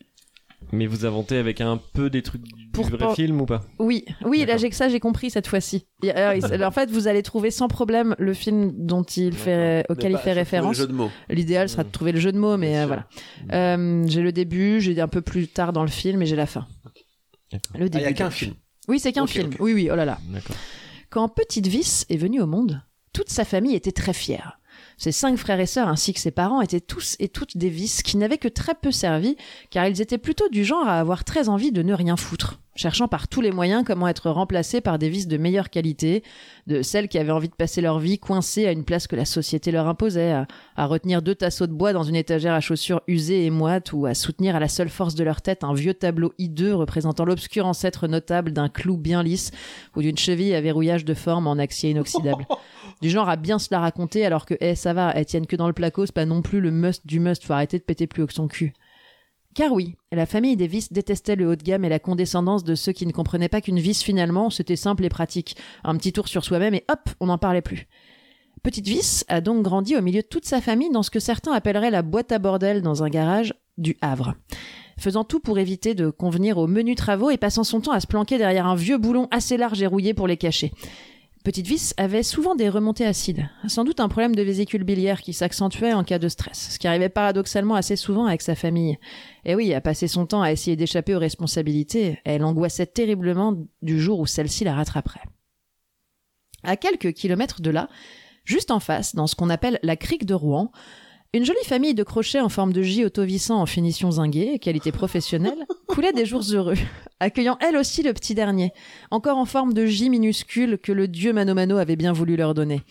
Mais vous inventez avec un peu des trucs du, du Pour vrai pas- film ou pas Oui, oui, là D'accord. j'ai que ça, j'ai compris cette fois-ci. Il y a- alors, il- alors, en fait, vous allez trouver sans problème le film dont il fait, euh, Mais auquel pas- faut il fait trouver référence. Le jeu de Mmh. mots. L'idéal sera de trouver le jeu de mots, mais euh, voilà. Euh, j'ai le début, j'ai un peu plus tard dans le film et j'ai la fin. D'accord. Ah, Le il y début. a qu'un film. Oui, c'est qu'un Ok, film. ok. Oui, oui, oh là là. D'accord. Quand Petite Vis est venue au monde, toute sa famille était très fière. Ses cinq frères et sœurs ainsi que ses parents étaient tous et toutes des vices qui n'avaient que très peu servi, car ils étaient plutôt du genre à avoir très envie de ne rien foutre, cherchant par tous les moyens comment être remplacés par des vices de meilleure qualité, de celles qui avaient envie de passer leur vie coincées à une place que la société leur imposait, à, à retenir deux tasseaux de bois dans une étagère à chaussures usées et moites, ou à soutenir à la seule force de leur tête un vieux tableau hideux représentant l'obscur ancêtre notable d'un clou bien lisse ou d'une cheville à verrouillage de forme en acier inoxydable. Du genre à bien se la raconter alors que, eh, ça va, elles tiennent que dans le placo, c'est pas non plus le must du must, faut arrêter de péter plus haut que son cul. Car oui, la famille Davis détestait le haut de gamme et la condescendance de ceux qui ne comprenaient pas qu'une vis finalement, c'était simple et pratique. Un petit tour sur soi-même et hop, on n'en parlait plus. Petite Vis a donc grandi au milieu de toute sa famille dans ce que certains appelleraient la boîte à bordel dans un garage du Havre faisant tout pour éviter de convenir aux menus travaux et passant son temps à se planquer derrière un vieux boulon assez large et rouillé pour les cacher. Petite Vis avait souvent des remontées acides, sans doute un problème de vésicule biliaire qui s'accentuait en cas de stress, ce qui arrivait paradoxalement assez souvent avec sa famille. Et oui, à passer son temps à essayer d'échapper aux responsabilités, elle angoissait terriblement du jour où celle-ci la rattraperait. À quelques kilomètres de là, juste en face, dans ce qu'on appelle la crique de Rouen, une jolie famille de crochets en forme de J autovissant en finition zinguée, qualité professionnelle, coulait des jours heureux, accueillant elle aussi le petit dernier, encore en forme de J minuscule que le dieu Manomano avait bien voulu leur donner.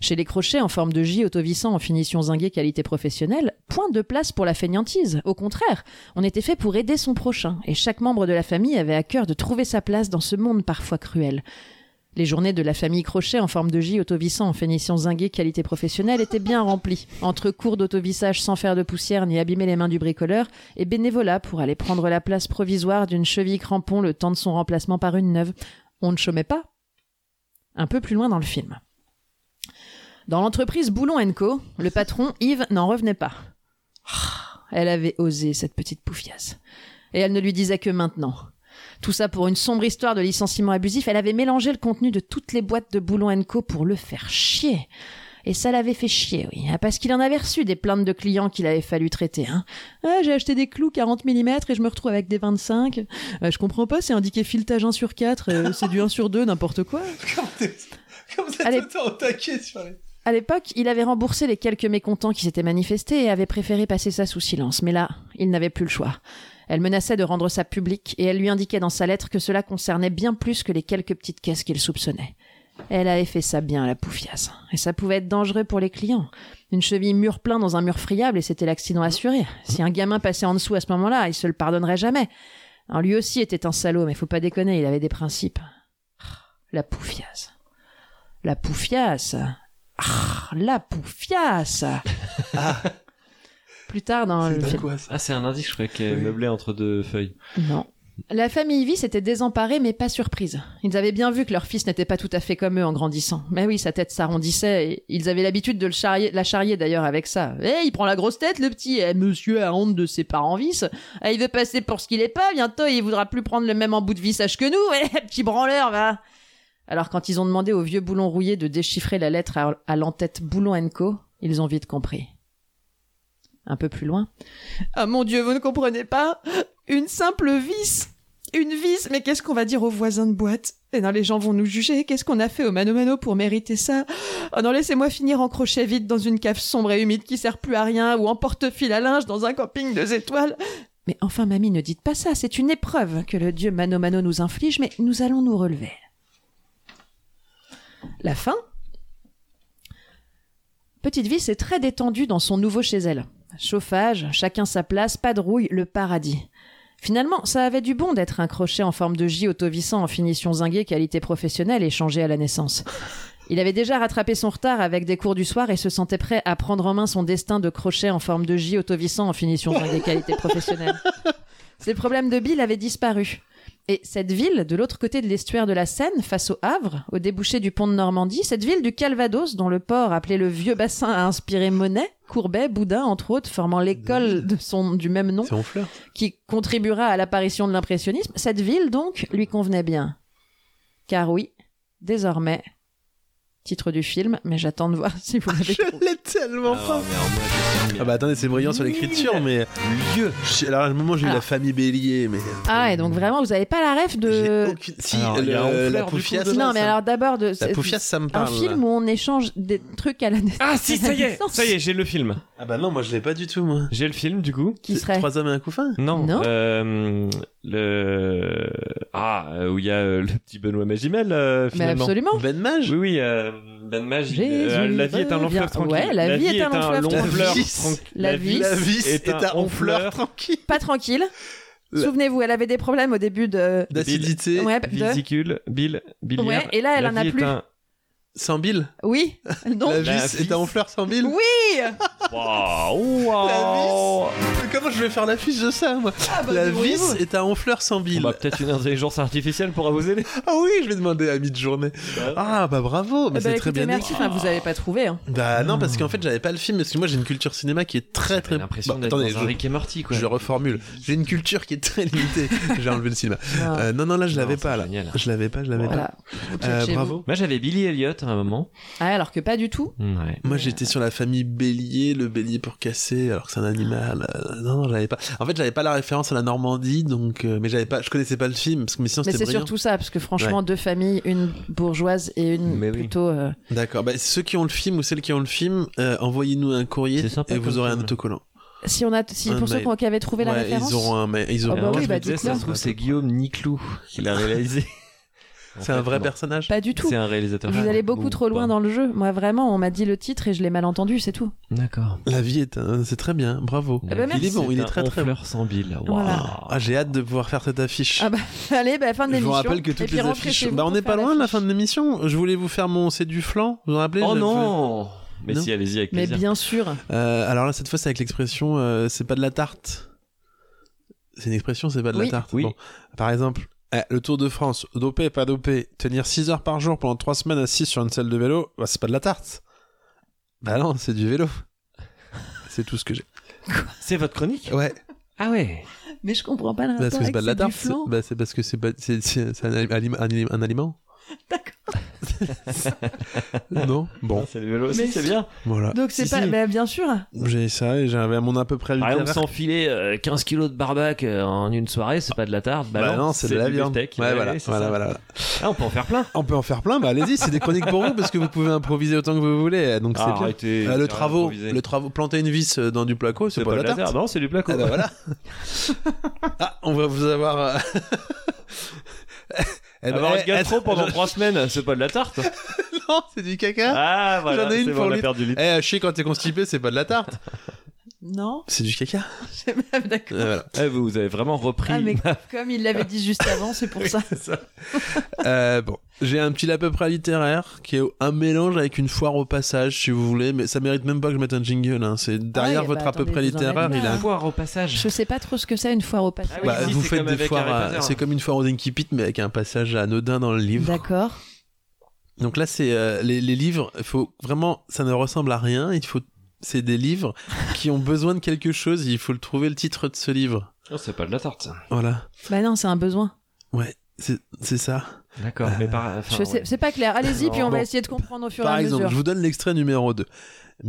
Chez les crochets en forme de J autovissant en finition zinguée qualité professionnelle, point de place pour la fainéantise. Au contraire, on était fait pour aider son prochain, et chaque membre de la famille avait à cœur de trouver sa place dans ce monde parfois cruel. Les journées de la famille Crochet en forme de J autovissant en finition zinguée qualité professionnelle étaient bien remplies. Entre cours d'autovissage sans faire de poussière ni abîmer les mains du bricoleur et bénévolat pour aller prendre la place provisoire d'une cheville crampon le temps de son remplacement par une neuve. On ne chômait pas. Un peu plus loin dans le film. Dans l'entreprise Boulon Co, le patron Yves n'en revenait pas. Ah, Elle avait osé cette petite poufiasse. Et elle ne lui disait que maintenant. Tout ça pour une sombre histoire de licenciement abusif. Elle avait mélangé le contenu de toutes les boîtes de Boulon Co pour le faire chier. Et ça l'avait fait chier, oui. Ah, Parce qu'il en avait reçu des plaintes de clients qu'il avait fallu traiter. Hein. Ah, j'ai acheté des clous 40 mm et je me retrouve avec des 25. Euh, je comprends pas, c'est indiqué filetage 1 sur 4, euh, c'est du 1 sur 2, n'importe quoi. Comme t'es- comme ça, Allez. tout le temps au taquet sur les. À l'époque, il avait remboursé les quelques mécontents qui s'étaient manifestés et avait préféré passer ça sous silence. Mais là, il n'avait plus le choix. Elle menaçait de rendre ça public et elle lui indiquait dans sa lettre que cela concernait bien plus que les quelques petites caisses qu'il soupçonnait. Elle avait fait ça bien à la poufiasse. Et ça pouvait être dangereux pour les clients. Une cheville mur plein dans un mur friable et c'était l'accident assuré. Si un gamin passait en dessous à ce moment-là, il se le pardonnerait jamais. Alors, lui aussi était un salaud, mais faut pas déconner, il avait des principes. Ah, La poufiasse. La poufiasse. Ah, la poufiasse Plus tard dans le film. quoi ça Ah, c'est un indice, je croyais qu'elle est meublée entre deux feuilles. Non. La famille Ivy s'était désemparée mais pas surprise. Ils avaient bien vu que leur fils n'était pas tout à fait comme eux en grandissant. Mais oui, sa tête s'arrondissait et ils avaient l'habitude de le charrier, la charrier d'ailleurs avec ça. Eh, il prend la grosse tête le petit, eh, monsieur a honte de ses parents vices. Eh, il veut passer pour ce qu'il est pas, bientôt il voudra plus prendre le même embout de vissage que nous, eh, petit branleur va. Alors quand ils ont demandé au vieux boulon rouillé de déchiffrer la lettre à, à l'entête Boulon Co, ils ont vite compris. Un peu plus loin. Ah mon dieu, vous ne comprenez pas une simple vis. Une vis, mais qu'est-ce qu'on va dire aux voisins de boîte Et non, les gens vont nous juger. Qu'est-ce qu'on a fait au Mano Mano pour mériter ça Oh non, laissez-moi finir en crochet vide dans une cave sombre et humide qui sert plus à rien ou en porte-fil à linge dans un camping deux étoiles. Mais enfin, mamie, ne dites pas ça. C'est une épreuve que le dieu Mano Mano nous inflige, mais nous allons nous relever. La fin Petite vis est très détendue dans son nouveau chez elle. Chauffage, chacun sa place, pas de rouille, le paradis. Finalement, ça avait du bon d'être un crochet en forme de J autovissant en finition zinguée qualité professionnelle échangé à la naissance. Il avait déjà rattrapé son retard avec des cours du soir et se sentait prêt à prendre en main son destin de crochet en forme de J autovissant en finition zinguée qualité professionnelle. Ses problèmes de bile avaient disparu. Et cette ville, de l'autre côté de l'estuaire de la Seine, face au Havre, au débouché du pont de Normandie, cette ville du Calvados, dont le port appelé le Vieux Bassin a inspiré Monet, Courbet, Boudin, entre autres, formant l'école de son, du même nom, C'est en fleurs. qui contribuera à l'apparition de l'impressionnisme, cette ville donc lui convenait bien. Car oui, désormais, titre du film, mais j'attends de voir si vous l'avez trouvé. Je l'ai tellement pas. Ah bah attendez, c'est brillant sur l'écriture, mais lieu. Alors à un moment j'ai eu Ah. la famille Bélier, mais Ah, et donc euh, vraiment, vous avez pas la ref de... j'ai aucune. Si Alors, il y a le- Honfleur, la du coup, poufiasse. dedans, Non, mais ça. alors d'abord de... La poufiasse, ça me Un parle. film où on échange des trucs à la Ah, si, ça y est Ça y est, j'ai le film. Ah bah non, moi je l'ai pas du tout, moi. J'ai le film, du coup. Qui serait Trois hommes et un couffin. Non. Non. euh, le. Ah, euh, où il y a euh, le petit Benoît Magimel, euh, Mais finalement. absolument Ben Mage. Oui, oui, euh, Ben Mage. il- Jésus euh, la vie est un long revient. fleuve tranquille. Ouais, la vie est un long fleuve tranquille. fleuve La vie- tranquille. la vie- La vie est, un honfleur honfleur tranquille. Pas tranquille. La- Souvenez-vous, elle avait des problèmes au début de... D'acidité. Ouais, de- Vésicule, bile, biliaire. Ouais, et là, elle La en a vie est plus. un- Sans bile. Oui, non. La vie La est vis. un honfleur sans bile. Oui Waouh La waouh. Mais comment je vais faire la fiche de ça, moi bah, La vis débrouillez-vous. est un honfleur sans On bile. va Oh, bah, peut-être une intelligence artificielle pourra vous aider. Ah oui, je vais demander à mi-journée. Ah bah bravo, mais Eh ben, c'est très bien écoutez, merci. écrit. Enfin, vous avez pas trouvé. hein. Bah non, parce qu'en fait, j'avais pas le film, parce que moi j'ai une culture cinéma qui est très J'ai très. l'impression Bah, d'être attendez, dans un je- Rick et Morty, quoi. Je le reformule. J'ai une culture qui est très limitée. j'ai enlevé le cinéma. Ah. Ah. Euh, non, non, là je Non, l'avais c'est pas. Là. génial. Je l'avais pas, je l'avais Voilà. Vous pas. Euh, cherchez, vous. bravo. Oh, Moi, j'avais Billy Elliot à un moment. Ah, alors que pas du tout. Ouais. Moi j'étais euh, sur la famille bélier, le bélier pour casser, alors que c'est un animal. Euh, Non, non, j'avais pas. En fait, j'avais pas la référence à la Normandie, donc. euh, mais j'avais pas. Je connaissais pas le film, parce que mais sinon Mais c'était c'est brillant. surtout ça, parce que franchement, deux familles, une bourgeoise et une Mais oui. plutôt. euh, D'accord. Bah, ceux qui ont le film ou celles qui ont le film, euh, envoyez-nous un courrier C'est sympa et vous comme aurez un film. autocollant. Si on a, si Un pour ceux mail. qui avaient trouvé la Ah, Ouais, référence. ils auront un. mais Ils Ah auront. bah Alors, oui, je me bah, disais, dites-le. ça se trouve, c'est Guillaume Niclou qui l'a réalisé. en C'est un fait, vrai non. personnage Pas du tout. C'est un réalisateur. Vous allez beaucoup Ou trop loin pas. dans le jeu. Moi, vraiment, on m'a dit le titre et je l'ai mal entendu, c'est tout. D'accord. La vie est un- C'est très bien, bravo. bah, il est merci. bon, il est très très bon. fleur sans bile. Waouh. Voilà. Ah, j'ai hâte de pouvoir faire cette affiche. Ah bah, allez, bah, fin de je vous l'émission. rappelle que Et toutes puis les rentrez affiches. chez vous Bah, on pour n'est pas faire loin de la l'affiche. fin de l'émission. Je voulez vous faire mon c'est du flan. Vous vous rappelez Oh Je- non Mais Non. si, allez-y avec Mais plaisir. bien sûr. Euh, Alors là, cette fois, c'est avec l'expression euh, c'est pas de la tarte. C'est une expression, c'est pas de la Oui. tarte. Oui. Bon. Par exemple, eh, le Tour de France, dopé, pas dopé, tenir 6 heures par jour pendant 3 semaines assis sur une selle de vélo, bah, c'est pas de la tarte. Bah non, c'est du vélo. C'est tout ce que j'ai. C'est votre chronique Ouais, Ah ouais. Mais je comprends pas le rapport parce que c'est avec pas de la c'est du tarte. c'est- flan. bah, c'est parce que c'est pas- c'est- c'est- c'est un, alim- un alim- un aliment. D'accord. Non Bon, C'est le vélo aussi, Mais c'est si. bien. voilà. Donc c'est Si, pas. si. Bah, bien sûr. J'ai ça et j'avais mon à peu près Par exemple, littéraire. s'enfiler euh, 15 kilos de barbac euh, en une soirée, c'est pas de la tarte. Bah, Bah non, c'est de la du viande. beefsteak. Ouais, voilà, oui, c'est voilà, ça. voilà, voilà. Ah, on peut en faire plein. On peut en faire plein, bah allez-y, c'est des chroniques pour vous parce que vous pouvez improviser autant que vous voulez, donc c'est Ah, bien. arrêtez. Euh, le arrêtez travaux, d'improviser. le travaux, planter une vis euh, dans du placo, c'est pas, de la tarte. Non, c'est du placo. Ah bah voilà. ah, on va vous avoir. euh, eh ben, Avoir eh, un gastro être- pendant 3 semaines, c'est pas de la tarte. Non, c'est du caca. Ah, voilà. J'en ai une c'est pour bon, on a lui. perdu Eh, l'idée. euh, chier quand t'es constipé, c'est pas de la tarte. Non. C'est du caca. C'est même d'accord. Euh, voilà. Eh, vous vous avez vraiment repris. Ah, mais comme il l'avait dit juste avant, c'est pour ça. C'est ça. Euh, bon, j'ai un petit à peu près littéraire qui est un mélange avec une foire au passage, si vous voulez, mais ça mérite même pas que je mette un jingle. hein. C'est derrière bah votre à peu attendez, près vous en avez littéraire, plein, il a un hein. foire au passage. Je sais pas trop ce que c'est une foire au passage. Ah oui, Bah, si, vous c'est faites comme des avec foires, Harry à- Potter. hein. c'est comme une foire aux Enkipit, mais avec un passage anodin dans le livre. D'accord. Donc là, c'est euh, les, les livres. Il faut vraiment, ça ne ressemble à rien. Il faut, c'est des livres qui ont besoin de quelque chose. Il faut le trouver le titre de ce livre. Non, c'est pas de la tarte. Voilà, Bah non, c'est un besoin. c'est c'est ça. D'accord, mais par. enfin, Je sais- ouais. C'est pas clair. Allez-y, Non, puis on bon. va essayer de comprendre au fur et Par à exemple, mesure. je vous donne l'extrait numéro 2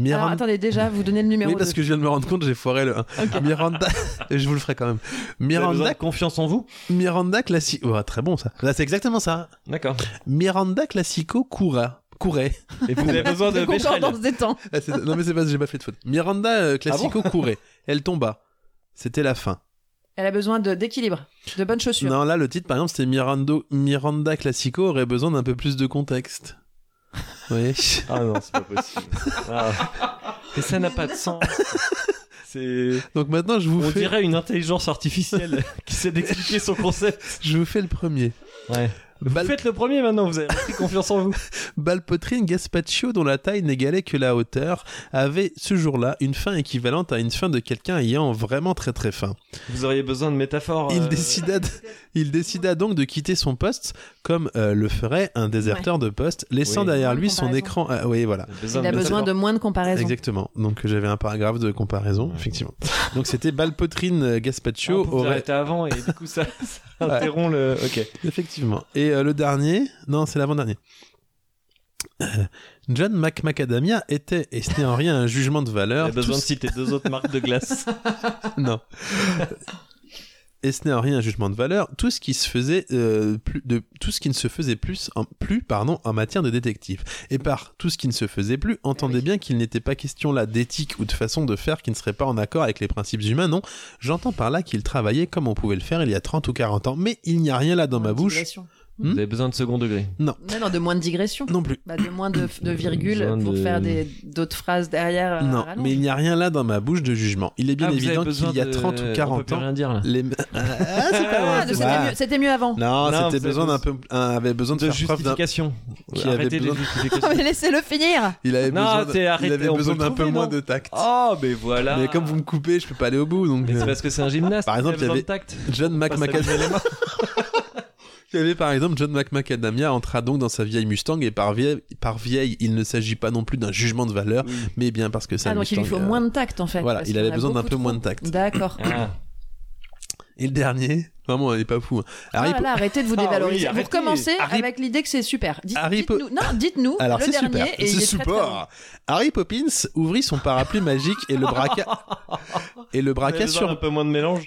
Alors, attendez, déjà, vous donnez le numéro. Oui, parce que je viens de me rendre compte, j'ai foiré le 1. Miranda, je vous le ferai quand même. Vous avez besoin Miranda, de confiance en vous Miranda Classico. Oh, très bon ça. Là, c'est exactement ça. D'accord. Miranda Classico Coura. Courait. Et vous avez besoin de Béchel concordance des temps. Ah, c'est- non mais c'est pas, j'ai pas fait de faute. Miranda Ah euh, Classico courait. Elle tomba. C'était la fin. Elle a besoin de- d'équilibre, de bonnes chaussures. Non, là le titre par exemple c'était Mirando, Miranda Classico aurait besoin d'un peu plus de contexte. Vous voyez Ah non, c'est pas possible. Ah. Mais ça n'a pas de sens. C'est. Donc maintenant je vous, On fais, dirait une intelligence artificielle qui sait d'expliquer son concept. je vous fais le premier. Ouais. Bal- Faites le premier maintenant, vous avez pris confiance en vous. Balpotrine Gaspaccio, dont la taille n'égalait que la hauteur, avait ce jour-là une faim équivalente à une faim de quelqu'un ayant vraiment très très faim. Vous auriez besoin de métaphores. Il euh, décida, de- il décida donc de quitter son poste, comme euh, le ferait un déserteur de poste, laissant Oui. derrière Bonne lui son comparaison. écran. ah, oui, voilà. Il a métaphores. besoin de moins de comparaison. Exactement. Donc euh, j'avais un paragraphe de comparaison, Ouais. effectivement. Donc c'était Balpotrine Ah, on Gaspaccio peut vous aurait arrêter avant et du coup ça, ça interrompt le. Ok. effectivement. Et euh, le dernier, non, c'est l'avant-dernier. Euh, John McMacadamia était, et ce n'est en rien un jugement de Il valeur, a besoin tout de citer deux autres marques de glace. Non. Et ce n'est en rien un jugement de valeur. Tout ce qui se faisait euh, plus de tout ce qui ne se faisait plus en, plus pardon en matière de détective. Et par tout ce qui ne se faisait plus, entendez bien qu'il n'était pas question là d'éthique ou de façon de faire qui ne serait pas en accord avec les principes humains. Non, j'entends par là qu'il travaillait comme on pouvait le faire il y a 30 ou 40 ans. Mais il n'y a rien là dans ma bouche Digression. Hmm Vous avez besoin de second degré. Non, non, de moins de digression. non plus. Bah, de moins de, de virgules Besoin pour de- faire des- d'autres phrases derrière. euh, non, à mais il rallonge. n'y a rien là dans ma bouche de jugement. Il est bien Ah, vous avez évident besoin qu'il y a de- 30 ou on peut 40 plus ans, rien dire là. les... Ah, c'est pas vrai, Ah, de- c'est c'était vrai. mieux- C'était mieux avant. Non, Non, vous c'était avez besoin d'un peu, un- avait besoin de, De faire preuve d'un justification. qui avait Arrêtez les besoin- Non, justifications. mais laissez-le finir. Il avait Non, besoin, de- t'es il arrêté, avait on peut besoin le d'un trouver, peu moins non de tact. Oh, mais voilà. Mais comme vous me coupez, je peux pas aller au bout. Donc, Mais euh, c'est parce que c'est un gymnaste. Par il a exemple, il y besoin de avait- tact. John Pas ça, les McMacadamia. Il y avait par exemple John McMacadamia entra donc dans sa vieille Mustang et par vieille, par vieille il ne s'agit pas non plus d'un jugement de valeur, Oui. mais bien parce que ça. Ah, donc il lui faut moins de tact en fait. euh, Voilà, parce il qu'on avait a besoin d'un beaucoup peu trop. moins de tact. D'accord. Ah. euh, Et le dernier, vraiment, il est pas fou. hein. Ah Harry là là, arrêtez de vous Ah oui, dévaloriser. vous arrêtez. recommencez Harry- avec l'idée que c'est super. Dites- Harry Po- Dites-nous. Non, dites-nous Po- Alors le c'est dernier super, et c'est il est très, très bon. super. Harry Poppins ouvrit son parapluie magique et le braqua et le Vous avez braqua besoin sur d'un peu moins de mélange.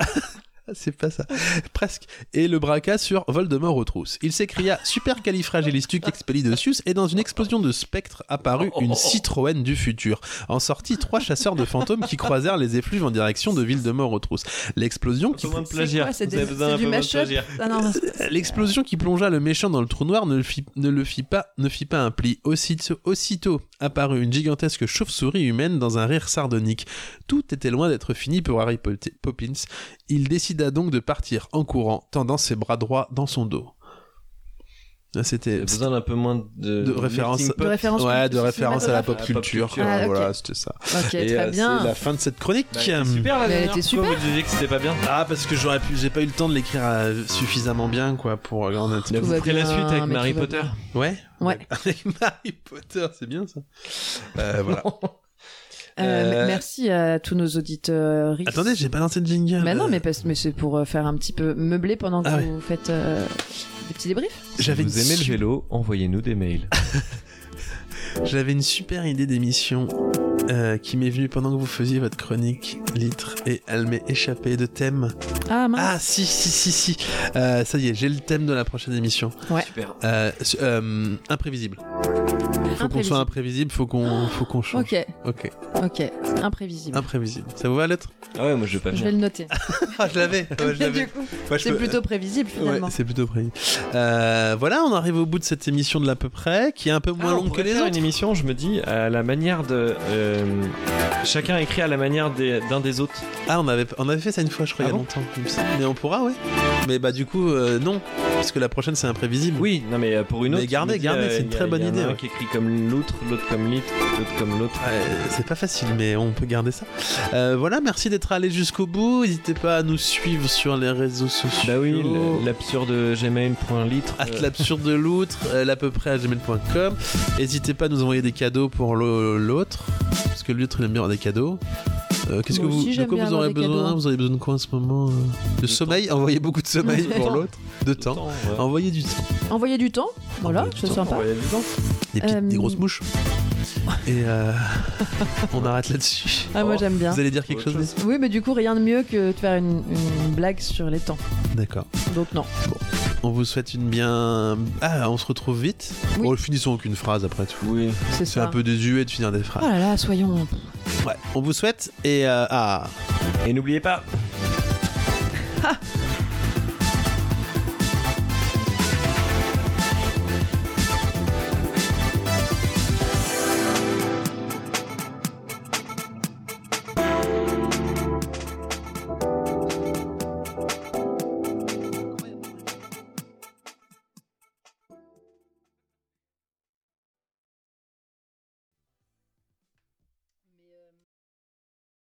Ah, c'est pas ça. Presque. Et le braqua sur Voldemort aux trousses. Il s'écria supercalifragilisticexpialidocious et dans une explosion de spectres apparut une Citroën du futur. En sortit trois chasseurs de fantômes qui croisèrent les effluves en direction de Voldemort aux trousses. L'explosion qui Qui moins de C'est plagiat. quoi, c'est Vous des- avez besoin c'est un du peu moins de mashup plagiat. Ah non, non, c'est- L'explosion qui plongea le méchant dans le trou noir ne le fit, ne le fit pas, ne fit pas un pli. Aussitôt, aussitôt apparut une gigantesque chauve-souris humaine dans un rire sardonique. Tout était loin d'être fini pour Harry Pot- Poppins. Il décida donc de partir en courant, tendant ses bras droits dans son dos. Ah, Vous C'était avez besoin d'un peu moins de, De référence. melting pot. De référence ouais, de culturelle, référence à la pop Ah, culture. pop culture. Ah, ok. Voilà, c'était ça. Ok, Et très euh, bien. c'est la fin de cette chronique. Bah, c'était super la Mais elle dernière. était Pourquoi vous disiez que c'était pas bien Ah parce que j'aurais pu, j'ai pas eu le temps de l'écrire euh, suffisamment bien quoi pour euh, en être. Tout Vous va ferez la bien, suite avec mais Harry tout va Potter. bien. Ouais. Ouais. Avec Harry Potter, c'est bien ça. Euh, voilà. Euh, Euh, Merci à tous nos auditeurs. Attendez, j'ai balancé le jingle. Mais non, mais, Euh, parce- mais c'est pour euh, faire un petit peu meubler pendant que Ah ouais. vous faites euh, des petits débriefs. j'avais une Si vous aimez le su- vélo, envoyez-nous des mails. J'avais une super idée d'émission euh, qui m'est venue pendant que vous faisiez votre chronique litre et elle m'est échappée de thème. Ah mince. Ah si si si si. Euh, ça y est, j'ai le thème de la prochaine émission. Ouais. Super. Euh, su- euh, imprévisible. Ah, Faut qu'on soit imprévisible, faut qu'on faut qu'on change. Ok, Ok. ok, imprévisible. Imprévisible. Ça vous va l'autre Ah ouais, moi je vais pas Je venir. vais le noter. Ah je l'avais. Ouais, je Mais l'avais. du coup, Moi, je c'est peux- plutôt prévisible Ouais, finalement. c'est plutôt prévu. Euh, voilà, on arrive au bout de cette émission de l'à peu près, qui est un peu moins Ah, on longue que pourrait les faire autres. une émission, je me dis, à la manière de. euh, chacun écrit à la manière des- d'un des autres. Ah, on avait, on avait fait ça une fois, je crois, il y Ah a bon longtemps. il me semble. Mais on pourra, ouais. Mais bah, du coup, euh, non. Parce que la prochaine, c'est imprévisible. Oui, non mais euh, pour une Mais autre. gardez, je me dis, gardez, c'est une il y a- très bonne il y en a idée, Un ouais. qui écrit comme l'autre, l'autre comme l'autre, l'autre comme l'autre. Ouais, c'est pas facile, mais on peut garder ça. Euh, voilà, merci d'être allé jusqu'au bout. N'hésitez pas à nous suivre sur les réseaux sociaux. Bah oui, le- l'absurde gmail.litre. At euh, l'absurde de l'outre, euh, l'à peu près à gmail.com. N'hésitez pas à nous envoyer des cadeaux pour l'au- l'autre, parce que l'autre il aime bien avoir des cadeaux. Euh, Qu'est-ce que Moi vous, aussi, de j'aime quoi bien vous avoir aurez des besoin cadeaux. Vous avez besoin de quoi en ce moment euh De, sommeil Envoyez beaucoup de sommeil De pour temps. l'autre, de de temps. ouais. Envoyez du temps, Envoyer du temps, voilà, Envoyer du c'est temps, sympa. Envoyez du temps. des petites, Euh, des grosses mouches. Et euh, on arrête là-dessus. Ah, moi j'aime bien. Vous allez dire quelque Autre chose, Nessie Oui, mais du coup, rien de mieux que de faire une, une blague sur les temps. D'accord. Donc, non. On vous souhaite une bien. Ah, on se retrouve vite. Oui. Bon, finissons avec une phrase après tout. Oui. C'est C'est ça. un peu désuet de finir des phrases. Oh là là, soyons. ah. Ouais, on vous souhaite et euh, ah. Et n'oubliez pas,